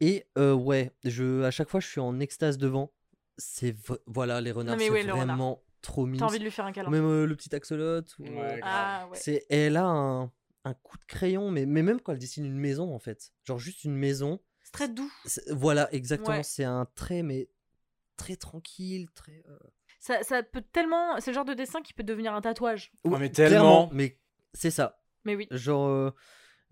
Speaker 4: Et euh, ouais, je, à chaque fois, je suis en extase devant. C'est v- voilà, les renards,
Speaker 3: mais
Speaker 4: c'est
Speaker 3: ouais, le renard.
Speaker 4: vraiment trop mignon.
Speaker 3: T'as envie de lui faire un câlin.
Speaker 4: Même euh, le petit axolote. ou, euh,
Speaker 2: Ouais,
Speaker 3: Ah ouais.
Speaker 4: c'est elle a un, un coup de crayon, mais, mais même quand elle dessine une maison en fait, genre juste une maison.
Speaker 3: C'est très doux.
Speaker 4: c'est- Voilà, exactement,
Speaker 3: Ouais.
Speaker 4: c'est un trait mais très tranquille, très. euh,
Speaker 3: Ça, ça peut tellement. C'est le genre de dessin qui peut devenir un tatouage.
Speaker 2: Ah,
Speaker 4: ouais,
Speaker 2: mais
Speaker 4: oh, clairement,
Speaker 2: tellement.
Speaker 4: Mais c'est ça,
Speaker 3: Mais oui.
Speaker 4: genre euh,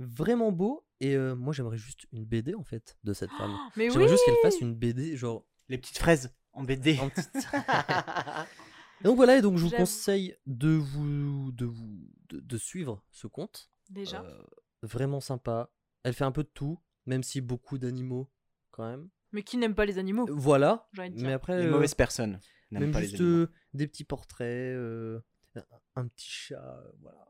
Speaker 4: vraiment beau. Et euh, moi j'aimerais juste une BD en fait de cette femme.
Speaker 3: Oh, mais
Speaker 4: J'aimerais
Speaker 3: oui.
Speaker 4: juste qu'elle fasse une BD genre.
Speaker 2: Les petites fraises en BD.
Speaker 4: en petite- Et donc voilà, et donc je vous
Speaker 3: J'avoue.
Speaker 4: conseille de vous de vous de, de suivre ce compte.
Speaker 3: Déjà.
Speaker 4: Euh, vraiment sympa. Elle fait un peu de tout, même si beaucoup d'animaux quand même.
Speaker 3: Mais qui n'aime pas les animaux
Speaker 4: Euh, Voilà.
Speaker 3: Oh, J'ai envie de dire.
Speaker 4: Mais après,
Speaker 2: Les
Speaker 4: euh,
Speaker 2: mauvaises personnes n'aiment
Speaker 4: même
Speaker 2: pas
Speaker 4: juste
Speaker 2: les animaux.
Speaker 4: euh, des petits portraits, euh, un- un petit chat, euh, voilà.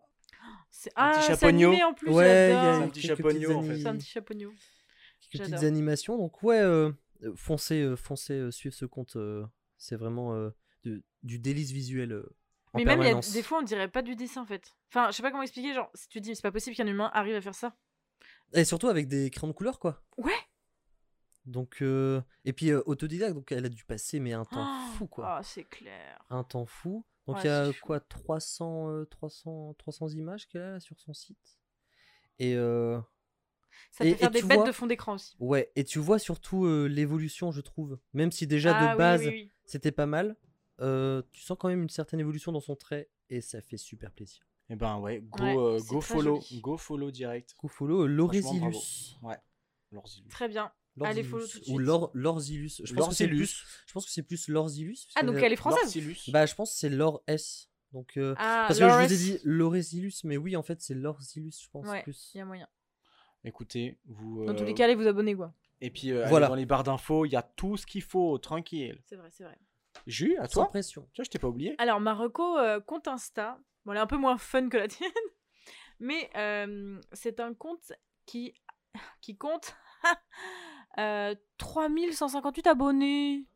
Speaker 3: C'est
Speaker 2: un petit
Speaker 3: ah, c'est
Speaker 2: chapognot.
Speaker 3: animé en plus.
Speaker 4: ouais, il y
Speaker 3: j'adore.
Speaker 4: a
Speaker 2: un petit
Speaker 4: quelques
Speaker 2: chapognot,
Speaker 4: petites
Speaker 2: en fait.
Speaker 4: ani-
Speaker 3: C'est un petit chapognot.
Speaker 4: quelques petites
Speaker 3: j'adore.
Speaker 4: animations. Donc ouais, euh, euh, foncez, euh, foncez, euh, suivez ce compte. euh, c'est vraiment euh, de- du délice visuel euh, en
Speaker 3: mais même, il y a
Speaker 4: permanence.
Speaker 3: des fois, on dirait pas du dessin en fait. Enfin, je sais pas comment expliquer. Genre, si tu dis, c'est pas possible qu'un humain arrive à faire ça.
Speaker 4: Et surtout avec des crayons de couleur, quoi.
Speaker 3: Ouais.
Speaker 4: Donc, euh, et puis euh, autodidacte, donc elle a dû passer, mais un temps
Speaker 3: Oh,
Speaker 4: fou, quoi.
Speaker 3: Ah, c'est clair.
Speaker 4: Un temps fou. Donc,
Speaker 3: Ouais,
Speaker 4: il y a
Speaker 3: c'est fou.
Speaker 4: quoi 300, euh, 300, 300 images qu'elle a là, sur son site. Et euh,
Speaker 3: Ça
Speaker 4: Et-
Speaker 3: peut faire
Speaker 4: et
Speaker 3: des
Speaker 4: tu
Speaker 3: bêtes
Speaker 4: vois-
Speaker 3: de fond d'écran aussi.
Speaker 4: ouais, et tu vois surtout euh, l'évolution, je trouve. Même si déjà
Speaker 3: Ah,
Speaker 4: de
Speaker 3: oui,
Speaker 4: base,
Speaker 3: oui, oui.
Speaker 4: c'était pas mal, euh, tu sens quand même une certaine évolution dans son trait, et ça fait super plaisir.
Speaker 2: Et ben ouais, go,
Speaker 3: Ouais,
Speaker 2: euh,
Speaker 3: c'est
Speaker 2: go
Speaker 3: très
Speaker 2: follow,
Speaker 3: joli.
Speaker 2: go follow direct.
Speaker 4: Coup follow euh, Lorésilus.
Speaker 2: Franchement, bravo. Lorzilus.
Speaker 3: Très bien. Allez,
Speaker 4: Lorzilus,
Speaker 3: follow tout de
Speaker 4: Ou
Speaker 3: suite.
Speaker 4: Lor- Lorzilus. Je pense que c'est
Speaker 2: Lorzilus.
Speaker 4: plus- je pense que c'est plus Lorzilus. parce
Speaker 3: Ah,
Speaker 4: que-
Speaker 3: donc elle est française
Speaker 2: Lorzilus.
Speaker 4: Bah, je pense que c'est Lor S. Donc, euh,
Speaker 3: Ah,
Speaker 4: parce
Speaker 3: Lawrence.
Speaker 4: que je vous ai dit Lorésilus, mais oui, en fait, c'est Lorzilus, je pense.
Speaker 3: Ouais,
Speaker 4: plus.
Speaker 3: Il y a moyen.
Speaker 2: Écoutez, vous.
Speaker 3: Dans tous
Speaker 2: euh,
Speaker 3: les cas, allez vous abonner, quoi.
Speaker 2: Et puis euh, allez
Speaker 4: Voilà.
Speaker 2: dans les barres d'infos, il y a tout ce qu'il faut, tranquille.
Speaker 3: C'est vrai, c'est vrai.
Speaker 2: Jus, à
Speaker 4: Sans
Speaker 2: toi.
Speaker 4: pression.
Speaker 2: Tu vois, je t'ai pas oublié.
Speaker 3: Alors, Marocco euh, compte Insta. Bon, elle est un peu moins fun que la tienne. Mais euh, c'est un compte qui, qui compte euh, 3158 abonnés.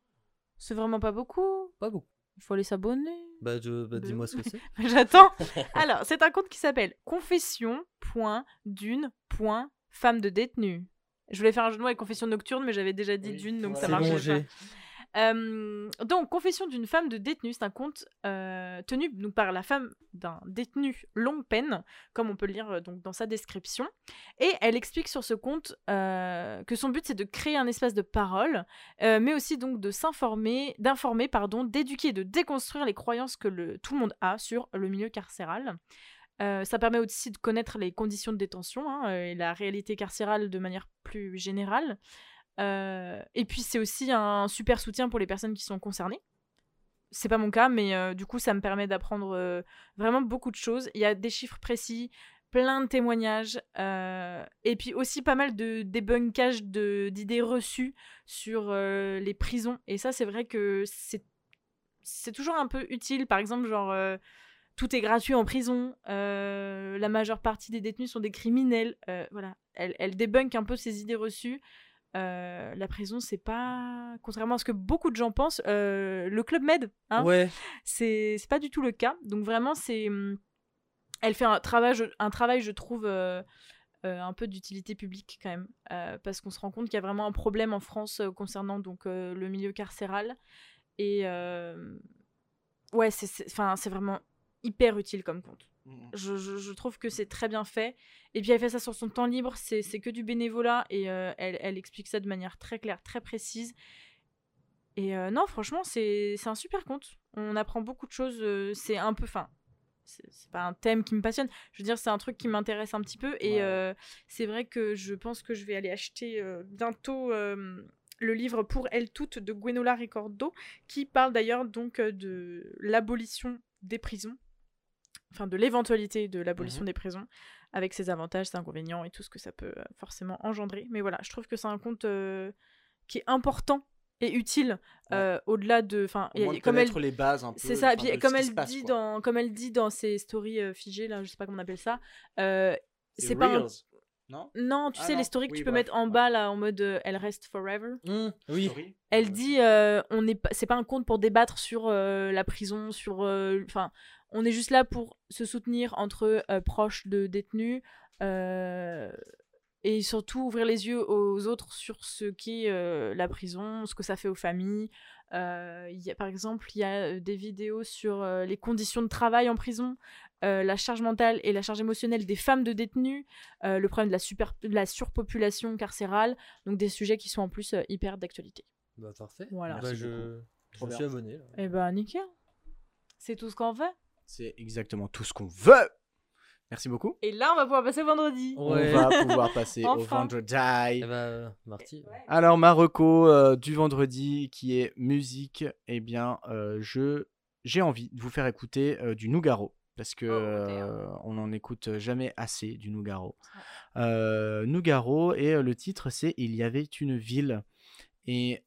Speaker 3: C'est vraiment pas beaucoup.
Speaker 4: Pas beaucoup.
Speaker 3: Il faut aller s'abonner.
Speaker 4: Bah, je- bah,
Speaker 3: Deux.
Speaker 4: dis-moi ce que c'est.
Speaker 3: J'attends. Alors, c'est un compte qui s'appelle confession.dune.femme de détenue. Je voulais faire un jeu de mots avec confession nocturne, mais j'avais déjà dit
Speaker 2: Oui,
Speaker 3: d'une, donc
Speaker 2: voilà.
Speaker 3: ça
Speaker 4: C'est bon,
Speaker 3: marchait pas.
Speaker 4: j'ai.
Speaker 3: Euh, donc, Confession d'une femme de détenue, c'est un conte euh, tenu donc, par la femme d'un détenu longue peine, comme on peut le lire euh, donc, dans sa description. Et elle explique sur ce conte euh, que son but c'est de créer un espace de parole, euh, mais aussi donc de s'informer, d'informer, pardon, d'éduquer, et de déconstruire les croyances que le, tout le monde a sur le milieu carcéral. Euh, ça permet aussi de connaître les conditions de détention hein, euh, et la réalité carcérale de manière plus générale. Euh, et puis c'est aussi un super soutien pour les personnes qui sont concernées. C'est pas mon cas, mais euh, du coup ça me permet d'apprendre euh, vraiment beaucoup de choses. Il y a des chiffres précis, plein de témoignages, euh, et puis aussi pas mal de débunkages de- d'idées reçues sur euh, les prisons. Et ça c'est vrai que c'est c'est toujours un peu utile. Par exemple, genre euh, tout est gratuit en prison, euh, la majeure partie des détenus sont des criminels. Euh, voilà, elle, elle débunk un peu ces idées reçues. Euh, la prison, c'est pas. Contrairement à ce que beaucoup de gens pensent, euh, le Club Med, hein,
Speaker 4: ouais.
Speaker 3: c'est c'est pas du tout le cas. Donc vraiment, c'est. hum, Elle fait un travail, je- un travail je trouve, euh, euh, un peu d'utilité publique quand même. euh, parce qu'on se rend compte qu'il y a vraiment un problème en France euh, concernant donc, euh, le milieu carcéral. Et. euh, ouais, c'est- c'est 'fin, c'est vraiment hyper utile comme compte.
Speaker 2: Mm.
Speaker 3: Je, je- je trouve que c'est très bien fait. Et puis elle fait ça sur son temps libre, c'est c'est que du bénévolat et euh, elle, elle explique ça de manière très claire, très précise. Et euh, non, franchement, c'est c'est un super compte. On apprend beaucoup de choses. euh, c'est un peu. Enfin, c'est c'est pas un thème qui me passionne. Je veux dire, c'est un truc qui m'intéresse un petit peu. Et
Speaker 2: Ouais.
Speaker 3: euh, c'est vrai que je pense que je vais aller acheter euh, bientôt. euh, le livre Pour elles toutes de Gwenola Ricordo, qui parle d'ailleurs donc euh, de l'abolition des prisons, enfin de l'éventualité de l'abolition
Speaker 2: Mhm.
Speaker 3: des prisons, avec ses avantages, ses inconvénients et tout ce que ça peut euh, forcément engendrer. Mais voilà, je trouve que c'est un compte euh, qui est important et utile
Speaker 2: Ouais.
Speaker 3: euh, au-delà de, enfin,
Speaker 2: Au moins
Speaker 3: et-
Speaker 2: de
Speaker 3: comme elle
Speaker 2: connaître les bases un peu.
Speaker 3: c'est ça. Et
Speaker 2: enfin,
Speaker 3: puis,
Speaker 2: de
Speaker 3: comme
Speaker 2: ce qui se
Speaker 3: elle,
Speaker 2: passe,
Speaker 3: dit
Speaker 2: quoi.
Speaker 3: dans, comme elle dit dans ses stories euh, figées, là, je sais pas comment on appelle ça, euh,
Speaker 2: Les
Speaker 3: c'est pas. un-
Speaker 2: reels, Non
Speaker 3: Non, tu
Speaker 2: Ah
Speaker 3: sais,
Speaker 2: non,
Speaker 3: les stories que
Speaker 2: oui,
Speaker 3: tu peux
Speaker 2: bref,
Speaker 3: mettre en
Speaker 2: ouais.
Speaker 3: bas, là, en mode euh, elle reste forever.
Speaker 4: Hum, oui.
Speaker 2: Story
Speaker 3: Elle
Speaker 2: Ouais.
Speaker 3: dit, euh, on n'est pas, c'est pas un compte pour débattre sur euh, la prison, sur, euh, enfin, on est juste là pour se soutenir entre euh, proches de détenus euh, et surtout ouvrir les yeux aux autres sur ce qu'est euh, la prison, ce que ça fait aux familles. Euh, il y a, par exemple, il y a euh, des vidéos sur euh, les conditions de travail en prison, euh, la charge mentale et la charge émotionnelle des femmes de détenus, euh, le problème de la, super, de la surpopulation carcérale, donc des sujets qui sont en plus euh, hyper d'actualité.
Speaker 4: Bah, parfait.
Speaker 3: Voilà.
Speaker 4: Bah,
Speaker 2: Merci
Speaker 4: je...
Speaker 2: beaucoup.
Speaker 4: je
Speaker 2: Trop
Speaker 4: me
Speaker 2: bien.
Speaker 4: suis abonné. là.
Speaker 3: Eh ben, nickel. C'est tout ce qu'on fait.
Speaker 2: C'est exactement tout ce qu'on veut. Merci beaucoup.
Speaker 3: Et là, on va pouvoir passer vendredi.
Speaker 4: Ouais.
Speaker 2: On va pouvoir passer au
Speaker 3: Enfin.
Speaker 2: vendredi.
Speaker 4: Eh bah, euh, Marty.
Speaker 2: Alors, ma reco, euh, du vendredi, qui est musique, eh bien, euh, je j'ai envie de vous faire écouter euh, du Nougaro. Parce que
Speaker 3: Oh,
Speaker 2: euh, on n'en écoute jamais assez du Nougaro.
Speaker 3: Ouais.
Speaker 2: Euh, Nougaro, et euh, le titre, c'est Il y avait une ville. Et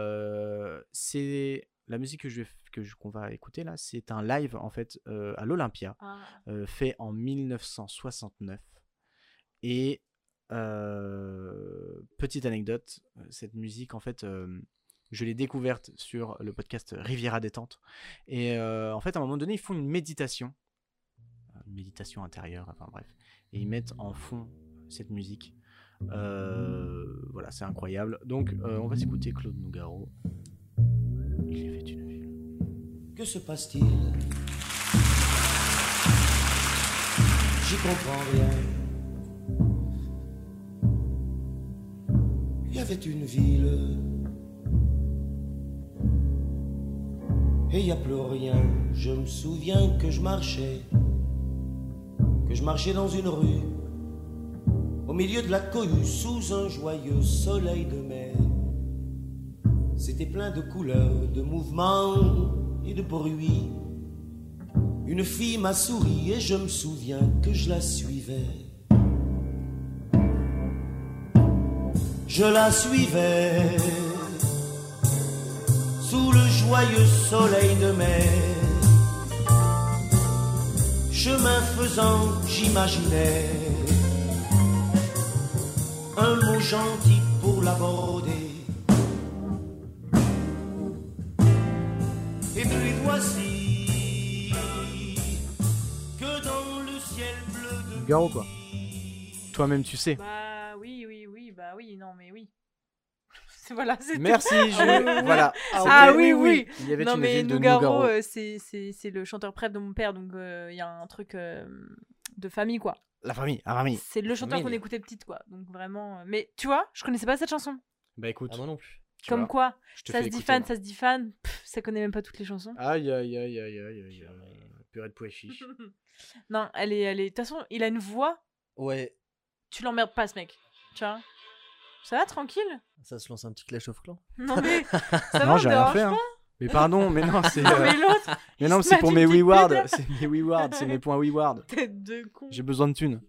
Speaker 2: euh, c'est la musique que je vais f- que je- qu'on va écouter là, c'est un live en fait euh, à l'Olympia
Speaker 3: Ah,
Speaker 2: euh, fait en 1969. Et euh, petite anecdote, euh, cette musique, en fait, euh, Je l'ai découverte sur le podcast Riviera détente. Et euh, en fait, à un moment donné, ils font une méditation, une méditation intérieure, enfin bref, et ils mettent en fond cette musique. Euh, voilà, c'est incroyable. Donc, euh, on va s'écouter Claude Nougaro. Il y avait une ville.
Speaker 5: Que se passe-t-il J'y comprends rien. Il y avait une ville. Et il n'y a plus rien. Je me souviens que je marchais. Que je marchais dans une rue. Au milieu de la cohue, sous un joyeux soleil de mer. C'était plein de couleurs, de mouvements et de bruit. Une fille m'a souri et je me souviens que je la suivais. Je la suivais sous le joyeux soleil de mai. Chemin faisant, j'imaginais un mot gentil pour l'aborder. Et puis voici que dans le ciel bleu de
Speaker 2: Nougaro, quoi. Toi-même, tu sais.
Speaker 3: Bah oui, oui, oui, bah oui, non, mais oui. C'est- voilà, c'est tout.
Speaker 2: Merci,
Speaker 3: oui,
Speaker 2: je. voilà.
Speaker 3: Ah
Speaker 2: C'était-
Speaker 3: oui, oui.
Speaker 2: Il y avait
Speaker 3: Non,
Speaker 2: une
Speaker 3: mais
Speaker 2: ville de
Speaker 3: Nougaro,
Speaker 2: Nougaro.
Speaker 3: euh, c'est- c'est c'est le chanteur prêtre de mon père, donc euh, il y a un truc euh, de famille, quoi.
Speaker 2: La famille, la famille.
Speaker 3: C'est le chanteur qu'on
Speaker 2: famille.
Speaker 3: écoutait petite, quoi. Donc vraiment. euh, Mais tu vois, je connaissais pas cette chanson.
Speaker 2: Bah écoute,
Speaker 4: Ah, moi non plus.
Speaker 2: tu
Speaker 3: Comme
Speaker 2: vois,
Speaker 3: quoi,
Speaker 2: je te
Speaker 3: ça
Speaker 2: fais
Speaker 3: se dit
Speaker 2: écouter, hein.
Speaker 3: fan,
Speaker 2: moi.
Speaker 3: ça se dit fan. Pff, ça connaît même pas toutes les chansons.
Speaker 2: Aïe, aïe, aïe, aïe, aïe, aïe. aïe. Purée de pois chiche.
Speaker 3: Non, elle est, elle est. De toute façon, il a une voix.
Speaker 4: Ouais,
Speaker 3: Tu l'emmerdes pas, ce mec. Tu vois. Ça va tranquille.
Speaker 4: ça se lance un petit clash of clans.
Speaker 3: Non mais. Ça
Speaker 2: non,
Speaker 3: va,
Speaker 2: j'ai rien
Speaker 3: on dérange
Speaker 2: fait. hein.
Speaker 3: pas.
Speaker 2: Mais pardon, mais non, c'est.
Speaker 3: Non,
Speaker 2: euh,
Speaker 3: mais l'autre,
Speaker 2: Mais
Speaker 3: il
Speaker 2: non,
Speaker 3: se
Speaker 2: c'est
Speaker 3: mate
Speaker 2: pour
Speaker 3: une
Speaker 2: mes
Speaker 3: petite
Speaker 2: WeWard.
Speaker 3: pédale.
Speaker 2: C'est mes WeWard, c'est mes points WeWard.
Speaker 3: tête de con.
Speaker 2: J'ai besoin de thunes.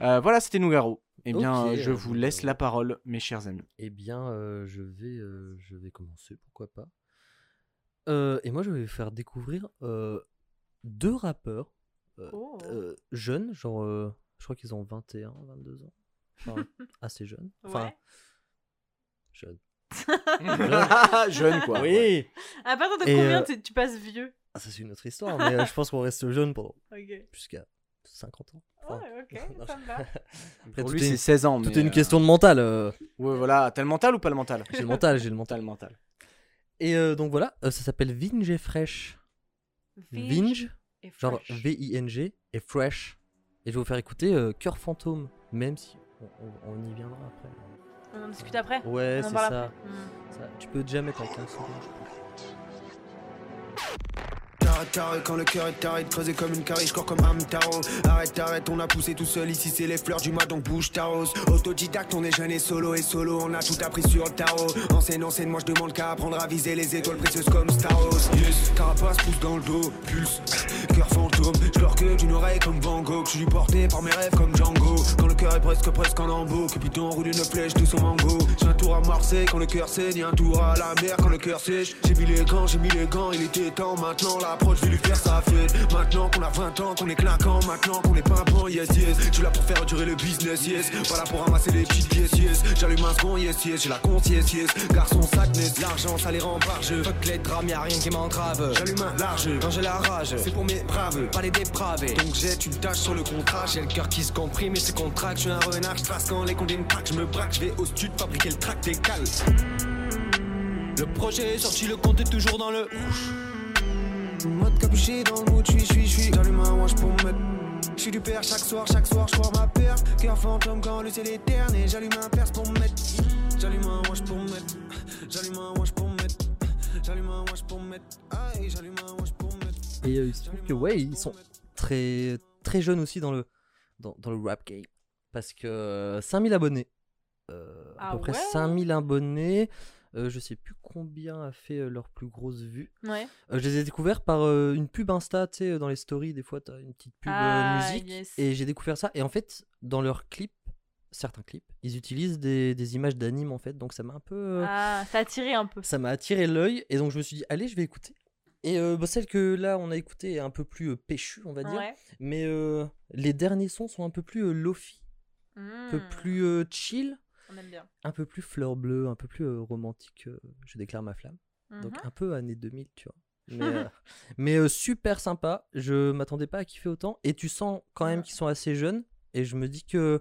Speaker 2: Euh, voilà, c'était Nougaro. Eh bien,
Speaker 4: Ok,
Speaker 2: euh, je
Speaker 4: euh,
Speaker 2: vous laisse la parole, mes chers amis.
Speaker 4: Eh bien, euh, je, vais, euh, je vais commencer, pourquoi pas. Euh, et moi, je vais vous faire découvrir euh, deux rappeurs
Speaker 3: Oh.
Speaker 4: euh, jeunes, genre, euh, je crois qu'ils ont 21, 22 ans. Enfin, assez jeunes. Enfin,
Speaker 3: Ouais.
Speaker 4: jeunes.
Speaker 2: Jeune, quoi.
Speaker 4: Oui
Speaker 3: À partir de
Speaker 4: Et,
Speaker 3: Ah, combien
Speaker 4: euh,
Speaker 3: tu, tu passes vieux
Speaker 4: Ah, Ça, c'est une autre histoire, mais euh, je pense qu'on reste jeune pendant
Speaker 3: Ok. Ouais,
Speaker 4: jusqu'à 50 ans. Enfin, Oh. non.
Speaker 3: ok, ça me va.
Speaker 4: Après,
Speaker 2: Pour
Speaker 4: tout
Speaker 2: lui,
Speaker 4: est
Speaker 2: c'est
Speaker 4: une-
Speaker 2: 16 ans.
Speaker 4: tout
Speaker 2: mais,
Speaker 4: est une
Speaker 2: euh,
Speaker 4: question de mental. euh.
Speaker 2: Ouais, voilà. T'as le mental ou pas le mental
Speaker 4: J'ai le mental, j'ai le mental.
Speaker 2: T'as le mental.
Speaker 4: Et euh, donc voilà, euh, ça s'appelle Vinge et Fresh. Vinge,
Speaker 3: et
Speaker 4: genre
Speaker 3: fresh.
Speaker 4: V-I-N-G et Fresh. Et je vais vous faire écouter euh, Cœur Fantôme, même si on, on- on y viendra après.
Speaker 3: On en discute après
Speaker 4: Ouais,
Speaker 3: On en
Speaker 4: c'est
Speaker 3: parle
Speaker 4: ça.
Speaker 3: après. Hmm.
Speaker 4: Ça, Tu peux déjà mettre un 15 secondes, je pense.
Speaker 1: T'arrêtes, t'arrêtes quand le cœur est arrêté, creusé comme une carie, je cours comme un tarot. Arrête, arrête, on a poussé tout seul, ici c'est les fleurs du mois donc bouge ta rose. Autodidacte, on est jeune et solo et solo, on a tout appris sur le tarot. Enseigne, enseigne, moi je demande qu'à apprendre à viser les étoiles précieuses comme Staros. Yes, carapace pousse dans le dos, pulse, cœur fantôme. Je pleure que d'une oreille comme Van Gogh, je suis porté par mes rêves comme Django. Quand le cœur est presque, presque en lambeaux, Cupidon roule une flèche de son mango. J'ai un tour à Marseille quand le cœur saigne, et un tour à la mer quand le cœur sèche. J'ai mis les gants, j'ai mis les gants, il était temps maintenant, l'approche, je vais lui faire sa fête. Maintenant qu'on a 20 ans, qu'on est claquant, maintenant qu'on est pimpant, yes yes. Je suis là pour faire durer le business, yes. Pas là pour ramasser les petites pièces, yes. J'allume un second, yes yes. J'ai la compte, yes yes. Garçon, sac, net, l'argent, ça les rend par jeu.
Speaker 6: Fuck les drames, y'a rien qui m'entrave.
Speaker 1: J'allume un large
Speaker 6: Quand j'ai la rage,
Speaker 1: c'est pour mes braves.
Speaker 6: pas les dépravés.
Speaker 1: Donc jette une tâche sur le contrat, j'ai le cœur qui se comprime et se contracte. Je suis un renard, je trace quand les condés me traquent. Je me braque, je vais au stud fabriquer le track des cales.
Speaker 6: Le projet est sorti, le compte est toujours dans le.
Speaker 1: Mode capuché dans le mood, je suis, je suis, je suis. J'allume un wange pour me mettre. Je suis du père chaque soir, chaque soir, je crois ma paire. Cœur fantôme quand le ciel est terne et j'allume un perce pour me mettre. J'allume un wange pour me mettre. J'allume un wange pour me mettre. J'allume un wange pour me mettre. Aïe, j'allume un wange pour me mettre.
Speaker 4: Et euh, il se trouve que, ouais, ils sont très, très jeunes aussi dans le, dans, dans le rap game. Parce que euh, 5000 abonnés. Euh, à
Speaker 3: Ah
Speaker 4: peu près
Speaker 3: ouais
Speaker 4: 5000 abonnés. Euh, je sais plus combien a fait euh, leur plus grosse vue.
Speaker 3: Ouais.
Speaker 4: Euh, je les ai découverts par euh, une pub Insta, tu sais, euh, dans les stories, des fois, t'as une petite pub euh,
Speaker 3: Ah,
Speaker 4: musique.
Speaker 3: yes.
Speaker 4: Et j'ai découvert ça. Et en fait, dans leurs clips, certains clips, ils utilisent des, des images d'animes, en fait. Donc ça m'a un peu. euh,
Speaker 3: Ah, ça a tiré un peu.
Speaker 4: Ça m'a attiré l'œil. Et donc je me suis dit, allez, je vais écouter. Et euh, bah, celle que là, on a écoutée est un peu plus euh, péchue, on va dire.
Speaker 3: Ouais.
Speaker 4: Mais euh, les derniers sons sont un peu plus euh, lofi, un peu
Speaker 3: Hmm.
Speaker 4: plus euh, chill.
Speaker 3: On aime bien.
Speaker 4: un peu plus fleur bleue, un peu plus euh, romantique, euh, je déclare ma flamme. Donc
Speaker 3: Mhm.
Speaker 4: un peu année 2000, tu vois. Mais, euh, mais, euh, super sympa, je m'attendais pas à kiffer autant. Et tu sens quand même
Speaker 3: Ouais.
Speaker 4: qu'ils sont assez jeunes. Et je me dis que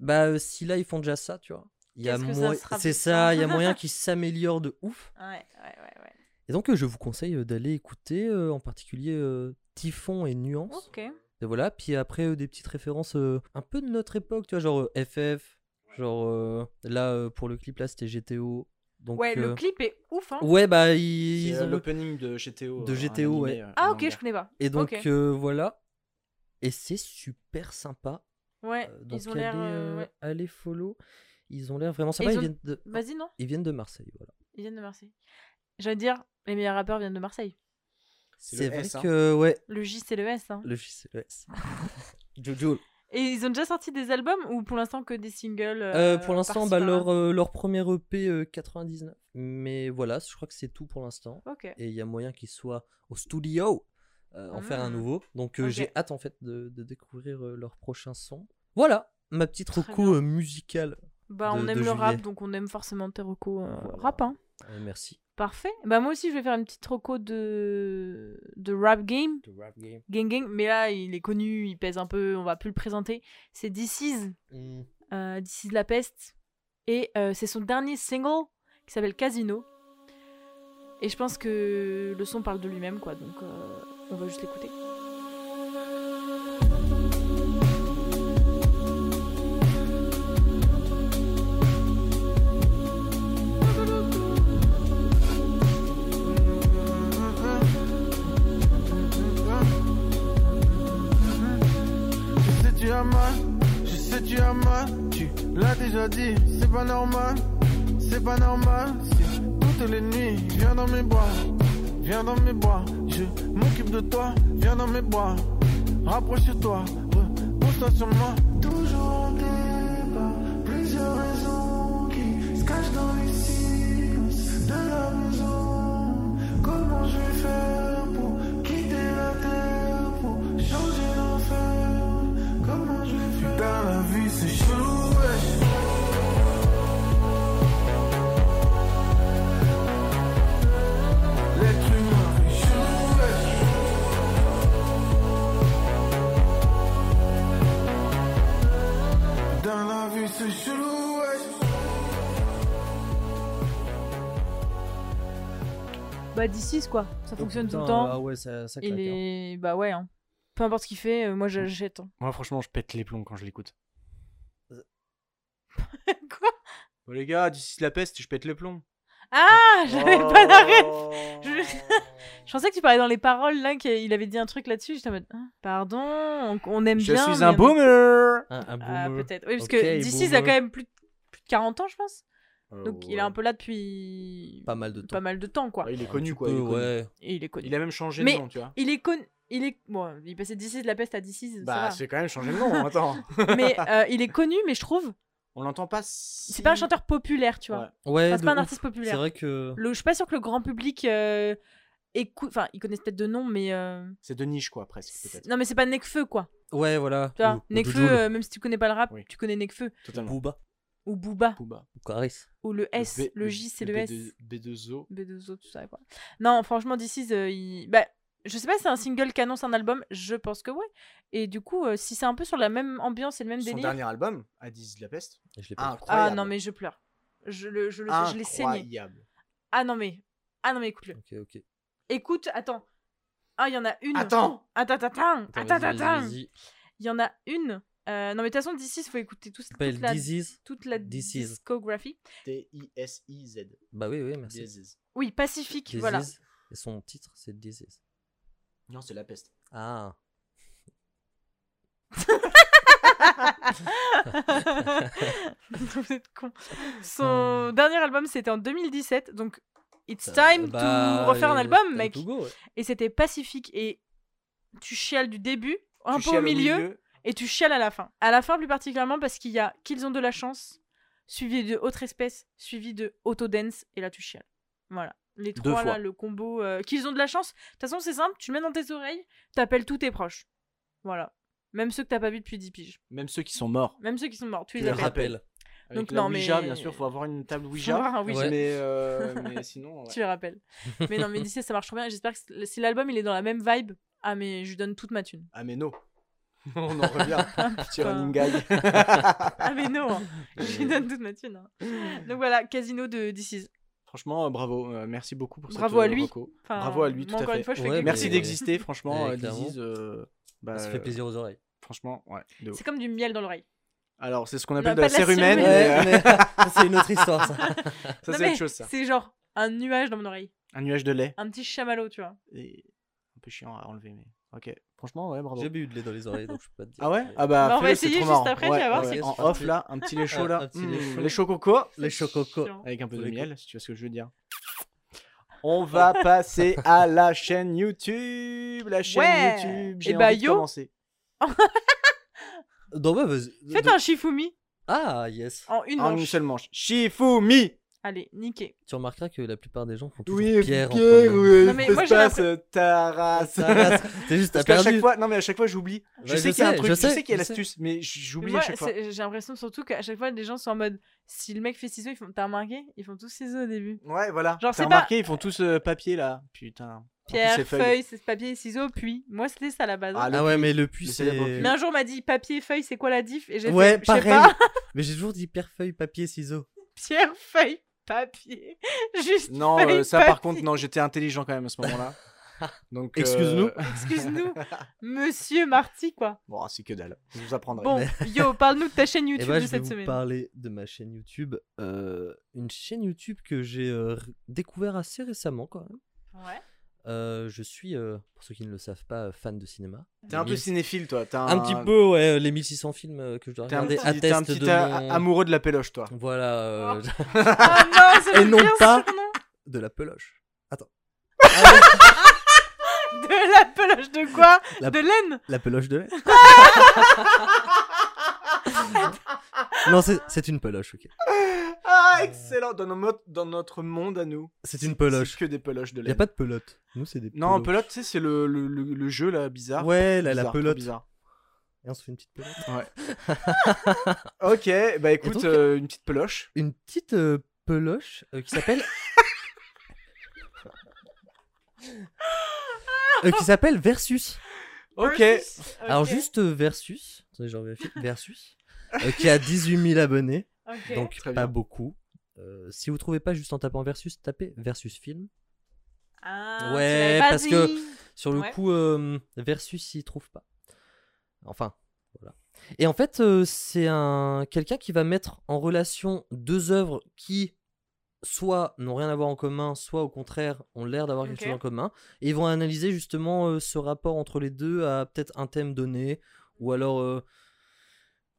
Speaker 4: bah, euh, si là ils font déjà ça, tu vois. il y a
Speaker 3: Qu'est-ce que ça
Speaker 4: moyen-
Speaker 3: sera
Speaker 4: C'est
Speaker 3: plus
Speaker 4: ça,
Speaker 3: tard
Speaker 4: il y a moyen qu'ils s'améliorent de ouf.
Speaker 3: Ouais, ouais, ouais, ouais.
Speaker 4: Et donc euh, je vous conseille euh, d'aller écouter euh, en particulier euh, Typhon et Nuance.
Speaker 3: Ok.
Speaker 4: Et voilà, puis après euh, des petites références euh, un peu de notre époque, tu vois, genre euh, FF, genre euh, là euh, pour le clip là c'était GTO. Donc,
Speaker 3: ouais, le
Speaker 4: euh,
Speaker 3: clip est ouf, hein.
Speaker 4: Ouais, bah ils,
Speaker 2: C'est,
Speaker 4: ils
Speaker 2: euh,
Speaker 4: ont-
Speaker 2: l'opening de GTO.
Speaker 4: de
Speaker 2: euh, un
Speaker 4: GTO,
Speaker 2: animé,
Speaker 4: ouais.
Speaker 2: euh,
Speaker 3: Ah,
Speaker 2: un
Speaker 3: ok,
Speaker 2: manga.
Speaker 3: je connais pas.
Speaker 4: Et donc
Speaker 3: Ok.
Speaker 4: euh, voilà. Et c'est super sympa.
Speaker 3: Ouais,
Speaker 4: Euh, donc
Speaker 3: ils ont l'air.
Speaker 4: allez,
Speaker 3: euh,
Speaker 4: euh,
Speaker 3: ouais.
Speaker 4: allez follow. Ils ont l'air vraiment sympa.
Speaker 3: ils
Speaker 4: Ils,
Speaker 3: ont-
Speaker 4: viennent de...
Speaker 3: Vas-y, non
Speaker 4: ils viennent de Marseille, voilà.
Speaker 3: Ils viennent de Marseille. J'allais dire, les meilleurs rappeurs viennent de Marseille.
Speaker 2: C'est le
Speaker 4: C'est vrai
Speaker 2: S, hein.
Speaker 4: que ouais,
Speaker 3: Le J, c'est le S. Hein.
Speaker 4: le JCS. Jojo.
Speaker 3: Et ils ont déjà sorti des albums ou pour l'instant que des singles
Speaker 4: Euh,
Speaker 3: euh,
Speaker 4: pour l'instant,
Speaker 3: par-ci,
Speaker 4: bah,
Speaker 3: par-là
Speaker 4: leur, euh, leur premier EP euh, 99. Mais voilà, je crois que c'est tout pour l'instant.
Speaker 3: Ok.
Speaker 4: Et il y a moyen qu'ils soient au studio euh, en faire un
Speaker 3: Mm.
Speaker 4: nouveau. Donc euh,
Speaker 3: Ok.
Speaker 4: j'ai hâte en fait de, de découvrir euh, leur prochain son. Voilà, ma petite
Speaker 3: Très
Speaker 4: reco euh, musicale.
Speaker 3: Bah,
Speaker 4: de-
Speaker 3: on
Speaker 4: de
Speaker 3: aime le rap,
Speaker 4: juillet.
Speaker 3: donc on aime forcément tes recos euh,
Speaker 4: Voilà.
Speaker 3: rap. Hein.
Speaker 4: Euh, merci.
Speaker 3: Parfait. Bah, moi aussi, je vais faire une petite reco de... de rap game.
Speaker 2: The rap game.
Speaker 3: Gang gang. Mais là, il est connu, il pèse un peu, on va plus le présenter. C'est DC's.
Speaker 2: Mm.
Speaker 3: euh, d'ici de la peste. Et euh, c'est son dernier single qui s'appelle Casino. Et je pense que le son parle de lui-même, quoi. Donc euh, on va juste l'écouter.
Speaker 7: Je sais tu as mal, je sais tu as mal, tu l'as déjà dit, c'est pas normal, c'est pas normal, si toutes les nuits, viens dans mes bras, viens dans mes bras, je m'occupe de toi, viens dans mes bras, rapproche-toi, repose-toi sur moi. Toujours en débat, plusieurs raisons qui se cachent dans les silences de la maison. Comment je vais faire pour quitter la terre, pour changer l'enfer Comment je vais faire Putain, la vie c'est chelou, wesh. L'être humain est chelou, wesh. Dans la vie, c'est chelou, ouais.
Speaker 3: Bah, DC's, quoi. Ça fonctionne tout le
Speaker 4: Ah
Speaker 3: temps.
Speaker 4: ouais, ça, ça claque.
Speaker 3: Il
Speaker 4: hein. Mmh.
Speaker 3: est. Bah, ouais. hein. Peu importe ce qu'il fait, euh, moi j'achète. hein.
Speaker 2: Moi, franchement, je pète les plombs quand je l'écoute.
Speaker 3: quoi
Speaker 2: Bon, les gars, d'ici la peste, je pète les plombs.
Speaker 4: Oh.
Speaker 3: Ah J'avais pas la ref Je- Je pensais que tu parlais dans les paroles, là, qu'il avait dit un truc là-dessus. J'étais en mode. hein, Pardon, on, on aime
Speaker 2: Je
Speaker 3: bien.
Speaker 2: suis
Speaker 3: mais
Speaker 2: un
Speaker 3: on-
Speaker 2: boomer
Speaker 4: Un, un
Speaker 3: Ah,
Speaker 4: boomer.
Speaker 3: peut-être. Oui, parce
Speaker 4: Ok,
Speaker 3: que DC's a
Speaker 4: boomer. Oh,
Speaker 3: quand même plus de, plus de 40 ans, je pense.
Speaker 2: Oh,
Speaker 3: Donc il est un peu là depuis.
Speaker 4: Pas mal de temps.
Speaker 3: Pas mal de temps, quoi.
Speaker 2: Ouais, il est
Speaker 4: Un
Speaker 2: connu,
Speaker 4: petit
Speaker 2: quoi. il est
Speaker 4: peu,
Speaker 2: connu.
Speaker 4: ouais.
Speaker 3: Et il est connu.
Speaker 2: Il a même changé
Speaker 3: Mais-
Speaker 2: de nom, tu vois.
Speaker 3: Il est connu. Il est bon, il passait d'ici de la peste à d'ici,
Speaker 2: Bah,
Speaker 3: ça
Speaker 2: c'est quand même changé de nom, attends.
Speaker 3: va. mais euh, il est connu, mais je trouve,
Speaker 2: On l'entend pas. si-
Speaker 3: c'est pas un chanteur populaire, tu vois.
Speaker 2: Ouais.
Speaker 4: Ouais,
Speaker 3: Enfin, c'est
Speaker 4: de
Speaker 3: pas un
Speaker 4: ouf.
Speaker 3: artiste
Speaker 4: C'est
Speaker 3: populaire.
Speaker 4: vrai que.
Speaker 3: Le- je suis pas sûr que le grand public euh, écoute, enfin, ils connaissent peut-être de nom, mais euh,
Speaker 2: C'est de niche, quoi, presque,
Speaker 3: c'est-
Speaker 2: peut-être.
Speaker 3: non, mais c'est pas Nekfeu quoi.
Speaker 4: Ouais, voilà. Oh,
Speaker 3: Tu vois,
Speaker 4: Ou- ou
Speaker 3: Nekfeu,
Speaker 4: Jojo,
Speaker 3: euh, même si tu connais pas le rap,
Speaker 2: Oui.
Speaker 3: tu connais Nekfeu
Speaker 4: ou
Speaker 2: Totalement.
Speaker 4: Booba.
Speaker 3: ou Booba
Speaker 2: Booba.
Speaker 4: Ou Caris.
Speaker 3: ou le S,
Speaker 2: B-
Speaker 3: le, J c'est le, S.
Speaker 2: B2- B2O.
Speaker 3: B2O, tout ça quoi. Non, franchement, d'ici, il... bah, je sais pas si c'est un single qui annonce un album, je pense que ouais. Et du coup, euh, si c'est un peu sur la même ambiance et le même
Speaker 2: Son
Speaker 3: délire,
Speaker 2: dernier album, à 10 de la peste.
Speaker 4: Je l'ai pas.
Speaker 3: Ah
Speaker 2: Incroyable.
Speaker 3: non, mais je pleure. Je le, je le je l'ai saigné.
Speaker 2: Incroyable.
Speaker 3: Ah non, mais. Ah non, mais écoute-le.
Speaker 4: Ok, ok.
Speaker 3: Écoute, attends. Ah, il y en a une.
Speaker 2: Attends
Speaker 3: Attends, attends, attends,
Speaker 4: Attends,
Speaker 3: attends,
Speaker 4: vas-y,
Speaker 3: attends.
Speaker 4: vas-y, vas-y.
Speaker 3: Il y en a une. Euh, non, mais de toute façon, d'ici, il faut écouter tout,
Speaker 4: Ça
Speaker 3: toute
Speaker 4: s'appelle
Speaker 3: la,
Speaker 4: Disease.
Speaker 3: toute la
Speaker 4: This is.
Speaker 3: discographie.
Speaker 2: T-I-S-I-Z.
Speaker 4: Bah oui, oui, merci.
Speaker 2: Disease.
Speaker 3: Oui, Pacifique,
Speaker 4: Disease.
Speaker 3: voilà.
Speaker 4: Et son titre, c'est Disease.
Speaker 2: Non, c'est la peste.
Speaker 4: Ah.
Speaker 3: Vous êtes cons. Son dernier album, c'était en 2017. Donc, it's
Speaker 4: Hmm. Ça-
Speaker 3: time
Speaker 4: bah,
Speaker 3: to refaire un
Speaker 4: euh,
Speaker 3: album,
Speaker 4: time
Speaker 3: mec.
Speaker 4: to go, ouais.
Speaker 3: Et c'était Pacifique. Et tu chiales du début, un
Speaker 2: Tu
Speaker 3: peu au
Speaker 2: chiales
Speaker 3: milieu. et tu chiales à la fin. À la fin, plus particulièrement parce qu'il y a qu'ils ont de la chance, suivi de autre espèce, suivi de autodance, et là tu chiales. Voilà. Les
Speaker 2: Deux
Speaker 3: trois là,
Speaker 2: fois.
Speaker 3: le combo euh, qu'ils ont de la chance. De toute façon, c'est simple, tu le mets dans tes oreilles, t'appelles tous tes proches. Voilà. Même ceux que t'as pas vu depuis 10 piges.
Speaker 2: Même ceux qui sont morts.
Speaker 3: Même ceux qui sont morts, tu
Speaker 2: Tu
Speaker 3: les
Speaker 2: les
Speaker 3: appelles.
Speaker 2: rappelles. Avec
Speaker 3: Donc,
Speaker 2: la
Speaker 3: non, mais-
Speaker 2: Ouija, bien sûr, faut avoir une table Ouija.
Speaker 3: avoir un Ouija.
Speaker 4: Ouais.
Speaker 2: Mais, euh, mais sinon, ouais.
Speaker 3: Tu le rappelles. mais non, mais d'ici, ça marche trop bien. et J'espère que c- si l'album il est dans la même vibe, ah, mais je lui donne toute ma thune.
Speaker 2: ah mais non. On en revient. Petit
Speaker 3: putain.
Speaker 2: running gag.
Speaker 3: Ah, mais non, hein. je lui donne toute ma thune. hein. Donc voilà, Casino de This Is.
Speaker 2: Franchement, euh, bravo. euh, merci beaucoup pour cette
Speaker 3: Bravo à
Speaker 2: euh,
Speaker 3: lui.
Speaker 2: reco.
Speaker 3: Enfin,
Speaker 2: Bravo à lui,
Speaker 3: moi,
Speaker 2: tout à
Speaker 3: encore
Speaker 2: fait.
Speaker 3: une fois, je fais
Speaker 4: Ouais,
Speaker 3: que- euh,
Speaker 2: Merci
Speaker 4: mais-
Speaker 2: d'exister, franchement.
Speaker 4: Ouais,
Speaker 2: euh,
Speaker 4: clairement.
Speaker 2: This is, euh, bah, euh,
Speaker 4: Ça fait plaisir aux oreilles.
Speaker 2: Franchement, ouais. de ouf.
Speaker 3: C'est comme du miel dans l'oreille.
Speaker 2: Alors, c'est ce qu'on
Speaker 3: Non,
Speaker 2: appelle de la
Speaker 3: pas de la
Speaker 2: serre humaine.
Speaker 3: cérumen.
Speaker 2: mais, euh,
Speaker 4: Ouais, mais ça, c'est une autre histoire, ça.
Speaker 2: ça,
Speaker 3: Non,
Speaker 2: c'est
Speaker 3: mais
Speaker 2: autre chose, ça.
Speaker 3: C'est genre un nuage dans mon oreille.
Speaker 2: Un nuage de lait.
Speaker 3: Un petit chamallow, tu vois.
Speaker 2: Et... Un peu chiant à enlever, mais. Ok. Franchement, ouais, bravo.
Speaker 4: J'ai bu de lait dans les oreilles, donc je peux pas te dire.
Speaker 2: Ah ouais
Speaker 4: mais-
Speaker 2: Ah bah,
Speaker 3: Bah, on va
Speaker 2: fais-le, c'est
Speaker 3: essayer
Speaker 2: trop marrant.
Speaker 3: juste après, tu vas voir,
Speaker 2: ouais,
Speaker 4: c'est
Speaker 2: ouais. En
Speaker 4: cool.
Speaker 2: off, là, un petit lait chaud, là.
Speaker 4: Un petit lait
Speaker 2: Mm,
Speaker 4: chaud.
Speaker 2: lait chaud coco.
Speaker 4: Les
Speaker 3: C'est
Speaker 4: chococos.
Speaker 3: chiant.
Speaker 2: Avec un peu
Speaker 4: Pour
Speaker 2: de
Speaker 4: les
Speaker 2: miel, si tu vois ce que je veux dire. On va passer à la chaîne YouTube. La chaîne
Speaker 3: Ouais.
Speaker 2: YouTube.
Speaker 3: Eh
Speaker 2: J'ai
Speaker 3: bah,
Speaker 2: envie de
Speaker 3: yo.
Speaker 2: commencer.
Speaker 4: Donc, bah, vas-y.
Speaker 3: Faites
Speaker 4: Donc-
Speaker 3: un Shifumi
Speaker 4: Ah, yes.
Speaker 3: en une
Speaker 2: Euh, En
Speaker 3: manche.
Speaker 2: une seule manche. Shifumi
Speaker 3: Allez, niqué.
Speaker 4: Tu remarqueras que la plupart des gens font toujours
Speaker 2: Oui, Pierre,
Speaker 4: Pierre. en premier.
Speaker 2: oui,
Speaker 3: Non, mais
Speaker 2: qu'est-ce
Speaker 3: moi,
Speaker 2: qui
Speaker 3: j'ai
Speaker 2: Euh, se passe, ta race
Speaker 4: Ça va, C'est juste, t'as
Speaker 2: Parce qu'à
Speaker 4: perdu.
Speaker 2: chaque fois, non mais à chaque fois j'oublie. Je
Speaker 4: Ouais,
Speaker 2: sais
Speaker 4: je
Speaker 2: qu'il y a un
Speaker 4: sais,
Speaker 2: truc,
Speaker 4: je
Speaker 2: je sais,
Speaker 4: sais,
Speaker 2: qu'il y a
Speaker 4: je sais.
Speaker 2: l'astuce, mais j-
Speaker 3: Mais
Speaker 2: j'oublie à
Speaker 3: moi,
Speaker 2: chaque fois.
Speaker 3: c'est- j'ai l'impression surtout qu'à chaque fois, les gens sont en mode si le mec fait ciseaux, ils font. T'as remarqué Ils font tous ciseaux au début.
Speaker 2: Ouais, voilà.
Speaker 3: Genre,
Speaker 2: Genre,
Speaker 3: c'est
Speaker 2: T'as remarqué, ils font tous euh, papier là. Putain. En plus,
Speaker 3: Pierre,
Speaker 2: c'est feuille.
Speaker 3: feuille, c'est papier, ciseaux, puis. Moi, c'était ça à la base.
Speaker 2: Ah, le
Speaker 4: Ah ouais, mais le puits,
Speaker 2: Le
Speaker 4: c'est.
Speaker 2: célèbre puits.
Speaker 3: Mais un jour, on m'a dit papier, feuille, c'est quoi la diff Et j'ai
Speaker 4: Ouais,
Speaker 3: fait, je sais
Speaker 4: pareil.
Speaker 3: pas,
Speaker 4: Mais j'ai toujours dit pierre, feuille, papier, ciseaux.
Speaker 3: pierre, feuille, papier. Juste,
Speaker 2: Non,
Speaker 3: feuille,
Speaker 2: euh, ça par
Speaker 3: papier.
Speaker 2: contre, non, j'étais intelligent quand même à ce moment-là. Donc,
Speaker 4: Excuse-nous.
Speaker 2: euh,
Speaker 3: excuse-nous, monsieur Marty, quoi.
Speaker 2: Bon, c'est que dalle. Je vous apprendrai.
Speaker 3: Bon, yo, parle-nous de ta chaîne
Speaker 4: Et
Speaker 3: YouTube
Speaker 4: bah,
Speaker 3: de
Speaker 4: je vais
Speaker 3: cette
Speaker 4: vous
Speaker 3: semaine.
Speaker 4: parler de ma chaîne YouTube. euh, une chaîne YouTube que j'ai euh, r- découvert assez récemment, quand même.
Speaker 3: Ouais.
Speaker 4: Euh, je suis, euh, pour ceux qui ne le savent pas, euh, fan de cinéma.
Speaker 2: T'es un peu cinéphile, toi. T'es un...
Speaker 4: Un petit peu, ouais, les 1600 films euh, que je dois
Speaker 2: T'es un
Speaker 4: regarder
Speaker 2: petit, t'es un
Speaker 4: attestent
Speaker 2: petit
Speaker 4: de
Speaker 2: a-
Speaker 4: mon-
Speaker 2: amoureux de la péloche, toi.
Speaker 4: Voilà, euh,
Speaker 3: Ah non, ça
Speaker 4: Et
Speaker 3: veut
Speaker 4: non
Speaker 3: bien
Speaker 4: pas-
Speaker 3: surnom
Speaker 4: de la peloche. Attends. Ah ouais,
Speaker 3: De la peloche de quoi
Speaker 4: La-
Speaker 3: De laine
Speaker 4: la peloche de lait. non, c'est- c'est une peloche, ok.
Speaker 2: Ah, excellent. Dans, nos mo- dans notre monde à nous,
Speaker 4: C'est une
Speaker 2: c'est
Speaker 4: peloche.
Speaker 2: que des peloches de
Speaker 4: Il y a
Speaker 2: laine.
Speaker 4: pas de pelote. Nous, c'est des
Speaker 2: Non,
Speaker 4: peloches.
Speaker 2: pelote, tu sais, c'est le, le, le- le jeu là bizarre.
Speaker 4: Ouais, la,
Speaker 2: Bizarre,
Speaker 4: la
Speaker 2: trop
Speaker 4: pelote.
Speaker 2: bizarre.
Speaker 4: Et on se fait une petite pelote.
Speaker 2: Ok, bah écoute,
Speaker 4: donc-
Speaker 2: euh, une petite peloche.
Speaker 4: Une petite euh, peloche euh, qui s'appelle. Euh, qui s'appelle Versus.
Speaker 2: Ok.
Speaker 3: Versus.
Speaker 4: Alors
Speaker 3: Ok,
Speaker 4: juste euh, Versus. Attendez, je vérifie. Versus. euh, qui a 18 000 abonnés.
Speaker 3: ok.
Speaker 4: donc
Speaker 2: Très
Speaker 4: pas
Speaker 2: bien.
Speaker 4: beaucoup. Euh, si vous trouvez pas juste en tapant Versus, tapez Versus Film.
Speaker 3: Ah, tu
Speaker 4: Ouais,
Speaker 3: l'avais pas
Speaker 4: parce que-
Speaker 3: dit.
Speaker 4: Sur le
Speaker 3: Ouais.
Speaker 4: coup, euh, Versus il trouve pas. Enfin, voilà. Et en fait, euh, c'est un quelqu'un qui va mettre en relation deux œuvres qui soit n'ont rien à voir en commun, soit au contraire ont l'air d'avoir quelque
Speaker 3: Ok.
Speaker 4: chose en commun, et ils vont analyser justement euh, ce rapport entre les deux à peut-être un thème donné, ou alors euh,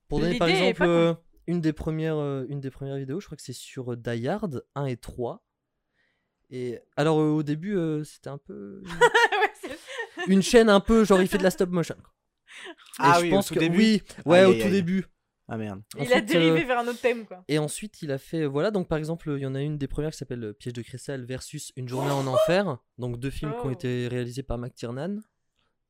Speaker 4: pour donner par
Speaker 3: L'idée est
Speaker 4: exemple
Speaker 3: pas con.
Speaker 4: euh, une des premières euh, une des premières vidéos, je crois que c'est sur euh, Die Hard 1 et 3. Et alors euh, au début euh, c'était un peu
Speaker 3: Ouais, c'est-
Speaker 4: une chaîne un peu genre il fait de la stop motion. quoi.
Speaker 2: Ah
Speaker 4: et je
Speaker 2: oui, au
Speaker 4: pense
Speaker 2: tout
Speaker 4: que
Speaker 2: début
Speaker 4: oui, ouais,
Speaker 2: Aïe,
Speaker 4: au
Speaker 2: aïe,
Speaker 4: tout
Speaker 2: aïe.
Speaker 4: début.
Speaker 2: Ah merde.
Speaker 3: Il a
Speaker 4: Ensuite,
Speaker 3: dérivé
Speaker 4: euh,
Speaker 3: vers un autre thème, quoi.
Speaker 4: et ensuite, il a fait euh, voilà, donc par exemple, il y en a une des premières qui s'appelle euh, Piège de Cressal versus Une journée en enfer, donc deux films qui ont
Speaker 3: Oh.
Speaker 4: été réalisés par McTiernan.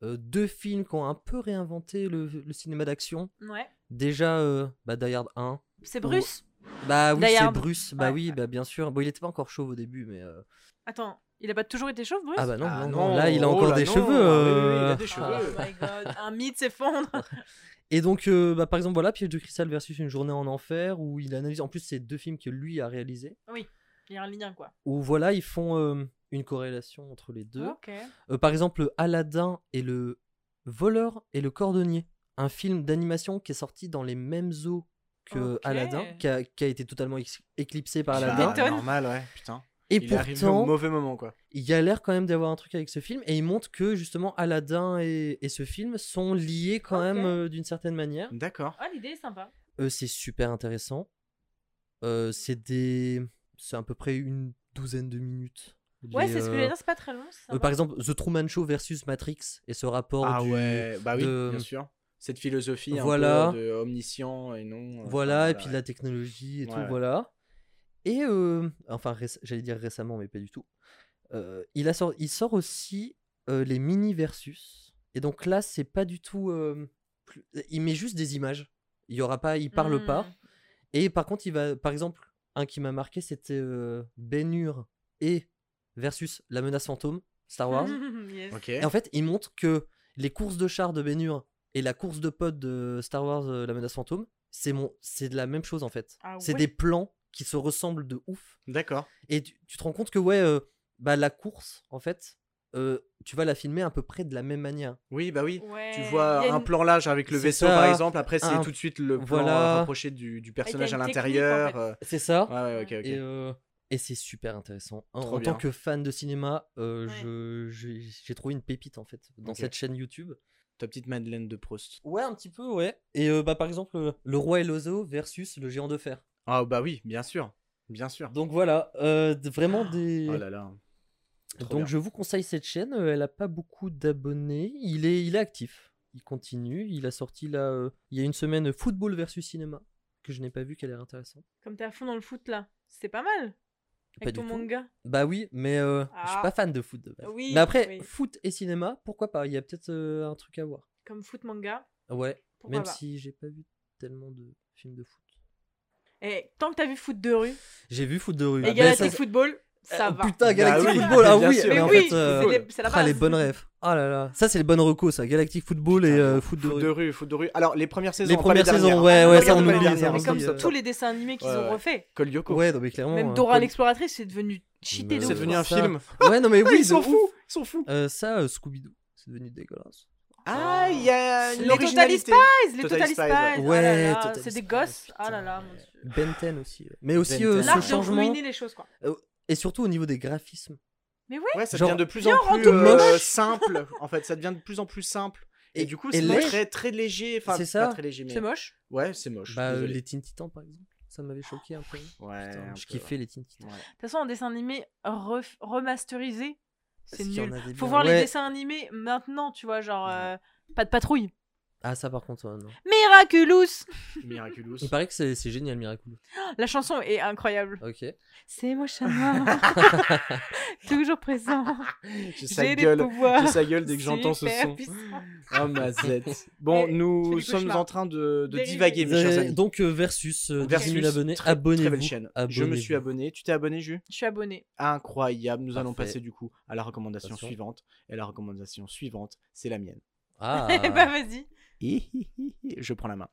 Speaker 4: Euh, deux films qui ont un peu réinventé le, le cinéma d'action.
Speaker 3: Ouais.
Speaker 4: Déjà, euh, bah, Die Hard 1.
Speaker 3: C'est Bruce
Speaker 4: Bah oui,
Speaker 3: Die
Speaker 4: c'est
Speaker 3: Hard.
Speaker 4: Bruce. Bah
Speaker 3: Ouais.
Speaker 4: oui, bah bien sûr. Bon, il était pas encore chauve au début, mais. euh,
Speaker 3: Attends, il a pas toujours été chauve, Bruce
Speaker 4: Ah bah non,
Speaker 2: Ah
Speaker 4: non,
Speaker 2: non,
Speaker 4: non, là, il a
Speaker 2: oh
Speaker 4: encore
Speaker 2: là
Speaker 4: des
Speaker 2: non,
Speaker 4: cheveux.
Speaker 2: ah oui, oui, oui, il a
Speaker 4: euh.
Speaker 2: des cheveux.
Speaker 3: Oh my god, un mythe s'effondre.
Speaker 4: Et donc, euh, bah, par exemple, voilà, Piège de cristal versus Une journée en enfer, où il analyse en plus ces deux films que lui a réalisés,
Speaker 3: Il y a un lien, quoi.
Speaker 4: où voilà, ils font euh, une corrélation entre les deux.
Speaker 2: Ah.
Speaker 3: Ok.
Speaker 4: Euh, par exemple, Aladdin et le voleur et le cordonnier, un film d'animation qui est sorti dans les mêmes eaux que
Speaker 3: Ok.
Speaker 4: Aladdin, qui a, qui a été totalement ex- éclipsé par
Speaker 2: Ah,
Speaker 4: Aladdin.
Speaker 3: m'étonnes.
Speaker 2: normal, ouais. Putain.
Speaker 4: Et
Speaker 2: il est arrivé au
Speaker 4: pourtant,
Speaker 2: mauvais moment, quoi.
Speaker 4: il y a l'air quand même d'avoir un truc avec ce film, et il montre que justement Aladdin et, et ce film sont liés quand
Speaker 3: Ok.
Speaker 4: même euh, d'une certaine manière.
Speaker 2: D'accord.
Speaker 3: Oh, l'idée est sympa.
Speaker 4: Euh, c'est super intéressant. Euh, c'est des. C'est à peu près une douzaine de minutes.
Speaker 3: Ouais,
Speaker 4: Les,
Speaker 3: c'est ce que
Speaker 4: euh,
Speaker 3: j'allais dire, c'est pas très long. c'est
Speaker 4: euh,
Speaker 3: sympa.
Speaker 4: par exemple, The Truman Show versus Matrix et ce rapport.
Speaker 2: Ah
Speaker 4: du-
Speaker 2: ouais, bah oui,
Speaker 4: de-
Speaker 2: bien sûr. Cette philosophie un
Speaker 4: Voilà.
Speaker 2: peu de omniscient et non. euh,
Speaker 4: Voilà, et
Speaker 2: enfin,
Speaker 4: puis de la technologie et
Speaker 2: Ouais,
Speaker 4: tout,
Speaker 2: ouais.
Speaker 4: voilà. Et. euh, Enfin, réc- j'allais dire récemment, mais pas du tout. Euh, il, a sort... il sort aussi euh, les mini-versus. Et donc là, c'est pas du tout. euh, plus- Il met juste des images. Il y aura pas. Il parle
Speaker 3: Hmm.
Speaker 4: pas. Et par contre, il va, par exemple, un qui m'a marqué, c'était euh, Ben Hur et versus la menace fantôme, Star Wars.
Speaker 3: Mmh. Yes.
Speaker 2: Ok.
Speaker 4: Et en fait, il montre que les courses de chars de Ben Hur et la course de pod de Star Wars, euh, la menace fantôme, c'est mon, c'est de la même chose en fait.
Speaker 3: Ah
Speaker 4: C'est
Speaker 3: ouais.
Speaker 4: des plans qui se ressemblent de ouf.
Speaker 2: D'accord.
Speaker 4: Et tu, tu te rends compte que ouais, euh, bah la course en fait, euh, tu vas la filmer à peu près de la même manière.
Speaker 2: Oui, bah oui.
Speaker 3: Ouais.
Speaker 2: Tu
Speaker 3: Il y
Speaker 2: vois
Speaker 3: a
Speaker 2: un
Speaker 3: une-
Speaker 2: plan large avec le
Speaker 4: C'est
Speaker 2: vaisseau
Speaker 4: ça.
Speaker 2: par exemple, après c'est
Speaker 4: Un-
Speaker 2: tout de suite le plan
Speaker 4: Voilà.
Speaker 2: euh, rapproché du, du personnage à
Speaker 3: une technique, en
Speaker 2: l'intérieur.
Speaker 3: fait.
Speaker 2: euh,
Speaker 4: C'est ça.
Speaker 2: Ouais, ouais, ok, ok.
Speaker 4: Et, euh, et c'est super intéressant. En,
Speaker 2: Trop
Speaker 4: en tant
Speaker 2: bien.
Speaker 4: que fan de cinéma, euh,
Speaker 3: Ouais.
Speaker 4: je- j'ai j'ai trouvé une pépite en fait dans
Speaker 2: Ok.
Speaker 4: cette chaîne YouTube.
Speaker 2: Ta petite Madeleine de Proust.
Speaker 4: Ouais, un petit peu, ouais. Et euh, bah, par exemple, euh, le roi et l'oiseau versus le géant de fer.
Speaker 2: Ah bah oui, bien sûr. Bien sûr.
Speaker 4: Donc voilà, euh, d- vraiment des.
Speaker 2: Oh là là. trop
Speaker 4: Donc
Speaker 2: bien.
Speaker 4: je vous conseille cette chaîne. euh, Elle a pas beaucoup d'abonnés. Il est, il est actif. Il continue. Il a sorti là, euh, il y a une semaine, euh, football versus cinéma que je n'ai pas vu, qui a l'air intéressant.
Speaker 3: Comme t'es à fond dans le foot là, c'est pas mal.
Speaker 4: Pas
Speaker 3: Avec
Speaker 4: du
Speaker 3: ton
Speaker 4: tout.
Speaker 3: manga.
Speaker 4: Bah oui, mais euh, je suis
Speaker 3: Ah.
Speaker 4: pas fan de foot de base.
Speaker 3: Oui,
Speaker 4: mais après,
Speaker 3: oui.
Speaker 4: foot et cinéma, pourquoi pas Il y a peut-être euh, un truc à voir.
Speaker 3: Comme foot manga.
Speaker 4: Ouais,
Speaker 3: Pourquoi
Speaker 4: même
Speaker 3: pas
Speaker 4: si j'ai pas vu tellement de films de foot.
Speaker 3: Et Eh, tant que t'as vu foot de rue
Speaker 4: J'ai vu foot de rue.
Speaker 3: et
Speaker 4: Ah, mais ça-
Speaker 3: Galactic Football, ça
Speaker 4: Euh,
Speaker 3: va.
Speaker 4: Putain, Galactic
Speaker 2: Bah oui,
Speaker 4: Football, ah
Speaker 2: bien
Speaker 4: oui,
Speaker 2: sûr.
Speaker 4: mais
Speaker 2: Mais
Speaker 4: en
Speaker 2: oui,
Speaker 4: fait, euh,
Speaker 3: c'est les- c'est la
Speaker 4: ah, les
Speaker 3: base.
Speaker 4: bonnes rêves. Ah là là, ça c'est les bonnes recos, ça. Galactic Football et euh, foot de
Speaker 2: Foot
Speaker 4: rue.
Speaker 2: de rue, foot de rue. Alors les premières saisons,
Speaker 4: Les
Speaker 2: pas
Speaker 4: premières
Speaker 2: dernières.
Speaker 4: saisons, ouais, ouais, ça
Speaker 2: Regarde
Speaker 4: on
Speaker 2: pas les
Speaker 4: oublie.
Speaker 2: dernières,
Speaker 4: ça, on
Speaker 3: Ah, Mais comme
Speaker 4: oublie,
Speaker 3: ça,
Speaker 4: euh.
Speaker 3: tous les dessins animés qu'ils
Speaker 2: Ouais,
Speaker 3: ont
Speaker 2: ouais.
Speaker 3: refait.
Speaker 2: Cole Yoko.
Speaker 4: Ouais, non mais clairement.
Speaker 3: Même
Speaker 4: euh,
Speaker 3: Dora
Speaker 4: Paul-
Speaker 3: l'exploratrice, c'est devenu cheaté
Speaker 4: Mais
Speaker 3: de
Speaker 2: C'est
Speaker 4: ouais,
Speaker 2: devenu
Speaker 3: ouf.
Speaker 2: un
Speaker 4: ça.
Speaker 2: film.
Speaker 4: Ouais, non mais oui,
Speaker 2: Ils s'en
Speaker 4: de
Speaker 2: foutent,
Speaker 4: ouf.
Speaker 2: ils s'en foutent.
Speaker 4: Euh, ça, euh, Scooby-Doo, c'est devenu dégueulasse.
Speaker 2: Ah, il y a
Speaker 3: Les
Speaker 2: une originalité.
Speaker 3: Spies, Les
Speaker 2: Total
Speaker 3: Ah, Total
Speaker 2: Spies,
Speaker 3: Spies.
Speaker 2: ouais.
Speaker 3: oh là
Speaker 4: Ouais,
Speaker 3: là,
Speaker 4: Total
Speaker 3: c'est
Speaker 4: Spies,
Speaker 3: des gosses.
Speaker 4: putain.
Speaker 3: Ah là là, mon dieu.
Speaker 4: Ben 10 aussi. euh. Mais aussi
Speaker 2: Ben
Speaker 4: euh,
Speaker 2: 10.
Speaker 3: Là,
Speaker 4: ce
Speaker 2: L'argent
Speaker 3: ils ont
Speaker 4: changement
Speaker 3: ruiné les choses quoi.
Speaker 4: et surtout au niveau des graphismes.
Speaker 2: Ouais, ça
Speaker 4: Genre,
Speaker 2: devient de plus
Speaker 3: viens,
Speaker 2: en plus
Speaker 3: rends-nous
Speaker 2: euh,
Speaker 4: moche.
Speaker 2: simple. En fait, ça devient de plus en plus simple. Et, du coup,
Speaker 4: et
Speaker 2: c'est
Speaker 4: les-
Speaker 2: très très léger. Enfin,
Speaker 4: C'est
Speaker 2: c'est
Speaker 4: ça.
Speaker 2: ça. Pas très léger, mais...
Speaker 3: C'est moche.
Speaker 2: Ouais, c'est moche.
Speaker 4: bah, euh,
Speaker 2: désolé.
Speaker 4: les Teen Titans par exemple, ça m'avait choqué un peu.
Speaker 2: Ouais,
Speaker 4: Putain,
Speaker 2: un
Speaker 4: je
Speaker 2: peu,
Speaker 4: kiffais les Teen Titans.
Speaker 2: ouais.
Speaker 3: De toute façon, en dessin animé ref- remasterisé, c'est
Speaker 4: S'il y en
Speaker 3: nul.
Speaker 4: avait
Speaker 3: Faut
Speaker 4: bien.
Speaker 3: voir
Speaker 4: Ouais.
Speaker 3: les dessins animés maintenant, tu vois, genre euh, pas de patrouille.
Speaker 4: Ah ça par contre, ouais, non.
Speaker 3: Miraculous
Speaker 2: Miraculous.
Speaker 4: Il paraît que c'est c'est génial Miraculous.
Speaker 3: La chanson est incroyable.
Speaker 4: Ok.
Speaker 3: C'est moi, chat noir. Toujours présent.
Speaker 2: J'ai sa
Speaker 3: J'ai des
Speaker 2: gueule.
Speaker 3: pouvoirs.
Speaker 2: J'ai sa gueule dès que j'entends ce
Speaker 3: super
Speaker 2: son.
Speaker 3: puissants.
Speaker 2: Oh ma zette. Bon,
Speaker 3: Et
Speaker 2: nous
Speaker 3: Eh, c'est du
Speaker 2: sommes
Speaker 3: cauchemar.
Speaker 2: en train de, de
Speaker 3: Dérivé.
Speaker 2: divaguer, mes chers
Speaker 4: Euh,
Speaker 2: amis.
Speaker 4: donc euh, versus, euh, 10
Speaker 2: Versus,
Speaker 4: 000 abonnés,
Speaker 2: très,
Speaker 4: abonnez-vous.
Speaker 2: très belle chaîne. Je me
Speaker 4: abonnez-vous.
Speaker 2: suis abonné. Tu t'es abonné, Ju
Speaker 3: Je suis abonné.
Speaker 2: Incroyable. Nous allons
Speaker 4: Parfait.
Speaker 2: passer du coup à la recommandation
Speaker 4: Attention.
Speaker 2: suivante. Et la recommandation suivante, c'est la mienne.
Speaker 4: Ah.
Speaker 3: Eh bah, vas-y.
Speaker 2: Je prends la main.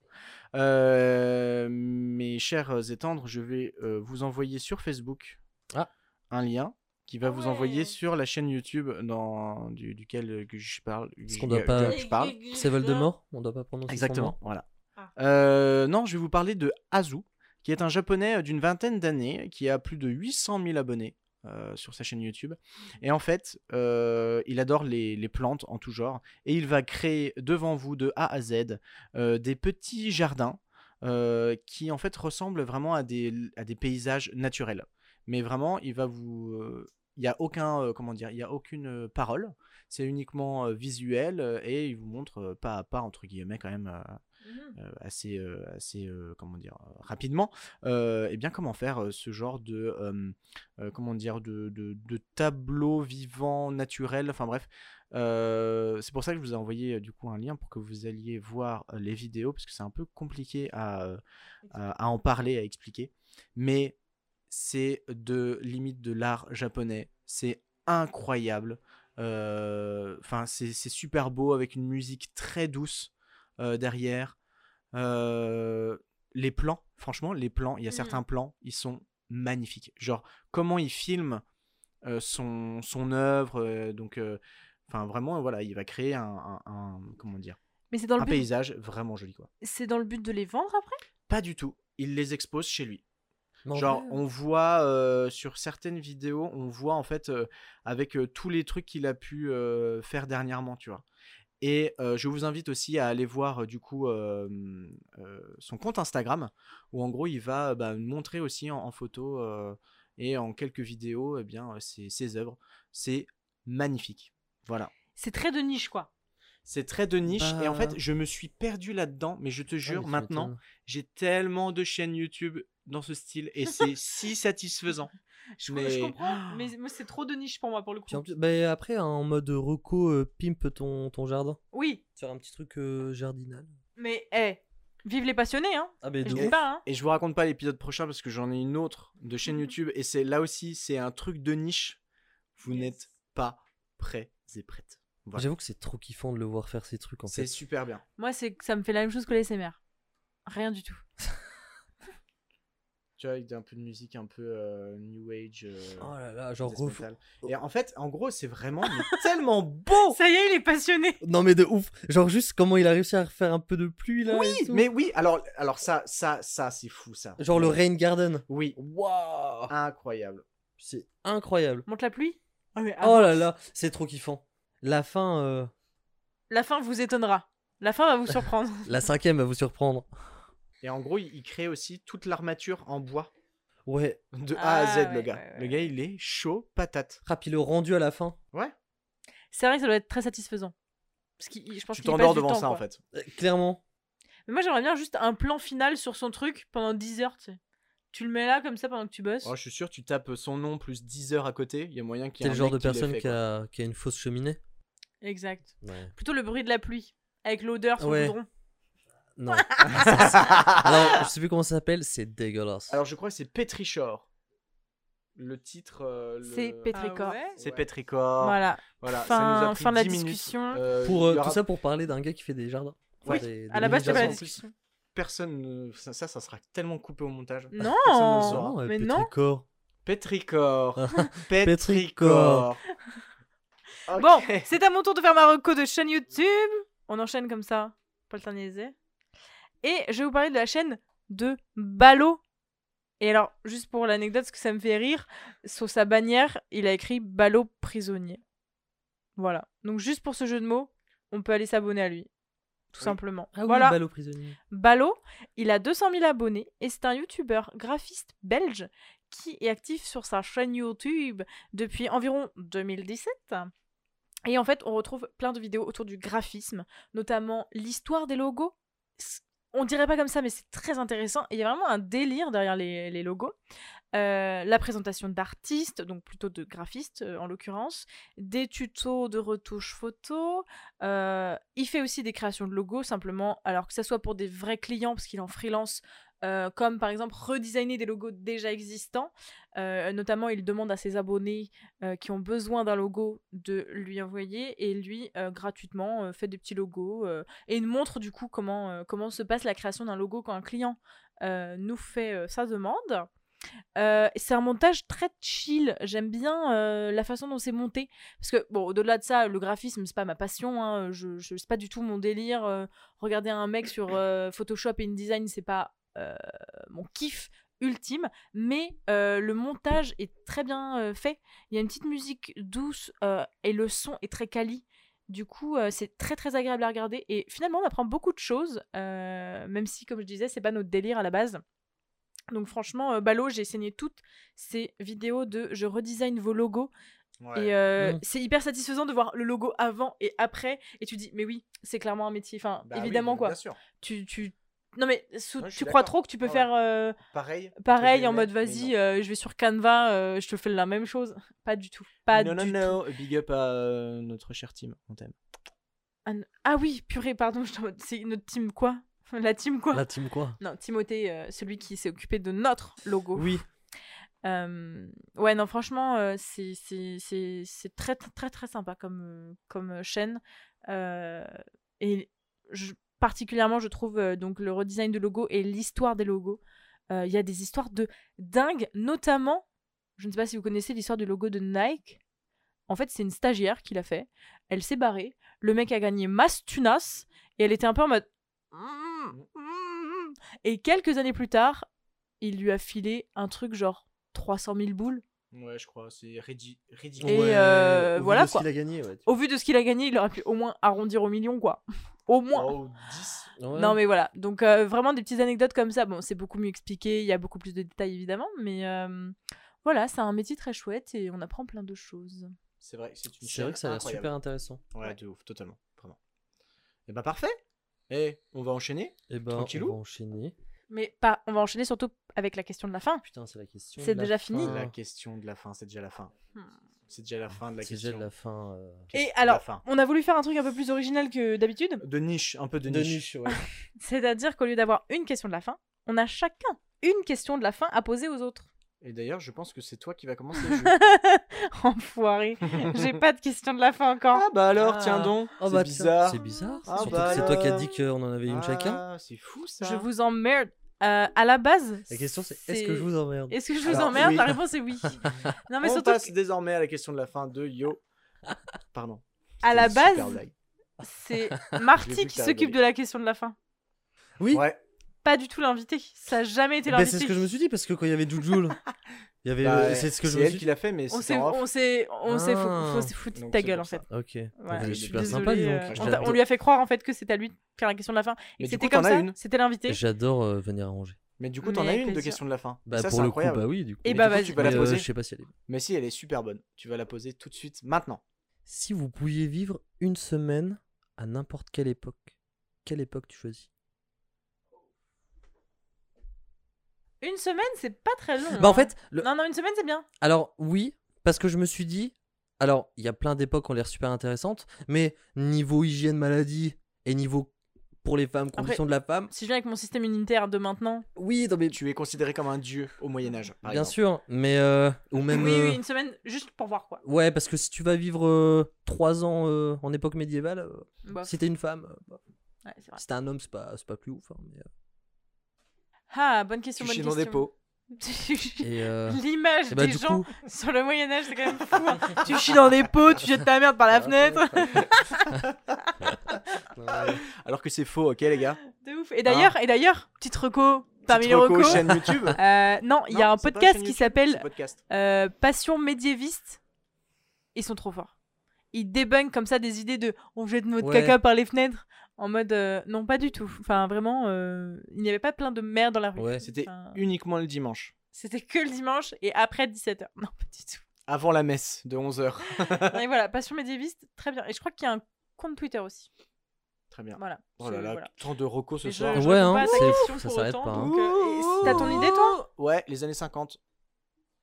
Speaker 2: Euh, mes chers étendres, je vais euh, vous envoyer sur Facebook
Speaker 4: Ah.
Speaker 2: un lien qui va
Speaker 3: Ah
Speaker 2: vous
Speaker 3: ouais.
Speaker 2: envoyer sur la chaîne YouTube dans, du- duquel euh, que je parle.
Speaker 4: Est-ce
Speaker 2: que
Speaker 4: qu'on
Speaker 2: je-
Speaker 4: doit pas-
Speaker 2: que je parle.
Speaker 4: C'est Voldemort On doit pas prononcer son
Speaker 2: Exactement,
Speaker 4: nom.
Speaker 2: voilà.
Speaker 3: Ah.
Speaker 2: Euh, non, je vais vous parler de Azu, qui est un japonais euh, d'une vingtaine d'années, qui a plus de 800 000 abonnés euh, sur sa chaîne YouTube. Et en fait, euh, il adore les, les plantes en tout genre, et il va créer devant vous, de A à Z, euh, des petits jardins euh, qui en fait ressemblent vraiment à des, à des paysages naturels. Mais vraiment, il va vous... euh, il n'y a aucun, euh, comment dire, il y a aucune euh, parole. C'est uniquement euh, visuel euh, et il vous montre euh, pas à pas entre guillemets quand même euh,
Speaker 3: Mhm.
Speaker 2: euh, assez, euh, assez euh, comment dire, euh, rapidement, euh, eh bien comment faire euh, ce genre de, euh, euh, comment dire, de, de, de tableau vivant, naturel, enfin bref. Euh, c'est pour ça que je vous ai envoyé euh, du coup un lien pour que vous alliez voir euh, les vidéos, parce que c'est un peu compliqué à, euh, à à en parler, à expliquer. Mais c'est de limite de l'art japonais. C'est incroyable. Euh, Enfin, c'est c'est super beau avec une musique très douce euh, derrière. Euh, les plans, franchement, les plans, il y a
Speaker 3: Mhm.
Speaker 2: certains plans, ils sont magnifiques. Genre, comment il filme euh, son, son œuvre. euh, donc, euh, enfin, vraiment, voilà, il va créer un, un- un- comment dire,
Speaker 3: Mais c'est dans, le
Speaker 2: un
Speaker 3: but...
Speaker 2: paysage vraiment joli, quoi.
Speaker 3: c'est dans le but de les vendre après
Speaker 2: Pas du tout. Il les expose chez lui.
Speaker 4: Mais en
Speaker 2: Genre,
Speaker 4: vrai, hein.
Speaker 2: on voit euh, sur certaines vidéos, on voit en fait euh, avec euh, tous les trucs qu'il a pu euh, faire dernièrement, tu vois. Et euh, je vous invite aussi à aller voir euh, du coup euh, euh, son compte Instagram, où en gros il va bah, montrer aussi en, en photo euh, et en quelques vidéos eh bien, euh, ses, ses œuvres. C'est magnifique. Voilà.
Speaker 3: C'est très de niche quoi.
Speaker 2: C'est très de niche et en
Speaker 4: Bah.
Speaker 2: fait je me suis perdu là-dedans, mais je te
Speaker 4: ah,
Speaker 2: jure
Speaker 4: mais tu
Speaker 2: maintenant
Speaker 4: m'étonnes.
Speaker 2: j'ai tellement de chaînes YouTube dans ce style et c'est si satisfaisant.
Speaker 3: Je,
Speaker 2: Mais-
Speaker 3: je comprends, mais moi c'est trop de niche pour moi pour le coup.
Speaker 4: Puis en plus- bah, après, hein, en mode reco, euh, pimp ton, ton jardin.
Speaker 3: Oui,
Speaker 4: Faire un petit truc euh, jardinal.
Speaker 3: mais eh, Vive les passionnés, hein.
Speaker 4: Ah, mais
Speaker 3: Je
Speaker 4: de
Speaker 3: dis
Speaker 4: ouf.
Speaker 3: pas, hein.
Speaker 2: Et je vous raconte pas l'épisode prochain parce que j'en ai une autre de chaîne
Speaker 4: Mmh.
Speaker 2: YouTube et c'est là aussi c'est un truc de niche. Vous n'êtes pas prêts et prêtes. Voilà.
Speaker 4: J'avoue que c'est trop kiffant de le voir faire ces trucs en
Speaker 2: C'est
Speaker 4: fait.
Speaker 2: super bien.
Speaker 3: Moi, c'est ça me fait la même chose que les SMR. Rien du tout.
Speaker 2: Tu vois avec un peu de musique un peu euh, new age. euh,
Speaker 4: Oh là là, genre
Speaker 2: death
Speaker 4: ref-
Speaker 2: metal. Et en fait, en gros, c'est vraiment mais tellement beau.
Speaker 3: Ça y est, il est passionné.
Speaker 4: Non mais de ouf. Genre juste comment il a réussi à refaire un peu de pluie là.
Speaker 2: Oui,
Speaker 4: et tout.
Speaker 2: mais oui. Alors, alors ça, ça, ça, c'est fou ça.
Speaker 4: Genre le Rain Garden.
Speaker 2: Oui,
Speaker 4: Waouh.
Speaker 2: incroyable.
Speaker 4: C'est incroyable.
Speaker 3: Monte la pluie. Ah, mais
Speaker 4: oh
Speaker 3: avant-
Speaker 4: là là, c'est trop kiffant. La fin, euh,
Speaker 3: La fin vous étonnera. La fin va vous surprendre.
Speaker 4: la cinquième va vous surprendre.
Speaker 2: Et en gros, il, il crée aussi toute l'armature en bois
Speaker 4: Ouais.
Speaker 2: de A à
Speaker 3: Ah,
Speaker 2: Z, le
Speaker 3: ouais,
Speaker 2: gars.
Speaker 3: ouais, ouais.
Speaker 2: Le gars, il est chaud patate.
Speaker 4: Rap, il le rendu à la fin.
Speaker 3: c'est vrai que ça doit être très satisfaisant. Parce que je pense
Speaker 2: Tu
Speaker 3: qu'il y passe
Speaker 2: t'endors
Speaker 3: du
Speaker 2: devant
Speaker 3: temps,
Speaker 2: ça en
Speaker 3: quoi.
Speaker 2: fait.
Speaker 4: Euh, clairement.
Speaker 3: Mais moi, j'aimerais bien juste un plan final sur son truc pendant 10 heures, tu sais. Tu le mets là comme ça pendant que tu bosses.
Speaker 2: Oh, je suis sûr, tu tapes son nom plus 10 heures à côté, il y a moyen qu'il y
Speaker 4: C'est
Speaker 2: ait
Speaker 4: le
Speaker 2: un
Speaker 4: genre de
Speaker 2: mec qui l'ait
Speaker 4: personne
Speaker 2: fait,
Speaker 4: qui a, qui a une fausse cheminée.
Speaker 3: Exact.
Speaker 4: Ouais.
Speaker 3: Plutôt le bruit de la pluie. Avec l'odeur sur
Speaker 4: Ouais.
Speaker 3: le goudron.
Speaker 4: Non. Ça, c'est- Alors, je sais plus comment ça s'appelle, c'est dégueulasse.
Speaker 2: quoi. Alors je crois que c'est Petrichor. Le titre. euh, le-
Speaker 3: C'est pétricor.
Speaker 2: C'est Petrichor. Voilà.
Speaker 3: Voilà.
Speaker 2: ça nous
Speaker 3: Fin,
Speaker 2: a pris
Speaker 3: fin de la
Speaker 2: 10 minutes.
Speaker 3: discussion.
Speaker 2: Euh,
Speaker 4: pour,
Speaker 2: il
Speaker 4: euh,
Speaker 2: y aura
Speaker 4: Tout ça pour parler d'un gars qui fait des jardins. Enfin,
Speaker 2: Oui.
Speaker 4: des-
Speaker 3: À
Speaker 4: des
Speaker 3: la base, c'est
Speaker 4: jardins.
Speaker 3: pas la
Speaker 2: en plus.
Speaker 3: discussion.
Speaker 2: Personne. ne- Ça, ça, ça sera tellement coupé au montage.
Speaker 3: Mm.
Speaker 2: le
Speaker 3: Non
Speaker 2: saura.
Speaker 4: Non, euh,
Speaker 3: Mais non
Speaker 4: Petricor.
Speaker 2: Petrichor.
Speaker 4: Petrichor.
Speaker 2: Petrichor. Ok.
Speaker 3: Bon, c'est à mon tour de faire ma reco de chaîne YouTube. On enchaîne comme ça, pas le temps de niaiser. Et je vais vous parler de la chaîne de Ballot. Et alors, juste pour l'anecdote, ce que ça me fait rire, sur sa bannière, il a écrit Ballot prisonnier. Voilà. Donc, juste pour ce jeu de mots, on peut aller s'abonner à lui. Tout
Speaker 2: Oui.
Speaker 3: simplement.
Speaker 4: Ah oui,
Speaker 3: voilà.
Speaker 4: balle aux prisonniers.
Speaker 3: Ballot, il a 200 000 abonnés et c'est un youtubeur graphiste belge qui est actif sur sa chaîne YouTube depuis environ 2017. Et en fait, on retrouve plein de vidéos autour du graphisme, notamment l'histoire des logos. S- On dirait pas comme ça, mais c'est très intéressant. Et il y a vraiment un délire derrière les, les logos. Euh, la présentation d'artistes, donc plutôt de graphistes euh, en l'occurrence, des tutos de retouches photos, euh, il fait aussi des créations de logos, simplement, alors que ça soit pour des vrais clients, parce qu'il est en freelance, euh, comme par exemple redesigner des logos déjà existants. Euh, notamment, il demande à ses abonnés euh, qui ont besoin d'un logo de lui envoyer, et lui, euh, gratuitement, euh, fait des petits logos, euh, et il montre du coup comment, euh, comment se passe la création d'un logo quand un client euh, nous fait euh, sa demande. Euh, c'est un montage très chill. J'aime bien euh, la façon dont c'est monté. Parce que, bon, au-delà de ça, le graphisme, c'est pas ma passion. hein. Je, je- c'est pas du tout mon délire. Euh, regarder un mec sur euh, Photoshop et InDesign, c'est pas euh, mon kiff ultime. Mais euh, le montage est très bien euh, fait. Il y a une petite musique douce euh, et le son est très quali. Du coup, euh, c'est très très agréable à regarder. Et finalement, on apprend beaucoup de choses. euh, même si, comme je disais, c'est pas notre délire à la base. Donc franchement, euh, Ballot, j'ai saigné toutes ces vidéos de je redesigne vos logos
Speaker 2: Ouais.
Speaker 3: et euh,
Speaker 4: Mm.
Speaker 3: c'est hyper satisfaisant de voir le logo avant et après. Et tu dis, mais oui, c'est clairement un métier. Enfin,
Speaker 2: Bah oui,
Speaker 3: évidemment,
Speaker 2: bien
Speaker 3: quoi.
Speaker 2: sûr.
Speaker 3: Tu, tu... Non, mais sous-
Speaker 2: Ouais, je suis
Speaker 3: tu crois
Speaker 2: d'accord.
Speaker 3: trop que tu peux
Speaker 2: Ouais,
Speaker 3: faire euh,
Speaker 2: Pareil. entre
Speaker 3: pareil en
Speaker 2: guillemets,
Speaker 3: mode,
Speaker 2: mais
Speaker 3: vas-y,
Speaker 2: non.
Speaker 3: euh, je vais sur Canva, euh, je te fais la même chose. Pas du tout. Pas
Speaker 2: non, non,
Speaker 3: du tout.
Speaker 2: non, big up à euh, notre cher team, on t'aime.
Speaker 3: Ah, non. Ah oui, purée, pardon, je suis en mode, c'est notre team quoi La team quoi
Speaker 4: La team quoi
Speaker 3: Non, Timothée, euh, celui qui s'est occupé de notre logo.
Speaker 4: Oui.
Speaker 3: Euh, ouais, non, franchement, euh, c'est c'est- c'est- c'est très, très, très, très sympa comme, euh, comme euh, chaîne. Euh, et je- particulièrement, je trouve euh, donc le redesign de logo et l'histoire des logos. Euh, Il y a des histoires de dingue, notamment, je ne sais pas si vous connaissez l'histoire du logo de Nike. En fait, c'est une stagiaire qui l'a fait. Elle s'est barrée. Le mec a gagné masse tunas et elle était un peu en mode. Et quelques années plus tard, il lui a filé un truc genre 300 000 boules.
Speaker 2: Ouais, je crois, c'est ridi- ridicule.
Speaker 3: Et euh,
Speaker 4: au vu
Speaker 3: voilà,
Speaker 4: de ce
Speaker 3: quoi. Oh,
Speaker 4: qu'il a gagné, ouais.
Speaker 3: Au vu de ce qu'il a gagné, il aurait pu au moins arrondir au million, quoi. Au
Speaker 7: Ah
Speaker 3: moins.
Speaker 2: Oh, 10.
Speaker 4: Ouais.
Speaker 3: Non, mais voilà. Donc, euh, vraiment des petites anecdotes comme ça. Bon, c'est beaucoup mieux expliqué. Il y a beaucoup plus de détails, évidemment. Mais euh, voilà, c'est un métier très chouette et on apprend plein de choses.
Speaker 2: C'est vrai, c'est une
Speaker 4: C'est vrai
Speaker 2: chaîne
Speaker 4: que ça a l'air
Speaker 2: incroyable.
Speaker 4: super intéressant.
Speaker 2: Ouais, de ouf, totalement, vraiment. Et bah parfait. Et on va enchaîner.
Speaker 4: Et ben,
Speaker 2: Tranquillou.
Speaker 4: on va enchaîner.
Speaker 3: Mais pas, on va enchaîner surtout avec la question de la fin.
Speaker 4: Putain, c'est la question.
Speaker 3: C'est
Speaker 4: de la
Speaker 3: déjà
Speaker 4: fin.
Speaker 3: fini.
Speaker 2: La question de la fin, c'est déjà la fin. C'est déjà la fin de la
Speaker 4: C'est déjà
Speaker 2: question.
Speaker 4: de la fin. euh,
Speaker 3: Hmm. Et
Speaker 2: La
Speaker 3: alors,
Speaker 2: fin.
Speaker 3: on a voulu faire un truc un peu plus original que d'habitude.
Speaker 2: De niche, un peu de,
Speaker 4: De
Speaker 2: niche.
Speaker 4: niche, ouais.
Speaker 3: C'est-à-dire qu'au lieu d'avoir une question de la fin, on a chacun une question de la fin à poser aux autres.
Speaker 2: Et d'ailleurs, je pense que c'est toi qui va commencer le jeu.
Speaker 3: Enfoiré. J'ai pas de question de la fin encore.
Speaker 2: ah bah alors,
Speaker 3: Ah.
Speaker 2: tiens donc.
Speaker 4: Oh,
Speaker 2: c'est
Speaker 4: bah, tiens,
Speaker 2: bizarre.
Speaker 4: C'est bizarre.
Speaker 2: Ah,
Speaker 4: Surtout
Speaker 2: bah
Speaker 4: que c'est toi qui as
Speaker 2: alors.
Speaker 4: dit qu'on en avait une chacun.
Speaker 2: Ah, C'est fou ça.
Speaker 3: Je vous emmerde. Euh, à la base.
Speaker 4: La question c'est est-ce que je vous emmerde
Speaker 3: Est-ce que je vous
Speaker 2: Alors,
Speaker 3: emmerde
Speaker 2: oui.
Speaker 3: La réponse est oui. non, mais
Speaker 2: On
Speaker 3: surtout,
Speaker 2: passe désormais à la question de la fin de Yo. Pardon.
Speaker 3: à la
Speaker 2: C'était une super
Speaker 3: base,
Speaker 2: blague.
Speaker 3: c'est
Speaker 2: J'ai vu
Speaker 3: Marty
Speaker 2: que
Speaker 3: qui
Speaker 2: t'as
Speaker 3: s'occupe
Speaker 2: rigolé.
Speaker 3: de la question de la fin.
Speaker 4: Oui,
Speaker 2: Ouais.
Speaker 3: Pas du tout l'invité. Ça a jamais été
Speaker 4: Bah,
Speaker 3: l'invité.
Speaker 4: c'est ce que je me suis dit parce que quand il y avait Joujou, il y avait.
Speaker 2: Bah,
Speaker 4: euh, c'est ce que je
Speaker 2: c'est
Speaker 4: me
Speaker 2: elle
Speaker 4: suis
Speaker 2: qui
Speaker 4: dit.
Speaker 2: l'a fait, mais
Speaker 3: On
Speaker 2: c'est
Speaker 3: s'est,
Speaker 2: en off.
Speaker 3: on s'est, on s'est, faut, faut se foutre de
Speaker 2: Donc,
Speaker 3: ta
Speaker 2: c'est
Speaker 3: gueule
Speaker 2: pour
Speaker 3: en
Speaker 2: ça.
Speaker 3: fait.
Speaker 4: Ok.
Speaker 3: Voilà,
Speaker 4: Ah. Elle est
Speaker 3: je suis
Speaker 4: super
Speaker 3: désolée,
Speaker 4: sympa, dis donc.
Speaker 3: euh,
Speaker 2: Je
Speaker 3: on, t'a-
Speaker 2: t'adore.
Speaker 3: on lui a fait croire en fait que c'était à lui de faire la question de la fin.
Speaker 2: Mais
Speaker 3: Et
Speaker 2: du
Speaker 3: c'était
Speaker 2: coup, t'en
Speaker 3: comme
Speaker 2: as
Speaker 3: ça.
Speaker 2: une.
Speaker 3: C'était l'invité.
Speaker 4: J'adore euh, venir arranger.
Speaker 2: Mais du coup, t'en
Speaker 3: Mais
Speaker 2: as une de
Speaker 3: plaisir.
Speaker 2: question de la fin. Et
Speaker 4: Bah
Speaker 2: ça,
Speaker 4: pour
Speaker 2: c'est
Speaker 4: le
Speaker 2: incroyable.
Speaker 4: coup, bah oui, du coup.
Speaker 2: Mais
Speaker 3: Et bah
Speaker 2: du coup,
Speaker 3: vas-y.
Speaker 2: tu vas la
Speaker 4: Mais, euh,
Speaker 2: poser.
Speaker 4: je sais pas si elle est.
Speaker 2: Mais si, elle est super bonne. Tu vas la poser tout de suite, maintenant.
Speaker 4: Si vous pouviez vivre une semaine à n'importe quelle époque, quelle époque tu choisis
Speaker 3: Une semaine, c'est pas très long.
Speaker 4: Bah en
Speaker 3: hein.
Speaker 4: fait, le-
Speaker 3: Non, non, une semaine, c'est bien.
Speaker 4: alors oui, parce que je me suis dit, alors il y a plein d'époques qui ont l'air super intéressantes, mais niveau hygiène maladie et niveau pour les femmes, conditions de la femme,
Speaker 3: Si je viens avec mon système immunitaire de maintenant.
Speaker 4: oui, non, mais
Speaker 2: Tu es considéré comme un dieu au Moyen Âge. par
Speaker 4: bien
Speaker 2: exemple.
Speaker 4: sûr, mais euh, ou même
Speaker 3: Oui,
Speaker 4: euh,
Speaker 3: oui, une semaine, juste pour voir quoi.
Speaker 4: ouais, parce que si tu vas vivre euh, trois ans euh, en époque médiévale, euh,
Speaker 3: Bof.
Speaker 4: si t'es une femme, euh, bah,
Speaker 3: Ouais, c'est vrai.
Speaker 4: si t'es un homme, c'est pas c'est pas plus ouf. hein, mais, euh,
Speaker 3: Ah, bonne question,
Speaker 2: Tu
Speaker 3: bonne
Speaker 2: chies
Speaker 3: question.
Speaker 2: dans des pots.
Speaker 4: et, euh,
Speaker 3: L'image
Speaker 4: et bah
Speaker 3: des
Speaker 4: du
Speaker 3: gens
Speaker 4: coup,
Speaker 3: sur le Moyen Âge, c'est quand même fou. hein. tu chies dans des pots, tu jettes ta merde
Speaker 2: Ah,
Speaker 3: par la fenêtre.
Speaker 2: Alors que c'est faux, ok, les gars
Speaker 3: de ouf. Et d'ailleurs, et d'ailleurs, petite reco parmi
Speaker 2: Petite
Speaker 3: les
Speaker 2: reco,
Speaker 3: recos.
Speaker 2: chaîne YouTube
Speaker 3: euh, non, il y a
Speaker 2: Non, c'est pas
Speaker 3: un
Speaker 2: chaîne
Speaker 3: podcast qui
Speaker 2: YouTube,
Speaker 3: s'appelle
Speaker 2: c'est podcast.
Speaker 3: Euh, passion médiéviste, ils sont trop forts. Ils débunkent comme ça des idées de on jette notre
Speaker 4: Ouais.
Speaker 3: caca par les fenêtres en mode euh, non, pas du tout. Enfin, vraiment, euh, il n'y avait pas plein de merde dans la rue.
Speaker 4: ouais,
Speaker 2: C'était
Speaker 3: Enfin,
Speaker 2: uniquement le dimanche,
Speaker 3: C'était que le dimanche et après 17h. Non, pas du tout.
Speaker 2: avant la messe de 11h.
Speaker 3: Mais voilà, passion médiéviste, très bien. Et je crois qu'il y a un compte Twitter aussi.
Speaker 2: Très bien.
Speaker 3: Voilà.
Speaker 2: Oh là
Speaker 3: Bah, C'est-
Speaker 2: là,
Speaker 3: voilà.
Speaker 2: tant de recos ce
Speaker 3: Mais je-
Speaker 2: soir.
Speaker 3: je
Speaker 4: Ouais,
Speaker 3: réponds
Speaker 4: hein,
Speaker 3: pas à ta
Speaker 4: c'est-
Speaker 3: question
Speaker 4: ça
Speaker 3: pour
Speaker 4: s'arrête
Speaker 3: autant,
Speaker 4: pas, hein.
Speaker 3: donc, euh, et si- T'as ton idée, toi
Speaker 2: Ouais, les années 50.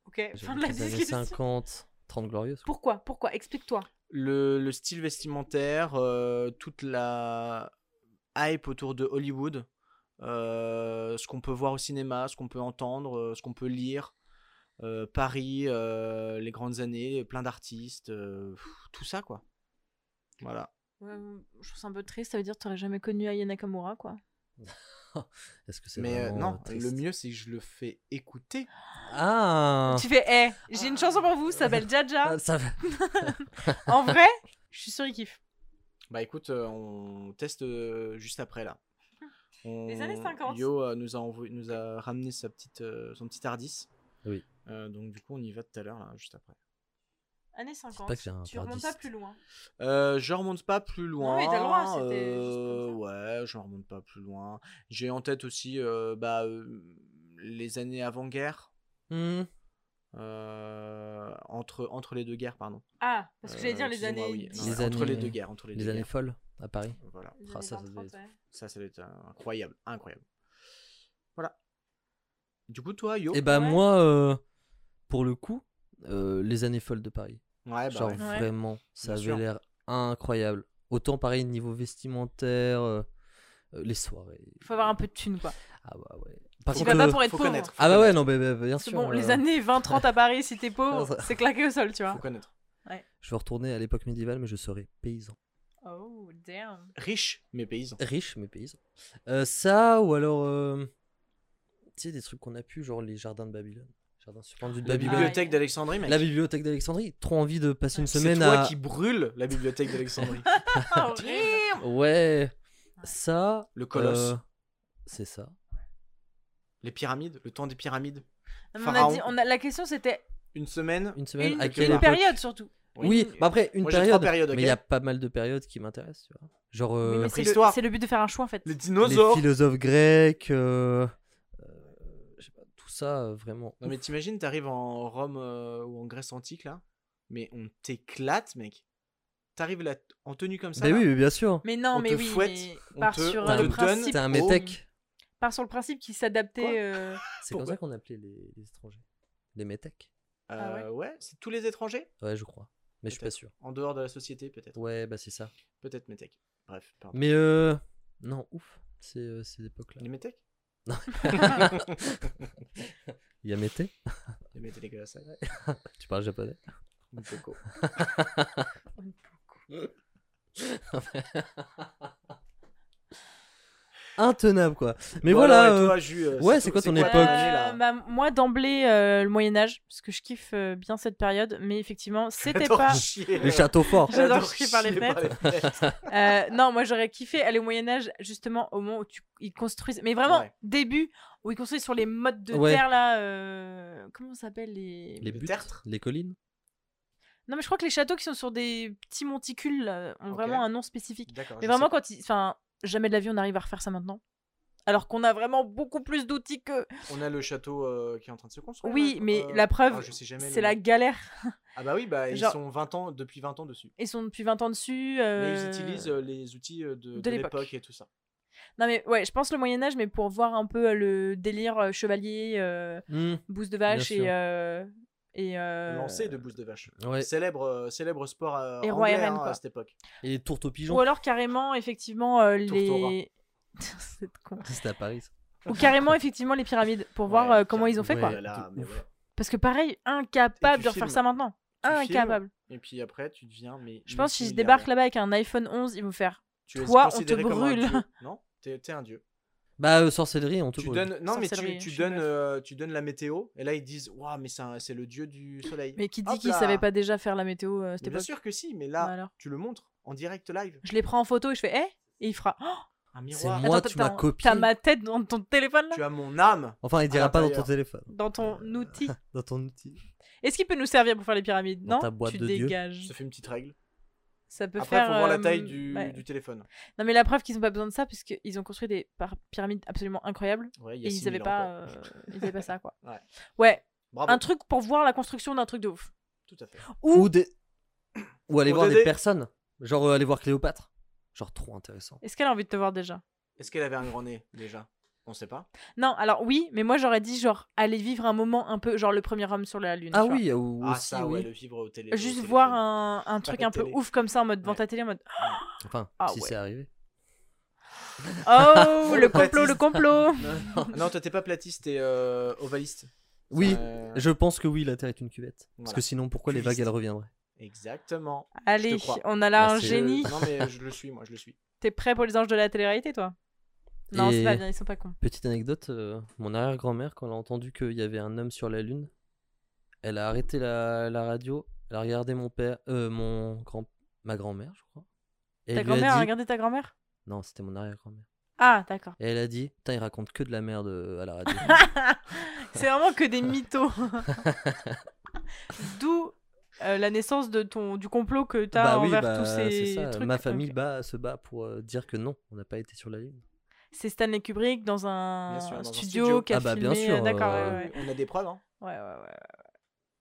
Speaker 3: Ok, fin de la
Speaker 4: les années
Speaker 3: discussion.
Speaker 4: 50, 30 glorieuses. quoi.
Speaker 3: Pourquoi Pourquoi Explique-toi.
Speaker 2: Le, le style vestimentaire, euh, toute la hype autour de Hollywood, euh, ce qu'on peut voir au cinéma, ce qu'on peut entendre, euh, ce qu'on peut lire. euh, Paris, euh, les grandes années, plein d'artistes, euh, pff, tout ça quoi. Voilà.
Speaker 3: Ouais, je trouve ça un peu triste, ça veut dire que t'aurais jamais connu Aya Nakamura, quoi.
Speaker 4: Est-ce que c'est
Speaker 2: Mais euh,
Speaker 4: vraiment,
Speaker 2: non,
Speaker 4: euh, triste
Speaker 2: le mieux c'est que je le fais écouter.
Speaker 4: Ah
Speaker 3: Tu fais, hé, j'ai une chanson pour vous, ça s'appelle Jaja.
Speaker 4: Ah, ça va.
Speaker 3: En vrai, je suis sûre qu'il kiffe.
Speaker 2: Bah écoute, euh, on teste euh, juste après là. On-
Speaker 3: Les années 50.
Speaker 2: Yo euh, nous, a envoyé- nous a ramené sa petite, euh, son petit Tardis.
Speaker 4: Oui.
Speaker 2: Euh, donc du coup, on y va tout à l'heure, là, juste après.
Speaker 3: Années 50.
Speaker 4: pas que j'ai un
Speaker 3: tu remontes pas
Speaker 4: pardiste.
Speaker 3: plus loin.
Speaker 2: Euh, je remonte pas plus loin.
Speaker 3: mais Ah t'as le droit, c'était juste
Speaker 2: euh,
Speaker 3: comme
Speaker 2: ouais, je remonte pas plus loin. J'ai en tête aussi euh, bah, euh, les années avant-guerre.
Speaker 4: Hmm.
Speaker 2: euh, entre, entre les deux guerres, pardon.
Speaker 3: Ah, parce que j'allais
Speaker 2: Euh,
Speaker 3: dire les
Speaker 2: excusez-moi,
Speaker 3: années. euh,
Speaker 2: oui.
Speaker 3: dix-
Speaker 2: Non,
Speaker 4: Les
Speaker 2: Entre les
Speaker 4: années-
Speaker 2: deux guerres. Entre les,
Speaker 4: Les
Speaker 2: deux
Speaker 4: années
Speaker 2: guerres.
Speaker 4: folles à Paris.
Speaker 2: Voilà.
Speaker 3: les
Speaker 4: Ah,
Speaker 3: années
Speaker 4: ça, ça
Speaker 3: 20,
Speaker 4: devait être-
Speaker 3: 30, ouais.
Speaker 2: Ça, ça doit être incroyable, incroyable. Voilà. Du coup, toi, yo.
Speaker 4: Et bah
Speaker 3: Ouais.
Speaker 4: moi, euh, pour le coup, euh, les années folles de Paris.
Speaker 2: Ouais, bah
Speaker 4: Genre
Speaker 2: ouais.
Speaker 3: Ouais.
Speaker 4: vraiment,
Speaker 2: Bien
Speaker 4: ça avait
Speaker 2: sûr.
Speaker 4: l'air incroyable. Autant pareil niveau vestimentaire, euh, euh, les soirées.
Speaker 3: Faut avoir un peu de thune, quoi.
Speaker 4: Ah bah ouais. Par
Speaker 3: Tu vas
Speaker 4: contre,
Speaker 3: pas
Speaker 4: le-
Speaker 3: pour être
Speaker 2: faut
Speaker 3: pauvre.
Speaker 2: connaître.
Speaker 4: Ah bah ouais, non, mais, mais- mais bien
Speaker 3: C'est
Speaker 4: sûr.
Speaker 3: bon, les
Speaker 4: euh,
Speaker 3: années 20-30 à Paris, si t'es pauvre,
Speaker 4: Ça-
Speaker 3: c'est claqué au sol, tu vois.
Speaker 2: Faut connaître.
Speaker 4: Je veux retourner à l'époque médiévale, mais je serai paysan.
Speaker 3: Oh, damn.
Speaker 2: Riche, mais paysan.
Speaker 4: Riche, mais paysan. Euh, ça, ou alors... euh, Tu sais, des trucs qu'on a pu, genre les jardins de Babylone. Jardins suspendus de
Speaker 2: La
Speaker 4: Babylone.
Speaker 2: bibliothèque d'Alexandrie, mec.
Speaker 4: La bibliothèque d'Alexandrie, trop envie de passer une
Speaker 2: C'est
Speaker 4: semaine
Speaker 2: toi
Speaker 4: à. Euh,
Speaker 2: qui brûle la bibliothèque d'Alexandrie.
Speaker 3: Ah, horrible.
Speaker 4: Ouais,
Speaker 3: Ah.
Speaker 4: ça.
Speaker 2: Le colosse,
Speaker 4: euh, C'est ça.
Speaker 2: les pyramides, le temps des pyramides.
Speaker 3: Non, mais on a
Speaker 2: Pharaon.
Speaker 3: dit, on a- la question c'était
Speaker 2: Une semaine.
Speaker 4: Une semaine
Speaker 3: une,
Speaker 4: à
Speaker 3: une
Speaker 4: quelle époque
Speaker 3: période surtout.
Speaker 4: Oui, bah après, une
Speaker 2: Moi, j'ai trois
Speaker 4: période.
Speaker 2: périodes,
Speaker 4: Mais
Speaker 2: ok.
Speaker 4: il y a pas mal de périodes qui m'intéressent, tu vois. Genre
Speaker 3: Oui,
Speaker 4: euh,
Speaker 3: mais
Speaker 2: la
Speaker 3: c'est le,
Speaker 2: préhistoire.
Speaker 3: c'est le but de faire un choix en fait.
Speaker 2: Les
Speaker 4: les
Speaker 2: dinosaures.
Speaker 4: philosophes grecs, euh, euh, je sais pas, tout ça euh, vraiment.
Speaker 2: Non, mais t'imagines, t'arrives en Rome euh, ou en Grèce antique, là. Mais on t'éclate, mec. T'arrives là t- en tenue comme ça.
Speaker 4: Bah
Speaker 2: là,
Speaker 4: oui, mais bien sûr.
Speaker 3: Mais non,
Speaker 2: On
Speaker 3: mais
Speaker 2: te
Speaker 3: oui,
Speaker 2: fouette,
Speaker 3: mais
Speaker 2: on
Speaker 3: part
Speaker 2: te-
Speaker 3: sur
Speaker 2: on
Speaker 3: euh, le
Speaker 2: te donne,
Speaker 3: principe.
Speaker 4: T'es un
Speaker 2: Oh.
Speaker 4: métèque.
Speaker 3: Part sur le principe qui
Speaker 2: Quoi
Speaker 3: s'adaptait. euh,
Speaker 4: C'est comme
Speaker 2: Pourquoi
Speaker 4: ça qu'on appelait les, les étrangers. Les métèques.
Speaker 3: Ah ouais
Speaker 2: Euh, ouais, c'est tous les étrangers
Speaker 4: Ouais, je crois. Mais je suis pas
Speaker 2: Peut-être.
Speaker 4: sûr.
Speaker 2: En dehors de la société, peut-être.
Speaker 4: Ouais, bah c'est ça.
Speaker 2: Peut-être Metec. Bref, pardon.
Speaker 4: Mais euh... Non, ouf. C'est euh, ces époques-là.
Speaker 2: Les Metec
Speaker 4: Yamete
Speaker 2: Les Metec, les gars, ça.
Speaker 4: Tu parles japonais
Speaker 2: Une poco.
Speaker 4: Intenable, quoi. Mais
Speaker 2: Bon,
Speaker 4: voilà.
Speaker 2: alors, et
Speaker 4: euh,
Speaker 2: toi, Jus, euh,
Speaker 4: ouais, c'est
Speaker 2: tout-
Speaker 4: quoi ton
Speaker 3: Euh,
Speaker 4: époque
Speaker 2: l'année, là
Speaker 3: bah, Moi, d'emblée, euh, le Moyen-Âge, parce que je kiffe euh, bien cette période, mais effectivement, c'était
Speaker 2: J'adore
Speaker 3: pas.
Speaker 2: chier.
Speaker 4: Les châteaux forts.
Speaker 3: J'adore
Speaker 2: J'adore
Speaker 3: chier par les
Speaker 2: chier par
Speaker 3: fenêtres.
Speaker 2: les fenêtres.
Speaker 3: Euh, non, moi, j'aurais kiffé aller au Moyen-Âge, justement, au moment où tu- ils construisent. Mais vraiment,
Speaker 2: Ouais.
Speaker 3: début, où ils construisent sur les modes de
Speaker 4: Ouais.
Speaker 3: terre, là. euh, Comment ça s'appelle les...
Speaker 4: Les
Speaker 2: Le
Speaker 4: buttes,
Speaker 2: tertre.
Speaker 4: les collines.
Speaker 3: Non, mais je crois que les châteaux qui sont sur des petits monticules là, ont
Speaker 2: Ok.
Speaker 3: vraiment un nom spécifique.
Speaker 2: D'accord.
Speaker 3: Mais
Speaker 2: je
Speaker 3: vraiment,
Speaker 2: sais.
Speaker 3: quand ils. Enfin, jamais de la vie, on arrive à refaire ça maintenant. Alors qu'on a vraiment beaucoup plus d'outils que.
Speaker 2: On a le château euh, qui est en train de se construire.
Speaker 3: Oui,
Speaker 2: là,
Speaker 3: mais
Speaker 2: euh,
Speaker 3: la preuve,
Speaker 2: ah, je sais jamais
Speaker 3: C'est
Speaker 2: le
Speaker 3: la
Speaker 2: nom.
Speaker 3: galère.
Speaker 2: Ah bah oui, bah, ils
Speaker 3: Genre-
Speaker 2: sont 20 ans, depuis 20 ans dessus.
Speaker 3: Ils sont depuis 20 ans dessus.
Speaker 2: Mais ils
Speaker 3: euh,
Speaker 2: utilisent euh, les outils euh, de,
Speaker 3: de
Speaker 2: de
Speaker 3: l'époque.
Speaker 2: l'époque et tout ça.
Speaker 3: Non mais ouais, je pense le Moyen Âge, mais pour voir un peu euh, le délire euh, chevalier, euh,
Speaker 4: Mmh,
Speaker 3: bouse de vache
Speaker 4: Bien sûr.
Speaker 3: et euh, et euh,
Speaker 2: Lancer de bouse de vache.
Speaker 4: Ouais.
Speaker 2: Célèbre, euh, célèbre sport euh,
Speaker 3: Et roi et
Speaker 2: anglais
Speaker 3: reine,
Speaker 2: hein,
Speaker 3: quoi.
Speaker 2: à cette époque.
Speaker 4: Et les tourtes aux pigeons.
Speaker 3: ou alors carrément effectivement euh,
Speaker 2: Tourtora.
Speaker 3: les C'est con.
Speaker 4: C'était à Paris. ça.
Speaker 3: ou carrément effectivement les pyramides pour voir
Speaker 2: Ouais,
Speaker 3: euh, comment ils ont fait
Speaker 4: ouais.
Speaker 3: quoi.
Speaker 2: Oh là là, mais ouais.
Speaker 3: Parce que pareil, incapable
Speaker 2: Et tu
Speaker 3: de refaire
Speaker 2: filmes.
Speaker 3: ça maintenant.
Speaker 2: Tu filmes,
Speaker 3: Incapable.
Speaker 2: Et puis après, tu deviens. Mais
Speaker 3: Je pense que si je débarque là-bas avec un iPhone 11, ils vont faire.
Speaker 2: tu es
Speaker 3: toi, on te
Speaker 2: considéré comme un
Speaker 3: brûle.
Speaker 2: dieu. Non, t'es t'es un dieu.
Speaker 4: Bah, euh, sorcellerie, on te
Speaker 2: Tu
Speaker 4: brûle.
Speaker 2: donnes, non, mais tu,
Speaker 3: Sorcellerie,
Speaker 2: tu
Speaker 3: je suis
Speaker 2: donnes,
Speaker 3: meuf.
Speaker 2: euh, tu donnes la météo, et là ils disent Waouh, Ah, mais c'est un- c'est le dieu du soleil.
Speaker 3: Mais qui dit
Speaker 2: Hop
Speaker 3: qu'ils
Speaker 2: là.
Speaker 3: savaient pas déjà faire la météo euh, à cette
Speaker 2: Mais Bien
Speaker 3: époque
Speaker 2: sûr que si, mais
Speaker 3: Bah
Speaker 2: là,
Speaker 3: alors.
Speaker 2: tu le montres en direct live.
Speaker 3: Je les prends en photo et je fais eh et il fera. Oh,
Speaker 2: Un
Speaker 4: C'est
Speaker 2: miroir.
Speaker 4: moi,
Speaker 3: attends,
Speaker 4: tu m'as
Speaker 3: t'as-
Speaker 4: copié.
Speaker 3: T'as ma tête dans ton téléphone là,
Speaker 2: Tu as mon âme.
Speaker 4: Enfin, il dira
Speaker 2: à
Speaker 4: pas dans ton
Speaker 2: l'intérieur.
Speaker 4: téléphone.
Speaker 3: dans ton
Speaker 2: Euh.
Speaker 3: outil.
Speaker 4: Dans ton outil.
Speaker 3: Est-ce qu'il peut nous servir pour faire les pyramides
Speaker 4: Dans
Speaker 3: Non,
Speaker 4: ta boîte
Speaker 3: tu
Speaker 4: de Dieu.
Speaker 3: dégages.
Speaker 2: Je te fais une petite règle.
Speaker 3: Ça peut
Speaker 2: Après,
Speaker 3: faire.
Speaker 2: faut voir la
Speaker 3: euh,
Speaker 2: taille du,
Speaker 3: ouais.
Speaker 2: du téléphone.
Speaker 3: Non, mais la preuve qu'ils n'ont pas besoin de ça, puisqu'ils ont construit des par- pyramides absolument incroyables.
Speaker 2: Ouais, il y a
Speaker 3: Et ils
Speaker 2: 6000
Speaker 3: n'avaient
Speaker 2: ans, quoi.
Speaker 3: pas, euh, ils avaient pas ça, quoi.
Speaker 2: Ouais. Bravo.
Speaker 3: un truc pour voir la construction d'un truc de ouf.
Speaker 2: Tout à fait.
Speaker 3: Ou-
Speaker 4: Ou, des... Ou aller
Speaker 2: Ou
Speaker 4: voir des
Speaker 2: Dédé.
Speaker 4: personnes. Genre, euh, aller voir Cléopâtre. Genre, trop intéressant.
Speaker 3: Est-ce qu'elle a envie de te voir déjà
Speaker 2: Est-ce qu'elle avait un grand nez déjà On sait pas.
Speaker 3: Non, alors oui, mais moi j'aurais dit, genre, aller vivre un moment un peu, genre le premier homme sur la Lune.
Speaker 4: Ah
Speaker 3: tu vois.
Speaker 4: oui, ou
Speaker 2: ah
Speaker 4: aussi,
Speaker 2: ça,
Speaker 4: oui.
Speaker 2: ouais, le vivre au télé. au
Speaker 3: Juste
Speaker 2: téléphone.
Speaker 3: voir un, un truc
Speaker 2: la
Speaker 3: un peu
Speaker 2: télé.
Speaker 3: ouf comme ça en mode devant
Speaker 2: Ouais.
Speaker 3: ta télé en mode
Speaker 4: Enfin,
Speaker 3: Ah
Speaker 4: si
Speaker 3: ouais.
Speaker 4: c'est arrivé.
Speaker 3: oh le
Speaker 2: le
Speaker 3: complot le
Speaker 2: platiste.
Speaker 3: complot
Speaker 2: Ah Non, toi t'es pas platiste, t'es euh, ovaliste.
Speaker 4: Oui,
Speaker 2: Euh,
Speaker 4: je pense que oui, la Terre est une cuvette. Parce
Speaker 2: Voilà.
Speaker 4: que sinon, pourquoi les vagues,
Speaker 2: Cuviste.
Speaker 4: elles reviendraient
Speaker 2: Exactement.
Speaker 3: allez
Speaker 2: Je te crois.
Speaker 3: on a là un
Speaker 4: Merci.
Speaker 2: Je-
Speaker 3: génie
Speaker 2: Non mais je le suis, moi je le suis.
Speaker 3: t'es prêt pour les anges de la télé-réalité toi non
Speaker 4: Et-
Speaker 3: c'est pas bien ils sont pas cons
Speaker 4: Petite anecdote, euh, mon arrière-grand-mère, quand elle a entendu qu'il y avait un homme sur la Lune, elle a arrêté la, la radio, elle a regardé mon père, euh, mon grand, ma grand-mère, je crois. Et
Speaker 3: ta
Speaker 4: elle lui a
Speaker 3: grand-mère a
Speaker 4: dit-
Speaker 3: regardé ta grand-mère
Speaker 4: Non, c'était mon arrière-grand-mère.
Speaker 3: ah d'accord
Speaker 4: Et elle a dit, putain, il raconte que de la merde euh, à la radio.
Speaker 3: C'est vraiment que des mythos. D'où euh, la naissance de ton du complot que t'as
Speaker 4: bah oui,
Speaker 3: envers
Speaker 4: bah,
Speaker 3: tous
Speaker 4: c'est
Speaker 3: ces
Speaker 4: ça.
Speaker 3: trucs.
Speaker 4: Ma famille
Speaker 3: Ok.
Speaker 4: bat- se bat pour euh, dire que non, on n'a pas été sur la Lune.
Speaker 3: C'est Stanley Kubrick dans un,
Speaker 2: Bien sûr, dans un
Speaker 3: studio,
Speaker 2: studio.
Speaker 3: qui a
Speaker 4: Ah bah,
Speaker 3: filmé.
Speaker 4: bien sûr,
Speaker 3: D'accord.
Speaker 4: euh,
Speaker 3: ouais, ouais.
Speaker 2: On a des preuves, hein.
Speaker 3: Ouais, ouais, ouais, ouais.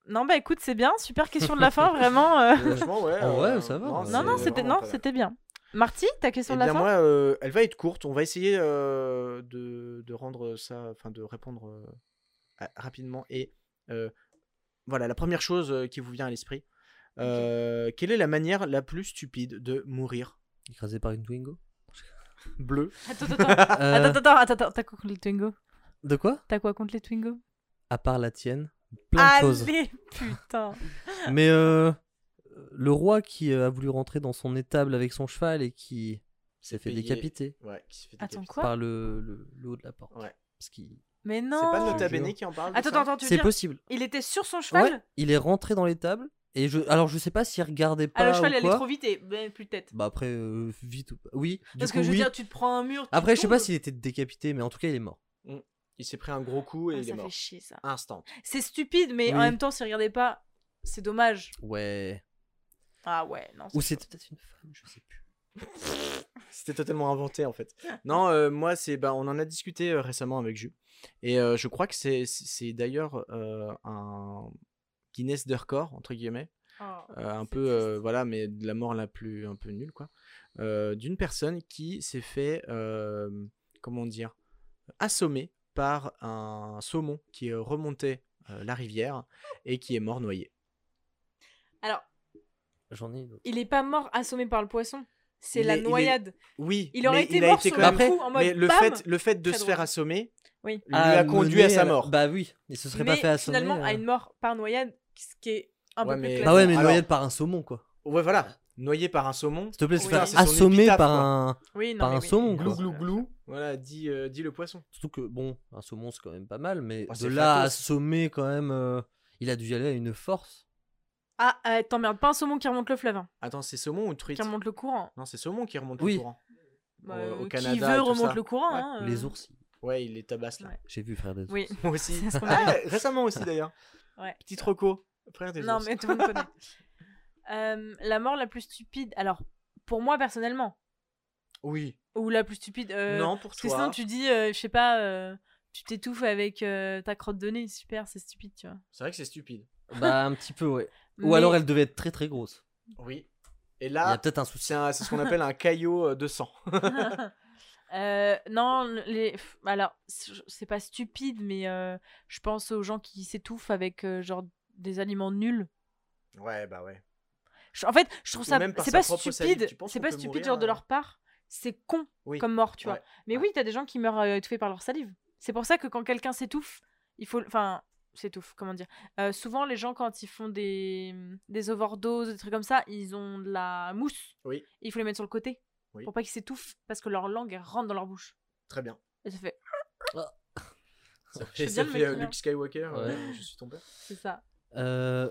Speaker 3: Non bah écoute c'est bien. Super question de la fin vraiment. euh.
Speaker 2: Franchement, ouais.
Speaker 4: En vrai, ça va.
Speaker 3: Non non
Speaker 4: c'est
Speaker 3: c'était
Speaker 2: vraiment
Speaker 3: non
Speaker 2: pas mal.
Speaker 3: c'était bien. Marty ta question
Speaker 2: Eh
Speaker 3: de la
Speaker 2: bien
Speaker 3: fin.
Speaker 2: moi, euh, elle va être courte. On va essayer euh, de, de rendre ça, enfin de répondre euh, à- rapidement. Et euh, voilà, la première chose euh, qui vous vient à l'esprit. Euh, Quelle est la manière la plus stupide de mourir
Speaker 4: Écrasé par une Twingo.
Speaker 2: Bleu.
Speaker 3: Attends attends
Speaker 4: Euh,
Speaker 3: attends attends attends attends, T'as quoi contre les Twingo
Speaker 4: De quoi
Speaker 3: T'as quoi contre les Twingo
Speaker 4: À part la tienne,
Speaker 3: Ah,
Speaker 4: plein de choses.
Speaker 3: Allez putain.
Speaker 4: Mais euh, le roi qui euh, a voulu rentrer dans son étable avec son cheval et qui s'est fait
Speaker 2: Payé-
Speaker 4: décapiter
Speaker 2: euh, Ouais, qui se fait
Speaker 3: Attends
Speaker 2: décapiter.
Speaker 3: quoi
Speaker 4: par le, le- le haut de la porte.
Speaker 2: Ouais.
Speaker 4: Parce qu'il-
Speaker 3: Mais non.
Speaker 2: C'est pas
Speaker 4: Je
Speaker 2: Nota
Speaker 4: jure.
Speaker 2: Bene qui en parle de
Speaker 3: Attends
Speaker 2: ça
Speaker 3: attends tu veux
Speaker 4: C'est
Speaker 3: dire
Speaker 4: possible.
Speaker 3: il était sur son cheval
Speaker 4: Ouais, il est rentré dans l'étable et je alors je sais pas s'il regardait pas
Speaker 3: Ah, le cheval,
Speaker 4: ou
Speaker 3: il allait
Speaker 4: quoi.
Speaker 3: trop vite et ben, plus de tête.
Speaker 4: Bah après euh, vite ou pas. Oui, du
Speaker 3: Parce
Speaker 4: coup,
Speaker 3: que je veux
Speaker 4: oui.
Speaker 3: dire, tu te prends un mur. tu
Speaker 4: Après je sais pas
Speaker 3: tombes.
Speaker 4: s'il était décapité mais en tout cas il est mort.
Speaker 2: Il s'est pris un gros coup
Speaker 3: Ah,
Speaker 2: et il est
Speaker 3: ça
Speaker 2: mort.
Speaker 3: fait chier, ça.
Speaker 2: Instant.
Speaker 3: C'est stupide, mais en
Speaker 4: Oui.
Speaker 3: même temps, s'il regardait pas, c'est dommage.
Speaker 4: Ouais.
Speaker 3: Ah ouais, non.
Speaker 4: Ou c'était peut-être une femme, je sais plus.
Speaker 2: C'était totalement inventé en fait.
Speaker 3: Ah.
Speaker 2: Non, euh, moi c'est, bah, on en a discuté euh, récemment avec Ju, et euh, je crois que c'est, c'est d'ailleurs euh, un Guinness de record entre guillemets,
Speaker 3: Oh,
Speaker 2: euh, un peu euh, voilà, mais de la mort la plus un peu nulle quoi, euh, d'une personne qui s'est fait, euh, comment dire, assommée par un saumon qui euh, remontait
Speaker 7: euh, la rivière et qui est mort noyé.
Speaker 3: Alors,
Speaker 4: J'en ai une autre.
Speaker 3: il est pas mort assommé par le poisson. C'est
Speaker 7: Il
Speaker 3: la
Speaker 7: est- il est-
Speaker 3: noyade.
Speaker 7: Oui,
Speaker 3: Il aurait
Speaker 7: mais
Speaker 3: été
Speaker 7: il a
Speaker 3: mort
Speaker 7: été
Speaker 3: sur
Speaker 7: quand
Speaker 3: le
Speaker 7: même-
Speaker 4: après,
Speaker 3: coup en mode
Speaker 7: Mais le
Speaker 3: bam,
Speaker 7: fait, le fait de
Speaker 3: Très
Speaker 7: se faire
Speaker 3: drôle.
Speaker 7: assommer
Speaker 3: Oui.
Speaker 7: lui a conduit à
Speaker 4: mener
Speaker 7: sa
Speaker 4: la-
Speaker 7: mort.
Speaker 4: Ah, Bah oui, il se serait
Speaker 3: mais
Speaker 4: pas fait assommer.
Speaker 3: finalement à
Speaker 4: euh.
Speaker 3: une mort par noyade, ce qui est un
Speaker 7: Ouais,
Speaker 3: peu
Speaker 7: mais-
Speaker 3: plus
Speaker 4: Bah ouais, mais
Speaker 7: Alors-
Speaker 4: noyé par un saumon, quoi.
Speaker 7: Ouais, voilà. Noyé par un saumon.
Speaker 4: S'il te plaît, se
Speaker 3: Oui.
Speaker 4: faire
Speaker 3: C'est son
Speaker 4: assommer
Speaker 7: épitaphe,
Speaker 4: par
Speaker 7: quoi.
Speaker 4: un.
Speaker 3: Oui, non,
Speaker 4: par
Speaker 3: mais
Speaker 4: un
Speaker 3: oui.
Speaker 4: saumon,
Speaker 7: Glou,
Speaker 4: quoi.
Speaker 7: glou, glou. Voilà, dit, euh, dit le poisson.
Speaker 4: Surtout que, bon, un saumon, c'est quand même pas mal, mais
Speaker 7: Ah,
Speaker 4: de
Speaker 7: c'est
Speaker 4: là à
Speaker 7: fatos.
Speaker 4: assommer, quand même, euh, il a dû y aller à une force.
Speaker 3: Ah, euh, t'emmerdes pas un saumon qui remonte le fleuve, hein,
Speaker 7: Attends, c'est saumon ou truite
Speaker 3: qui remonte le courant.
Speaker 7: Non, c'est saumon qui remonte
Speaker 4: Oui.
Speaker 7: le courant.
Speaker 3: Bah,
Speaker 7: Au- au
Speaker 3: euh, qui
Speaker 7: Canada et
Speaker 3: veut
Speaker 7: tout
Speaker 3: remonte
Speaker 7: ça.
Speaker 3: le courant.
Speaker 7: Ouais,
Speaker 3: hein,
Speaker 4: Les
Speaker 3: euh.
Speaker 4: ours,
Speaker 7: Ouais, il les tabasse là.
Speaker 3: Ouais.
Speaker 4: j'ai vu, frère des ours.
Speaker 3: Oui.
Speaker 7: Moi aussi.
Speaker 3: C'est ce qu'on
Speaker 7: Ah, récemment aussi d'ailleurs.
Speaker 3: Ouais.
Speaker 7: Petit troco. Frère des
Speaker 3: Non,
Speaker 7: ours.
Speaker 3: mais tout le monde connaît. Euh, la mort la plus stupide. Alors, pour moi personnellement,
Speaker 7: Oui.
Speaker 3: ou la plus stupide. euh,
Speaker 7: non, pour
Speaker 3: Parce que
Speaker 7: toi.
Speaker 3: sinon, tu dis, euh, je sais pas, euh, tu t'étouffes avec euh, ta crotte de nez. Super, c'est stupide, tu vois.
Speaker 7: C'est vrai que c'est stupide.
Speaker 4: Bah, un petit peu, ouais. Ou
Speaker 3: Mais-
Speaker 4: alors elle devait être très très grosse.
Speaker 7: Oui. Et
Speaker 4: Il y a
Speaker 7: là,
Speaker 4: peut-être un souci.
Speaker 7: c'est un- c'est ce qu'on appelle un caillot euh, de sang.
Speaker 3: Euh, non, les... pff, alors, c'est c'est pas stupide, mais euh, je pense aux gens qui s'étouffent avec euh, genre des aliments nuls.
Speaker 7: Ouais, bah ouais.
Speaker 3: Je- En fait, je trouve
Speaker 7: Ou
Speaker 3: ça.
Speaker 7: même par
Speaker 3: C'est
Speaker 7: sa
Speaker 3: pas
Speaker 7: propre salive,
Speaker 3: stupide.
Speaker 7: tu penses
Speaker 3: C'est
Speaker 7: qu'on
Speaker 3: pas
Speaker 7: peut
Speaker 3: stupide,
Speaker 7: mourir,
Speaker 3: genre de
Speaker 7: euh,
Speaker 3: leur part. C'est con
Speaker 7: Oui.
Speaker 3: comme mort, tu vois.
Speaker 7: Ouais.
Speaker 3: Mais
Speaker 7: Ouais.
Speaker 3: oui, t'as des gens qui meurent euh, étouffés par leur salive. C'est pour ça que quand quelqu'un s'étouffe, il faut. Enfin, s'étouffe, comment dire. Euh, souvent, les gens, quand ils font des, hum, des overdoses, des trucs comme ça, ils ont de la mousse.
Speaker 7: Oui.
Speaker 3: Et il faut les mettre sur le côté.
Speaker 7: Oui.
Speaker 3: Pour pas qu'ils s'étouffent, parce que leur langue elle rentre dans leur bouche.
Speaker 7: Très bien.
Speaker 3: Et ça fait.
Speaker 7: Ça
Speaker 3: Je
Speaker 7: fait,
Speaker 3: suis
Speaker 7: ça
Speaker 3: bien le mec
Speaker 7: fait, euh,
Speaker 3: qui meurt.
Speaker 7: Luke Skywalker. euh,
Speaker 4: Ouais.
Speaker 7: je suis ton père.
Speaker 3: C'est ça.
Speaker 4: Euh,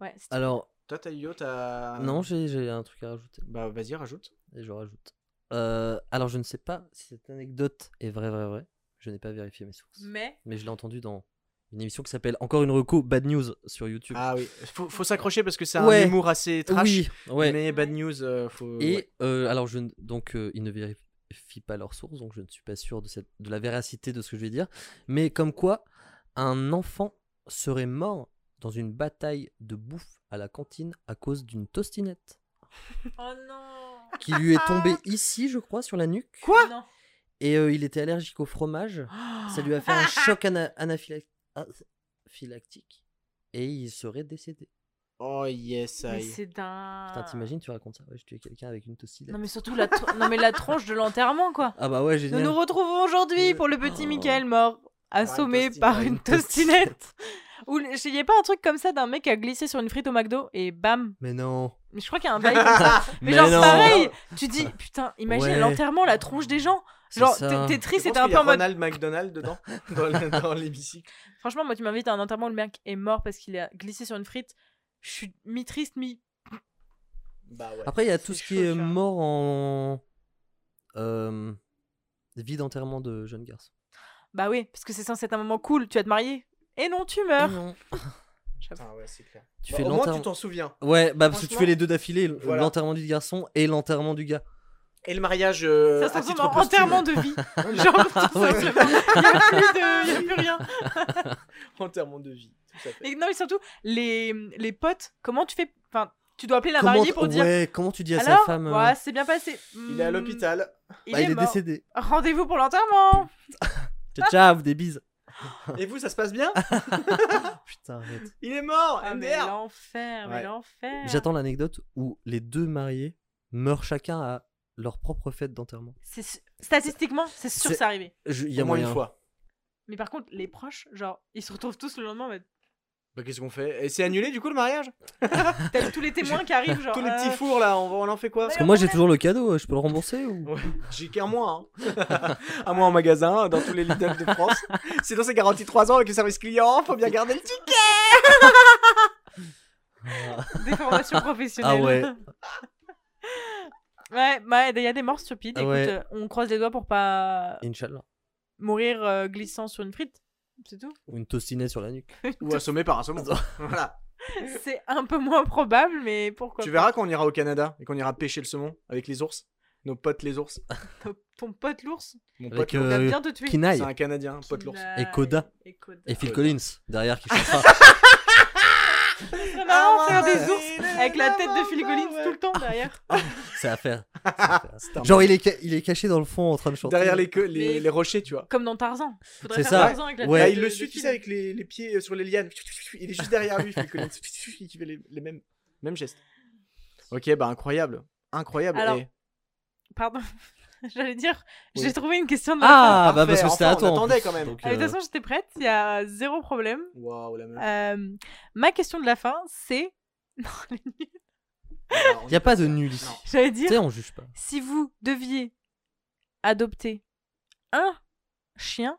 Speaker 3: Ouais, c'est
Speaker 4: alors,
Speaker 7: Toi, t'as yo, t'as.
Speaker 4: non, j'ai j'ai un truc à rajouter.
Speaker 7: Bah, vas-y, rajoute.
Speaker 4: Et je rajoute. Euh, alors, je ne sais pas si cette anecdote est vraie, vraie, vraie. Je n'ai pas vérifié mes sources.
Speaker 3: Mais.
Speaker 4: Mais je l'ai entendu dans une émission qui s'appelle Encore une reco Bad News sur YouTube.
Speaker 7: Ah oui. Faut, faut s'accrocher parce que c'est
Speaker 4: Ouais.
Speaker 7: un humour assez trash.
Speaker 4: oui, ouais.
Speaker 7: Mais bad news, euh, faut.
Speaker 4: Et
Speaker 7: ouais.
Speaker 4: euh, alors, je, ne- donc, euh, ils ne vérifient pas leurs sources, donc je ne suis pas sûr de, cette, de la véracité de ce que je vais dire. Mais comme quoi, un enfant serait mort dans une bataille de bouffe à la cantine à cause d'une tostinette
Speaker 3: Oh non
Speaker 4: qui lui est tombée ici, je crois, sur la nuque.
Speaker 3: Quoi Non.
Speaker 4: Et euh, il était allergique au fromage. Ça lui a
Speaker 3: Ah.
Speaker 4: fait un choc ana- anaphylac- anaphylactique. Et il serait décédé.
Speaker 7: Oh yes,
Speaker 3: Mais
Speaker 7: aïe.
Speaker 3: c'est dingue.
Speaker 4: Putain, t'imagines, tu racontes ça. Ouais, je tuais quelqu'un avec une tostinette.
Speaker 3: Ah. Non, mais surtout la, tro- non, mais la tronche de l'enterrement, quoi.
Speaker 4: Ah bah ouais,
Speaker 3: Nous
Speaker 4: génial.
Speaker 3: nous retrouvons aujourd'hui pour le petit
Speaker 4: Oh.
Speaker 3: Michael mort, assommé
Speaker 7: tosti-
Speaker 3: par
Speaker 7: par
Speaker 3: une
Speaker 7: une
Speaker 3: tostinette. Ou le- je- y a pas un truc comme ça d'un mec qui a glissé sur une frite au McDo et bam.
Speaker 4: Mais non.
Speaker 3: Mais je crois qu'il y a un bail comme ça. Mais,
Speaker 4: Mais
Speaker 3: genre
Speaker 4: non.
Speaker 3: pareil, tu dis putain, imagine
Speaker 4: Ouais.
Speaker 3: l'enterrement, la tronche des gens. Genre
Speaker 4: C'est
Speaker 3: t'es-
Speaker 4: ça.
Speaker 3: t'es triste et
Speaker 7: Tu
Speaker 3: t'es un
Speaker 7: penses qu'il
Speaker 3: peu
Speaker 7: y a
Speaker 3: en mode.
Speaker 7: Ronald McDonald dedans dans, le- dans l'hémicycle.
Speaker 3: Franchement, moi tu m'invites à un enterrement où le mec est mort parce qu'il a glissé sur une frite. Je suis mi triste mi.
Speaker 7: Bah ouais.
Speaker 4: Après, il y a
Speaker 3: C'est
Speaker 4: tout ce
Speaker 3: chaud,
Speaker 4: qui est
Speaker 3: tu vois.
Speaker 4: mort en. Euh... Vie d'enterrement de jeunes garçons.
Speaker 3: Bah oui, parce que c'est censé être un moment cool. Tu vas te marier. Et Ah, non, tu meurs.
Speaker 7: Putain, ouais, c'est clair.
Speaker 4: Tu
Speaker 7: Bah,
Speaker 4: fais
Speaker 7: au moins, tu
Speaker 4: l'enterrement.
Speaker 7: t'en souviens.
Speaker 4: Ouais, bah parce que tu
Speaker 7: Franchement,
Speaker 4: fais les deux d'affilée, l-
Speaker 7: voilà.
Speaker 4: l'enterrement du garçon et l'enterrement du gars.
Speaker 7: Et le mariage euh,
Speaker 3: Ça se
Speaker 7: à
Speaker 3: transforme en
Speaker 7: titre posthume.
Speaker 3: enterrement de vie. Genre, tout
Speaker 4: Ouais.
Speaker 3: simplement. Il n'y a, plus de- il y a plus rien.
Speaker 7: Enterrement de vie. Tout à fait.
Speaker 3: Et non, mais surtout, les, les potes, comment tu fais. Enfin, tu dois appeler la
Speaker 4: comment,
Speaker 3: mariée pour dire.
Speaker 4: ouais, comment tu dis à
Speaker 3: Alors,
Speaker 4: sa femme euh,
Speaker 3: ouais, c'est bien passé.
Speaker 7: Il est à
Speaker 3: Hmm,
Speaker 7: l'hôpital.
Speaker 3: Il,
Speaker 4: bah,
Speaker 3: est, mort. Ah.
Speaker 4: décédé.
Speaker 3: Rendez-vous pour l'enterrement.
Speaker 4: Ciao, ciao, des bises.
Speaker 7: Et vous, ça se passe bien
Speaker 4: Putain, arrête.
Speaker 7: Il est mort
Speaker 3: Ah, mais
Speaker 7: MDR
Speaker 3: l'enfer, mais
Speaker 7: Ouais.
Speaker 3: l'enfer.
Speaker 4: J'attends l'anecdote où les deux mariés meurent chacun à leur propre fête d'enterrement.
Speaker 3: C'est su- Statistiquement, c'est sûr que
Speaker 4: C'est-
Speaker 3: c'est arrivé.
Speaker 4: Je- Il y
Speaker 7: Au
Speaker 4: a
Speaker 7: moins
Speaker 4: moyen.
Speaker 7: une fois.
Speaker 3: Mais par contre, les proches, genre, ils se retrouvent tous le lendemain. mais
Speaker 7: Bah, qu'est-ce qu'on fait Et c'est annulé du coup le mariage
Speaker 3: Euh, T'as tous les témoins qui arrivent, genre.
Speaker 7: Tous les
Speaker 3: euh,
Speaker 7: petits fours là, on, va- on en fait quoi
Speaker 4: Parce que moi j'ai toujours le cadeau, euh, je peux le rembourser ou
Speaker 7: J'ai qu'un mois. Hein. un mois en magasin, dans tous les Lidl de France. Sinon, c'est garanti 3 ans avec le service client. Faut bien garder le ticket.
Speaker 3: Des formations professionnelles.
Speaker 4: Ah ouais.
Speaker 3: Ouais, bah, il y a des morts stupides.
Speaker 4: Ah
Speaker 3: Écoute,
Speaker 4: ouais.
Speaker 3: euh, on croise les doigts pour pas
Speaker 4: Inch'Allah.
Speaker 3: mourir euh, glissant sur une frite. C'est tout.
Speaker 4: Ou une tostinette sur la nuque.
Speaker 7: Ou assommé par un saumon. voilà.
Speaker 3: C'est un peu moins probable, mais pourquoi
Speaker 7: Tu
Speaker 3: pas.
Speaker 7: verras quand on ira au Canada et qu'on ira pêcher le saumon avec les ours. Nos potes les ours.
Speaker 3: Ton, ton pote l'ours,
Speaker 7: Mon
Speaker 4: Avec,
Speaker 7: pote
Speaker 3: il
Speaker 7: l'ours.
Speaker 3: va
Speaker 4: Euh,
Speaker 3: bien te tuer.
Speaker 4: Kinaï
Speaker 7: C'est un Canadien, un pote l'ours.
Speaker 3: Kinaï.
Speaker 4: Et Koda.
Speaker 3: Et Koda.
Speaker 4: et Phil
Speaker 7: Ouais.
Speaker 4: Collins derrière qui chante ça.
Speaker 3: C'est marrant, faire des ours avec la tête de Phil Collins tout le temps derrière.
Speaker 4: C'est à faire. Genre, il est, ca- il est caché dans le fond en train de chanter.
Speaker 7: derrière les, queues- les,
Speaker 3: Mais-
Speaker 7: les rochers, tu vois.
Speaker 3: Comme dans Tarzan. Faudrait
Speaker 4: C'est
Speaker 3: faire
Speaker 4: ça.
Speaker 3: Tarzan avec la
Speaker 4: Ouais.
Speaker 7: Là,
Speaker 3: tête
Speaker 7: Bah, il
Speaker 3: de-
Speaker 7: le
Speaker 3: de
Speaker 7: suit, tu
Speaker 3: film.
Speaker 7: sais, avec les, les pieds euh, sur les lianes. Il est juste derrière lui, il fait, que les- il fait les, les mêmes, mêmes gestes. Ok, bah incroyable. Incroyable.
Speaker 3: Alors,
Speaker 7: et-
Speaker 3: Pardon. J'allais dire,
Speaker 7: Oui.
Speaker 3: j'ai trouvé une question de la
Speaker 4: Ah, bah parce
Speaker 7: Parfait,
Speaker 4: que c'était
Speaker 7: enfin,
Speaker 4: à toi.
Speaker 7: On
Speaker 4: en
Speaker 7: attendait
Speaker 4: plus.
Speaker 7: quand même.
Speaker 4: Donc,
Speaker 3: fin. Ah, mais De
Speaker 4: euh,
Speaker 3: toute façon, j'étais prête, il y a zéro problème.
Speaker 7: Waouh, la meuf.
Speaker 3: Euh, ma question de la fin, c'est. Non, elle est nulle. Ah,
Speaker 7: Alors, on
Speaker 4: y a
Speaker 7: est
Speaker 4: pas de
Speaker 7: sûr.
Speaker 4: nul ici.
Speaker 7: Non.
Speaker 3: J'allais
Speaker 4: Tu
Speaker 3: dire,
Speaker 4: sais, on juge pas.
Speaker 3: si vous deviez adopter un chien,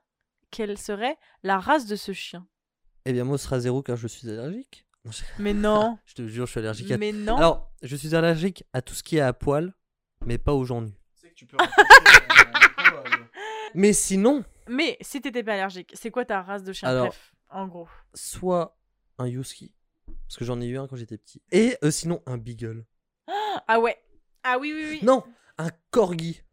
Speaker 3: quelle serait la race de ce chien
Speaker 4: Eh bien, moi, ce sera zéro car je suis allergique. Non, je-
Speaker 3: Mais non,
Speaker 4: Je te jure, je suis allergique à.
Speaker 3: mais non.
Speaker 4: Alors, je suis allergique à tout ce qui est à poil, mais pas aux gens nus.
Speaker 7: Tu sais que tu peux rencontrer, euh, euh,
Speaker 4: Mais sinon,
Speaker 3: Mais si t'étais pas allergique, c'est quoi ta race de
Speaker 7: Ah,
Speaker 3: chien
Speaker 4: Alors-
Speaker 3: Bref, en gros.
Speaker 4: soit un Yuski, parce que j'en ai eu un quand j'étais petit, et euh, sinon un Beagle.
Speaker 3: Ah ouais. Ah oui, oui, oui.
Speaker 4: Non, un Corgi.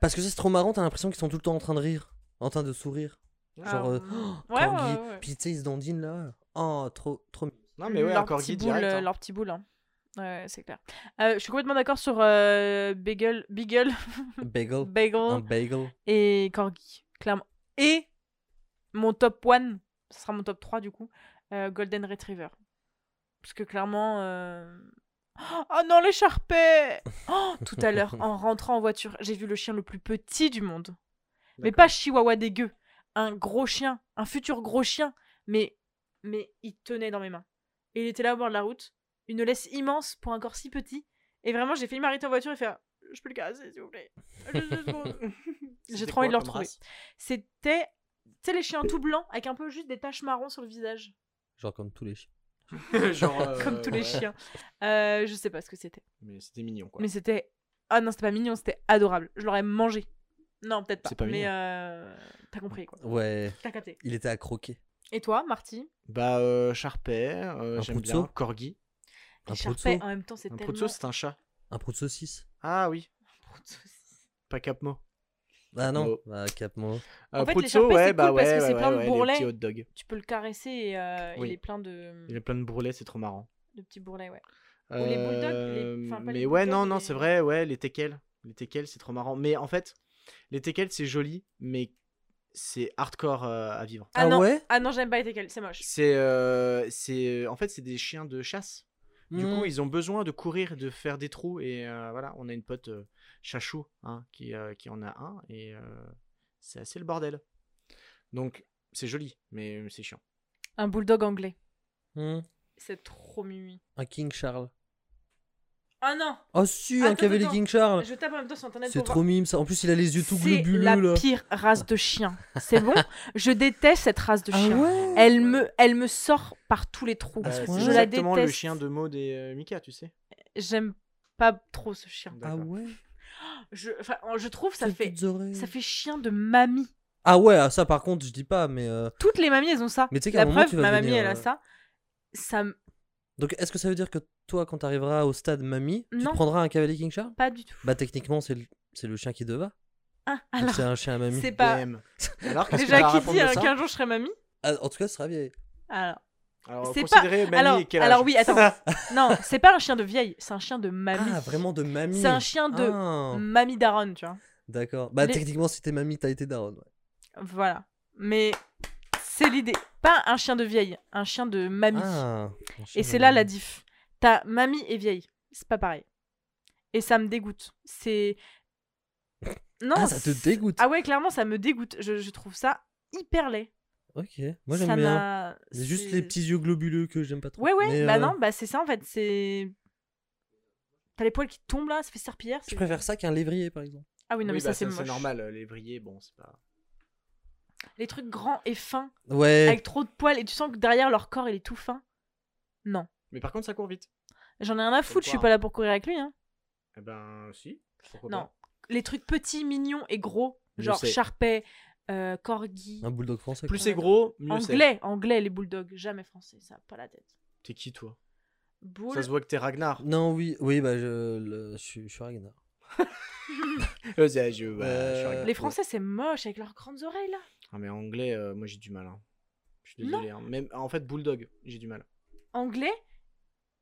Speaker 4: Parce que ça, c'est trop marrant, t'as l'impression qu'ils sont tout le temps en train de rire, en train de sourire.
Speaker 3: Ah,
Speaker 4: Genre, euh,
Speaker 3: ouais, ouais,
Speaker 4: Corgi.
Speaker 3: ouais, ouais.
Speaker 4: Puis tu sais, ils se dandinent là. Oh, trop, trop.
Speaker 7: Non, mais ouais,
Speaker 3: leur
Speaker 7: encore
Speaker 3: petit
Speaker 7: Guy
Speaker 3: boule,
Speaker 7: direct.
Speaker 3: euh,
Speaker 7: hein.
Speaker 3: leur petit boule, hein. Ouais, c'est clair. Euh, je suis complètement d'accord sur euh, Bagel, Beagle,
Speaker 4: Bagel.
Speaker 3: Bagel
Speaker 4: Oh, Un bagel.
Speaker 3: et Corgi, clairement. Et mon top 1, ce sera mon top 3 du coup, euh, Golden Retriever. Parce que clairement. euh, Oh non, l'écharpée Oh, Tout à l'heure, en rentrant en voiture, j'ai vu le chien le plus petit du monde. Mais pas Chihuahua dégueu. Un gros chien, un futur gros chien. Mais, mais il tenait dans mes mains. Et il était là au bord de la route. Une laisse immense pour un corps si petit. Et vraiment, j'ai failli m'arrêter en voiture et faire Je peux le caresser, s'il vous plaît. Juste deux secondes.
Speaker 7: C'était
Speaker 3: J'ai trop
Speaker 7: quoi
Speaker 3: envie de le
Speaker 7: comme
Speaker 3: retrouver.
Speaker 7: race
Speaker 3: C'était. Tu sais, les chiens tout blancs, avec un peu juste des taches marron sur le visage.
Speaker 4: Genre comme tous les chiens.
Speaker 7: Genre, euh,
Speaker 3: Comme tous les
Speaker 7: ouais.
Speaker 3: chiens. Euh, je sais pas ce que c'était.
Speaker 7: Mais c'était mignon, quoi.
Speaker 3: Mais c'était. Ah non, c'était pas mignon, c'était adorable. Je l'aurais mangé. Non, peut-être pas.
Speaker 7: C'est pas
Speaker 3: mais
Speaker 7: mignon.
Speaker 3: euh, t'as compris quoi.
Speaker 4: Ouais,
Speaker 3: T'as capté.
Speaker 4: il était à croquer.
Speaker 3: Et toi, Marty
Speaker 7: Bah, euh, Charpet, euh,
Speaker 4: Un
Speaker 7: j'aime
Speaker 4: Prutso
Speaker 7: bien. Corgi.
Speaker 4: Un pot de
Speaker 3: Écharpé,
Speaker 4: sauce.
Speaker 3: en même temps, c'est
Speaker 7: Un
Speaker 3: tellement.
Speaker 7: Prutso, c'est un chat.
Speaker 4: Un pot de saucisse.
Speaker 7: Ah oui. Pas Capmo.
Speaker 4: Ah non,
Speaker 7: Capmo.
Speaker 4: bah, Capmo.
Speaker 7: Euh,
Speaker 3: En fait,
Speaker 7: Prutso,
Speaker 3: l'écharpé, c'est
Speaker 7: ouais, bah
Speaker 3: cool parce
Speaker 7: ouais,
Speaker 3: que c'est
Speaker 7: ouais,
Speaker 3: plein de
Speaker 7: ouais, les
Speaker 3: bourrelets.
Speaker 7: petits hot dogs.
Speaker 3: Tu peux le caresser et euh,
Speaker 7: Oui.
Speaker 3: il est plein de,
Speaker 7: Il est plein de bourrelets, c'est trop marrant.
Speaker 3: de petits bourrelets, ouais. les bulldogs, les- enfin, pas les
Speaker 7: Euh, mais ouais,
Speaker 3: bulldogs,
Speaker 7: non, non,
Speaker 3: les-
Speaker 7: c'est vrai, ouais, les teckels. Les teckels, c'est trop marrant. Mais en fait, les teckels, c'est joli, mais c'est hardcore euh, à vivre.
Speaker 3: Ah, non,
Speaker 4: ouais
Speaker 3: ah non, j'aime pas les teckels, c'est moche.
Speaker 7: C'est, euh, c'est, en fait, c'est des chiens de chasse. Du
Speaker 4: Mmh,
Speaker 7: coup, ils ont besoin de courir, de faire des trous. Et euh, voilà, on a une pote euh, chachou hein, qui, euh, qui en a un. Et euh, c'est assez le bordel. Donc, c'est joli, mais c'est chiant.
Speaker 3: Un bulldog anglais.
Speaker 4: Hmm,
Speaker 3: C'est trop mimi.
Speaker 4: Un King Charles.
Speaker 3: Ah non
Speaker 4: Oh si, un
Speaker 3: Attends,
Speaker 4: qui avait les
Speaker 3: attends.
Speaker 4: King Charles.
Speaker 3: Je tape en même temps sur internet
Speaker 4: C'est
Speaker 3: pour
Speaker 4: trop mime ça. En plus, il a les yeux tout
Speaker 3: voir. C'est
Speaker 4: globuleux
Speaker 3: la
Speaker 4: là.
Speaker 3: pire race de chien. C'est bon Je déteste cette race de
Speaker 4: Ah
Speaker 3: chien.
Speaker 4: ouais
Speaker 3: Elle me, elle me sort par tous les trous.
Speaker 4: Ah, ce
Speaker 7: Euh,
Speaker 4: point-là.
Speaker 7: c'est
Speaker 3: Je la
Speaker 7: exactement le
Speaker 3: déteste.
Speaker 7: chien de Maud et euh, Mika, tu sais.
Speaker 3: J'aime pas trop ce chien.
Speaker 4: Ah
Speaker 7: D'accord.
Speaker 4: ouais
Speaker 3: Je, enfin, je trouve ça
Speaker 4: ses
Speaker 3: fait,
Speaker 4: petites oreilles.
Speaker 3: ça fait chien de mamie.
Speaker 4: Ah ouais, ah, ça par contre, je dis pas, mais. euh,
Speaker 3: Toutes les mamies, elles ont ça.
Speaker 4: Mais tu sais qu'à un
Speaker 3: La
Speaker 4: moment,
Speaker 3: preuve,
Speaker 4: tu vas
Speaker 3: ma mamie,
Speaker 4: devenir,
Speaker 3: elle a
Speaker 4: euh,
Speaker 3: ça. Ça, me-
Speaker 4: Donc, est-ce que ça veut dire que toi, quand t'arriveras au stade mamie, tu te
Speaker 3: Non.
Speaker 4: prendras un cavalier King Charles
Speaker 3: pas du tout.
Speaker 4: Bah, techniquement, c'est le... c'est le chien qui devait.
Speaker 3: Ah,
Speaker 4: Donc,
Speaker 3: alors,
Speaker 4: c'est un chien à mamie.
Speaker 3: c'est pas.
Speaker 7: DM. Alors, qu'est-ce que
Speaker 3: Bah, Déjà,
Speaker 7: t'as à
Speaker 3: qui
Speaker 7: répondre
Speaker 3: dit
Speaker 7: de
Speaker 3: hein,
Speaker 7: ça
Speaker 3: qu'un jour je serai mamie
Speaker 4: Ah, en tout cas, ce sera vieille.
Speaker 3: Alors,
Speaker 7: Alors,
Speaker 3: C'est
Speaker 7: considérez Mamie
Speaker 3: alors,
Speaker 7: et quel
Speaker 3: alors
Speaker 7: âge
Speaker 3: oui, attends. non, c'est pas un chien de vieille, c'est un chien de mamie.
Speaker 4: Ah, vraiment de mamie.
Speaker 3: C'est un chien de Mm.
Speaker 4: Ah,
Speaker 3: mamie daronne, tu vois.
Speaker 4: D'accord. Bah,
Speaker 3: Les-
Speaker 4: techniquement, si t'es mamie, t'as été daronne. ouais.
Speaker 3: Voilà. Mais c'est l'idée. Pas un chien de vieille, un chien de mamie.
Speaker 4: Ah, un chien
Speaker 3: Et
Speaker 4: de
Speaker 3: c'est là la
Speaker 4: mamie.
Speaker 3: diff. Ta mamie est vieille. C'est pas pareil. Et ça me dégoûte. C'est. Non.
Speaker 4: Ah, ça te
Speaker 3: c'est-
Speaker 4: dégoûte.
Speaker 3: Ah ouais, clairement, ça me dégoûte. Je, je trouve ça hyper laid.
Speaker 4: Ok. Moi,
Speaker 3: Ça
Speaker 4: j'aime bien.
Speaker 3: n'a-
Speaker 4: C'est juste
Speaker 3: c'est-
Speaker 4: les petits yeux globuleux que j'aime pas trop.
Speaker 3: Ouais, ouais,
Speaker 4: Mais,
Speaker 3: bah
Speaker 4: euh,
Speaker 3: non, bah c'est ça en fait. C'est. T'as les poils qui tombent là, ça fait serpillière.
Speaker 4: Je
Speaker 3: c'est-
Speaker 4: préfère ça qu'un lévrier, par exemple.
Speaker 3: Ah oui, non, mais
Speaker 7: Oui, bah,
Speaker 3: ça c'est moche.
Speaker 7: normal, euh, l'évrier, bon, c'est pas.
Speaker 3: Les trucs grands et fins,
Speaker 4: Ouais.
Speaker 3: avec trop de poils, et tu sens que derrière leur corps il est tout fin. Non.
Speaker 7: Mais par contre, ça court vite.
Speaker 3: J'en ai rien à foutre, je suis
Speaker 7: quoi.
Speaker 3: pas là pour courir avec lui. Hein.
Speaker 7: Eh ben, si. Pourquoi
Speaker 3: Non.
Speaker 7: pas
Speaker 3: Les trucs petits, mignons et gros,
Speaker 7: Je
Speaker 3: genre
Speaker 7: sais.
Speaker 3: charpet, euh, corgi.
Speaker 4: Un bulldog français.
Speaker 7: Plus
Speaker 4: quoi.
Speaker 7: c'est gros, mieux c'est.
Speaker 3: Anglais, anglais, les bulldogs, jamais français, ça a pas la tête.
Speaker 7: T'es qui, toi
Speaker 3: Boule.
Speaker 7: Ça se voit que t'es Ragnar.
Speaker 4: Non, oui, oui, bah, je, le- je suis, je suis Ragnar.
Speaker 7: Euh, c'est- je- ouais,
Speaker 4: Euh,
Speaker 7: je suis Ragnar.
Speaker 3: Les Français, c'est moche avec leurs grandes oreilles là.
Speaker 7: Ah, mais anglais, euh, moi j'ai du mal. hein. Je suis désolé. hein. Même, en fait, Bulldog, j'ai du mal.
Speaker 3: Anglais,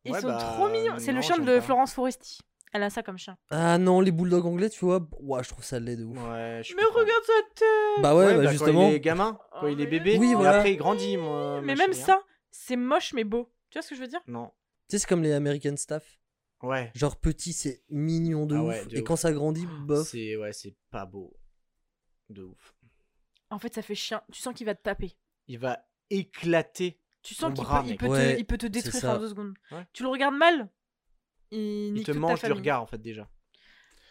Speaker 3: ils
Speaker 7: Ouais,
Speaker 3: sont
Speaker 7: bah,
Speaker 3: trop mignons. C'est le
Speaker 7: non,
Speaker 3: chien
Speaker 7: j'aime
Speaker 3: de
Speaker 7: pas.
Speaker 3: Florence Foresti. Elle a ça comme chien.
Speaker 4: Ah non, les bulldogs anglais, tu vois, ouah, je trouve ça laid de ouf.
Speaker 7: Ouais, je
Speaker 3: Mais
Speaker 7: comprends.
Speaker 3: regarde sa tête
Speaker 4: Bah ouais, bah,
Speaker 7: bah, Quand
Speaker 4: justement.
Speaker 7: il est gamin,
Speaker 3: Oh,
Speaker 7: quand il est
Speaker 3: mais
Speaker 7: bébé,
Speaker 4: oui,
Speaker 7: et
Speaker 4: voilà.
Speaker 7: après il grandit. Moi,
Speaker 3: Mais
Speaker 7: machin,
Speaker 3: même
Speaker 7: hein.
Speaker 3: ça, c'est moche mais beau. Tu vois ce que je veux dire
Speaker 7: Non.
Speaker 4: Tu sais, c'est comme les American Staff.
Speaker 7: Ouais.
Speaker 4: Genre petit, c'est mignon de
Speaker 7: Ah
Speaker 4: ouf.
Speaker 7: ouais, de
Speaker 4: et
Speaker 7: ouf.
Speaker 4: quand ça grandit, bof.
Speaker 7: C'est ouais, c'est pas beau. De ouf.
Speaker 3: En fait, ça fait chien. Tu sens qu'il va te taper.
Speaker 7: Il va éclater.
Speaker 3: Tu
Speaker 7: Ton
Speaker 3: sens qu'il peut,
Speaker 7: bras,
Speaker 3: il
Speaker 7: mec.
Speaker 3: peut te-
Speaker 4: Ouais,
Speaker 3: il peut te détruire
Speaker 4: ça.
Speaker 3: en deux secondes.
Speaker 7: Ouais.
Speaker 3: Tu le regardes mal, il,
Speaker 7: Il
Speaker 3: nique
Speaker 7: te
Speaker 3: toute ta
Speaker 7: mange du
Speaker 3: famille.
Speaker 7: regard en fait déjà.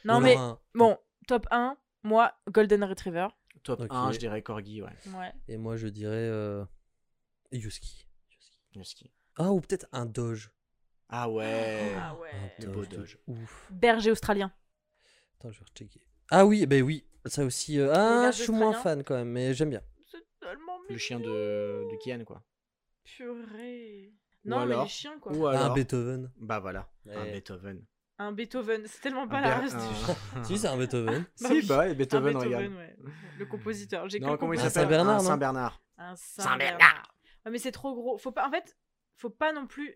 Speaker 3: Non
Speaker 4: On
Speaker 3: mais
Speaker 4: aura un-
Speaker 7: euh,
Speaker 3: bon, top 1, moi, Golden Retriever.
Speaker 7: Top
Speaker 4: Ok.
Speaker 7: 1, je dirais Corgi, ouais.
Speaker 3: Ouais.
Speaker 4: Et moi, je dirais euh, Yuski.
Speaker 7: Husky.
Speaker 4: Ah, ou peut-être un Doge.
Speaker 7: Ah ouais.
Speaker 3: Ah
Speaker 4: Un
Speaker 3: ouais.
Speaker 7: Le beau Doge.
Speaker 4: de Ouf.
Speaker 3: Berger australien.
Speaker 4: Attends, je vais rechecker. Ah oui, ben oui. Ça aussi. euh, Ah,
Speaker 3: bergers
Speaker 4: je suis moins
Speaker 3: australiens.
Speaker 4: fan quand même, mais j'aime bien.
Speaker 3: C'est tellement
Speaker 7: Le chien de, de Kian, quoi.
Speaker 3: Purée.
Speaker 7: Ou
Speaker 3: Non, mais
Speaker 7: alors-
Speaker 3: les chiens, quoi.
Speaker 7: Ou Ah alors.
Speaker 4: Un Beethoven.
Speaker 7: Bah voilà, un
Speaker 4: Ouais.
Speaker 7: Beethoven.
Speaker 3: Un Beethoven, c'est tellement
Speaker 7: Un
Speaker 3: pas la
Speaker 7: Ber-
Speaker 3: race du
Speaker 7: un-
Speaker 3: chien.
Speaker 4: si, c'est un Beethoven.
Speaker 3: Bah
Speaker 7: si,
Speaker 3: oui,
Speaker 7: bah, et
Speaker 3: Un
Speaker 7: Beethoven,
Speaker 3: Beethoven,
Speaker 7: regarde.
Speaker 3: ouais. Le compositeur. J'ai que
Speaker 7: Hmm. Non,
Speaker 3: le
Speaker 7: comment il
Speaker 4: Un
Speaker 7: s'appelle
Speaker 3: compositeur.
Speaker 4: Saint-Bernard,
Speaker 7: Un
Speaker 4: non
Speaker 7: Saint-Bernard.
Speaker 3: Un Saint
Speaker 7: Saint-Bernard.
Speaker 3: Bernard. Ouais, mais c'est trop gros. Faut pas. En fait, faut pas non plus.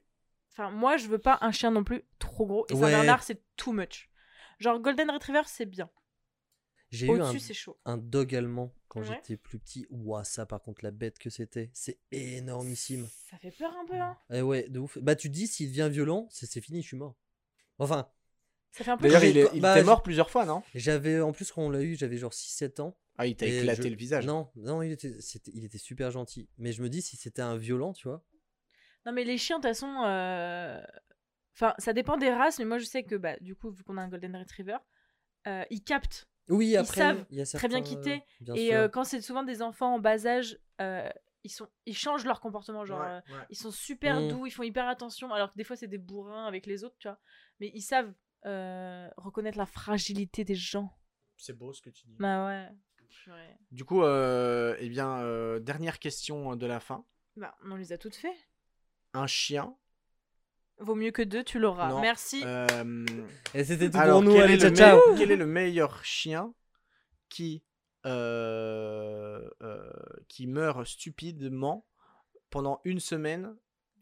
Speaker 3: Enfin, moi, je veux pas un chien non plus trop gros. Et
Speaker 4: Ouais.
Speaker 3: Saint Bernard, c'est too much. Genre Golden Retriever, c'est bien.
Speaker 4: J'ai eu un,
Speaker 3: Au-dessus, c'est chaud.
Speaker 4: un dog allemand quand
Speaker 3: Ouais.
Speaker 4: j'étais plus petit. Ouah, ça par contre, la bête que c'était. C'est énormissime.
Speaker 3: Ça fait peur un peu. Hein.
Speaker 4: Eh ouais, de ouf. Bah, tu te dis, s'il devient violent, c'est c'est fini, je suis mort. Enfin,
Speaker 3: Ça fait un peu.
Speaker 7: D'ailleurs,
Speaker 4: j'ai-
Speaker 7: il, est, il
Speaker 4: bah,
Speaker 7: était
Speaker 4: j'ai-
Speaker 7: mort plusieurs fois, non
Speaker 4: J'avais en plus quand on l'a eu, j'avais genre 6-7 ans.
Speaker 7: Ah, il t'a
Speaker 4: et
Speaker 7: éclaté
Speaker 4: je-
Speaker 7: le visage.
Speaker 4: Non, non, il était, c'était- il était super gentil. Mais je me dis si c'était un violent, tu vois.
Speaker 3: Non, mais les chiens, de toute façon. euh, Enfin, ça dépend des races, mais moi, je sais que, bah, du coup, vu qu'on a un Golden Retriever, euh, ils captent.
Speaker 4: Oui, après,
Speaker 3: savent
Speaker 4: il y a
Speaker 3: très bien
Speaker 4: certains,
Speaker 3: quitter.
Speaker 4: euh, bien
Speaker 3: et
Speaker 4: sûr.
Speaker 3: euh, quand c'est souvent des enfants en bas âge, euh, ils, sont... ils changent leur comportement. Genre, euh,
Speaker 7: ouais.
Speaker 3: Ils sont super
Speaker 4: Mm.
Speaker 3: doux, ils font hyper attention, alors que des fois c'est des bourrins avec les autres, tu vois. Mais ils savent euh, reconnaître la fragilité des gens.
Speaker 7: C'est beau ce que tu dis.
Speaker 3: Bah ouais. Purée.
Speaker 7: Du coup, euh, eh bien, euh, dernière question de la fin.
Speaker 3: Bah, on les a toutes fait.
Speaker 7: Un chien.
Speaker 3: Vaut mieux que deux, tu l'auras.
Speaker 7: Non,
Speaker 3: Merci.
Speaker 7: euh,
Speaker 4: Et c'était tout
Speaker 7: alors,
Speaker 4: pour nous,
Speaker 7: quel,
Speaker 4: allez,
Speaker 7: est le
Speaker 4: ciao, ciao.
Speaker 7: meilleur- quel est le meilleur chien qui, euh, euh, qui meurt stupidement pendant une semaine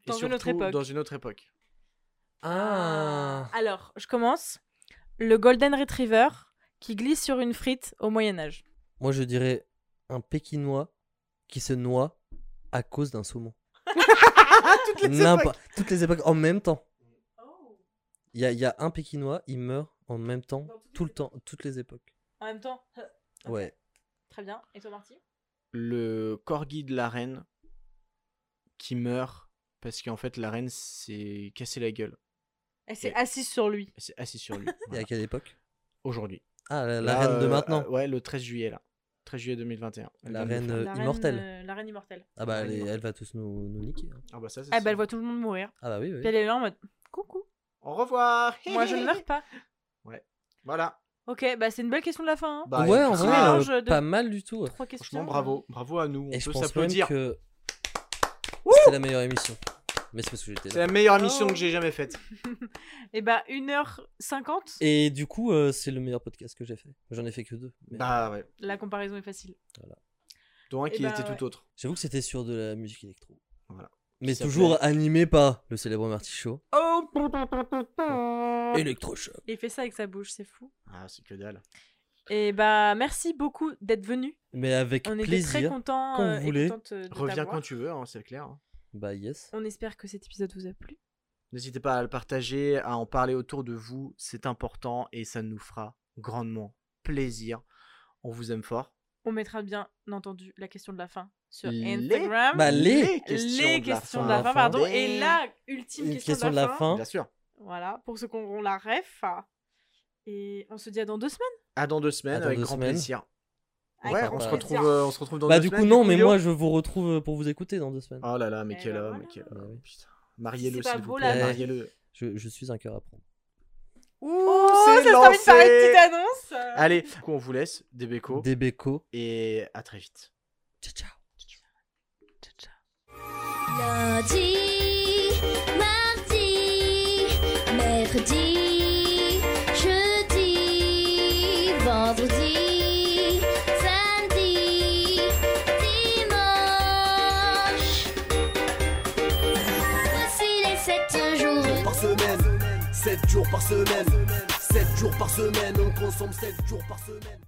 Speaker 7: et
Speaker 3: Dans une autre
Speaker 7: surtout
Speaker 3: époque.
Speaker 7: dans une autre époque
Speaker 4: Ah,
Speaker 3: Alors, je commence. Le Golden Retriever qui glisse sur une frite au Moyen-Âge.
Speaker 4: Moi, je dirais un Pékinois qui se noie à cause d'un saumon.
Speaker 7: Toutes les
Speaker 4: N'importe-
Speaker 7: époques.
Speaker 4: Toutes les époques en même temps. Oh. Il y a, il y a un Pékinois, il meurt en même temps, tout le temps, toutes les époques.
Speaker 3: En même temps. Ok.
Speaker 4: Ouais.
Speaker 3: Très bien. Et toi, Marty
Speaker 7: Le corgi de la reine qui meurt parce qu'en fait la reine s'est cassée la gueule.
Speaker 3: Elle s'est
Speaker 7: Et-
Speaker 3: assise sur lui.
Speaker 7: Elle s'est assise sur lui.
Speaker 4: Il y
Speaker 7: Voilà.
Speaker 4: a quelle époque
Speaker 7: Aujourd'hui.
Speaker 4: Ah, la, la
Speaker 7: Là,
Speaker 4: reine de
Speaker 7: euh,
Speaker 4: maintenant.
Speaker 7: euh, ouais, le 13 juillet là. 13 juillet 2021. Elle
Speaker 4: La
Speaker 7: vient de le
Speaker 4: reine,
Speaker 7: faire.
Speaker 4: euh, immortelle.
Speaker 3: euh, la reine immortelle.
Speaker 4: Ah bah, elle, est-
Speaker 7: Immortelle.
Speaker 4: elle va tous nous, nous niquer. hein.
Speaker 7: Ah bah ça, c'est
Speaker 3: Ah
Speaker 7: sûr.
Speaker 3: bah, elle voit tout le monde mourir.
Speaker 4: Ah bah oui, oui.
Speaker 3: Puis elle est là en mode Coucou,
Speaker 7: Au revoir.
Speaker 3: moi je ne meurs pas.
Speaker 7: Voilà.
Speaker 3: Ok, bah c'est une belle question de la fin. Hein.
Speaker 7: Bah,
Speaker 4: ouais, en
Speaker 7: écoute,
Speaker 4: vrai,
Speaker 7: ça,
Speaker 4: euh,
Speaker 3: mélange de-
Speaker 4: pas mal du tout.
Speaker 3: Trois questions.
Speaker 7: Franchement, bravo. Bravo à nous. On
Speaker 4: Et je
Speaker 7: peut
Speaker 4: pense même
Speaker 7: s'applaudir.
Speaker 4: que c'était la meilleure émission. Mais c'est parce que j'étais
Speaker 7: C'est
Speaker 4: là.
Speaker 7: la meilleure émission
Speaker 3: Oh.
Speaker 7: que j'ai jamais faite.
Speaker 3: Et bah 1h50,
Speaker 4: Et du coup, euh, c'est le meilleur podcast que j'ai fait. J'en ai fait que deux. mais
Speaker 7: Bah ouais.
Speaker 3: la comparaison est facile.
Speaker 7: Dont un
Speaker 3: Eh
Speaker 7: qui
Speaker 3: ben,
Speaker 7: était
Speaker 3: ouais.
Speaker 7: tout autre.
Speaker 4: J'avoue que c'était sur de la musique électro.
Speaker 7: Voilà.
Speaker 4: Mais
Speaker 7: Qui
Speaker 4: toujours animé par le célèbre Marty Show.
Speaker 3: Oh
Speaker 4: Electrochoc.
Speaker 3: Il fait ça avec sa bouche, c'est fou.
Speaker 7: Ah, c'est que dalle.
Speaker 3: Et bah merci beaucoup d'être venu.
Speaker 4: Mais avec
Speaker 3: On était très
Speaker 4: plaisir.
Speaker 3: contents
Speaker 4: quand
Speaker 3: euh,
Speaker 4: vous
Speaker 3: et
Speaker 4: voulez.
Speaker 3: contentes de
Speaker 7: Reviens
Speaker 3: t'avoir.
Speaker 7: quand tu veux, hein, c'est clair. hein.
Speaker 4: Bah yes.
Speaker 3: On espère que cet épisode vous a plu.
Speaker 7: N'hésitez pas à le partager, à en parler autour de vous. C'est important et ça nous fera grandement plaisir. On vous aime fort.
Speaker 3: On mettra bien entendu la question de la fin sur
Speaker 7: Les-
Speaker 3: Instagram.
Speaker 4: Bah, les-
Speaker 3: les questions de la fin,
Speaker 4: fin.
Speaker 3: pardon.
Speaker 7: Des-
Speaker 3: Et la ultime
Speaker 4: Une
Speaker 3: question, de la, fin.
Speaker 7: Bien sûr.
Speaker 3: Voilà, pour ceux qui auront la ref. Et on se dit à dans deux semaines.
Speaker 7: À dans deux semaines,
Speaker 4: À dans
Speaker 7: avec
Speaker 4: deux
Speaker 7: grand
Speaker 4: semaines.
Speaker 7: plaisir.
Speaker 3: Avec
Speaker 7: ouais,
Speaker 4: grand
Speaker 7: on se,
Speaker 4: plaisir.
Speaker 7: retrouve, euh, on se retrouve dans
Speaker 4: Bah
Speaker 7: deux
Speaker 4: du coup
Speaker 7: semaines,
Speaker 4: non, mais
Speaker 7: Julio.
Speaker 4: moi je vous retrouve euh, pour vous écouter dans deux semaines.
Speaker 7: Oh là là, mais
Speaker 3: Eh
Speaker 7: quel
Speaker 3: ben
Speaker 7: homme,
Speaker 3: voilà.
Speaker 7: quel
Speaker 4: Bah
Speaker 7: homme, Oh,
Speaker 4: oui.
Speaker 7: putain. Mariez-le,
Speaker 3: C'est pas
Speaker 7: s'il vous
Speaker 3: beau,
Speaker 7: plaît.
Speaker 4: la
Speaker 7: Mariez-le.
Speaker 4: Bah, Je, je suis un cœur à prendre.
Speaker 7: Ouh,
Speaker 3: Oh, ça se termine par une petite annonce.
Speaker 7: Allez, du coup, on vous laisse, des bécos,
Speaker 4: Des becos.
Speaker 7: et à très vite.
Speaker 4: Ciao ciao.
Speaker 3: Ciao, ciao.
Speaker 8: Lundi, mardi, mercredi, jeudi, vendredi, samedi, dimanche. Voici les sept jours.
Speaker 9: par semaine, 7 jours par semaine,
Speaker 6: 7 jours par semaine, on consomme 7 jours par semaine.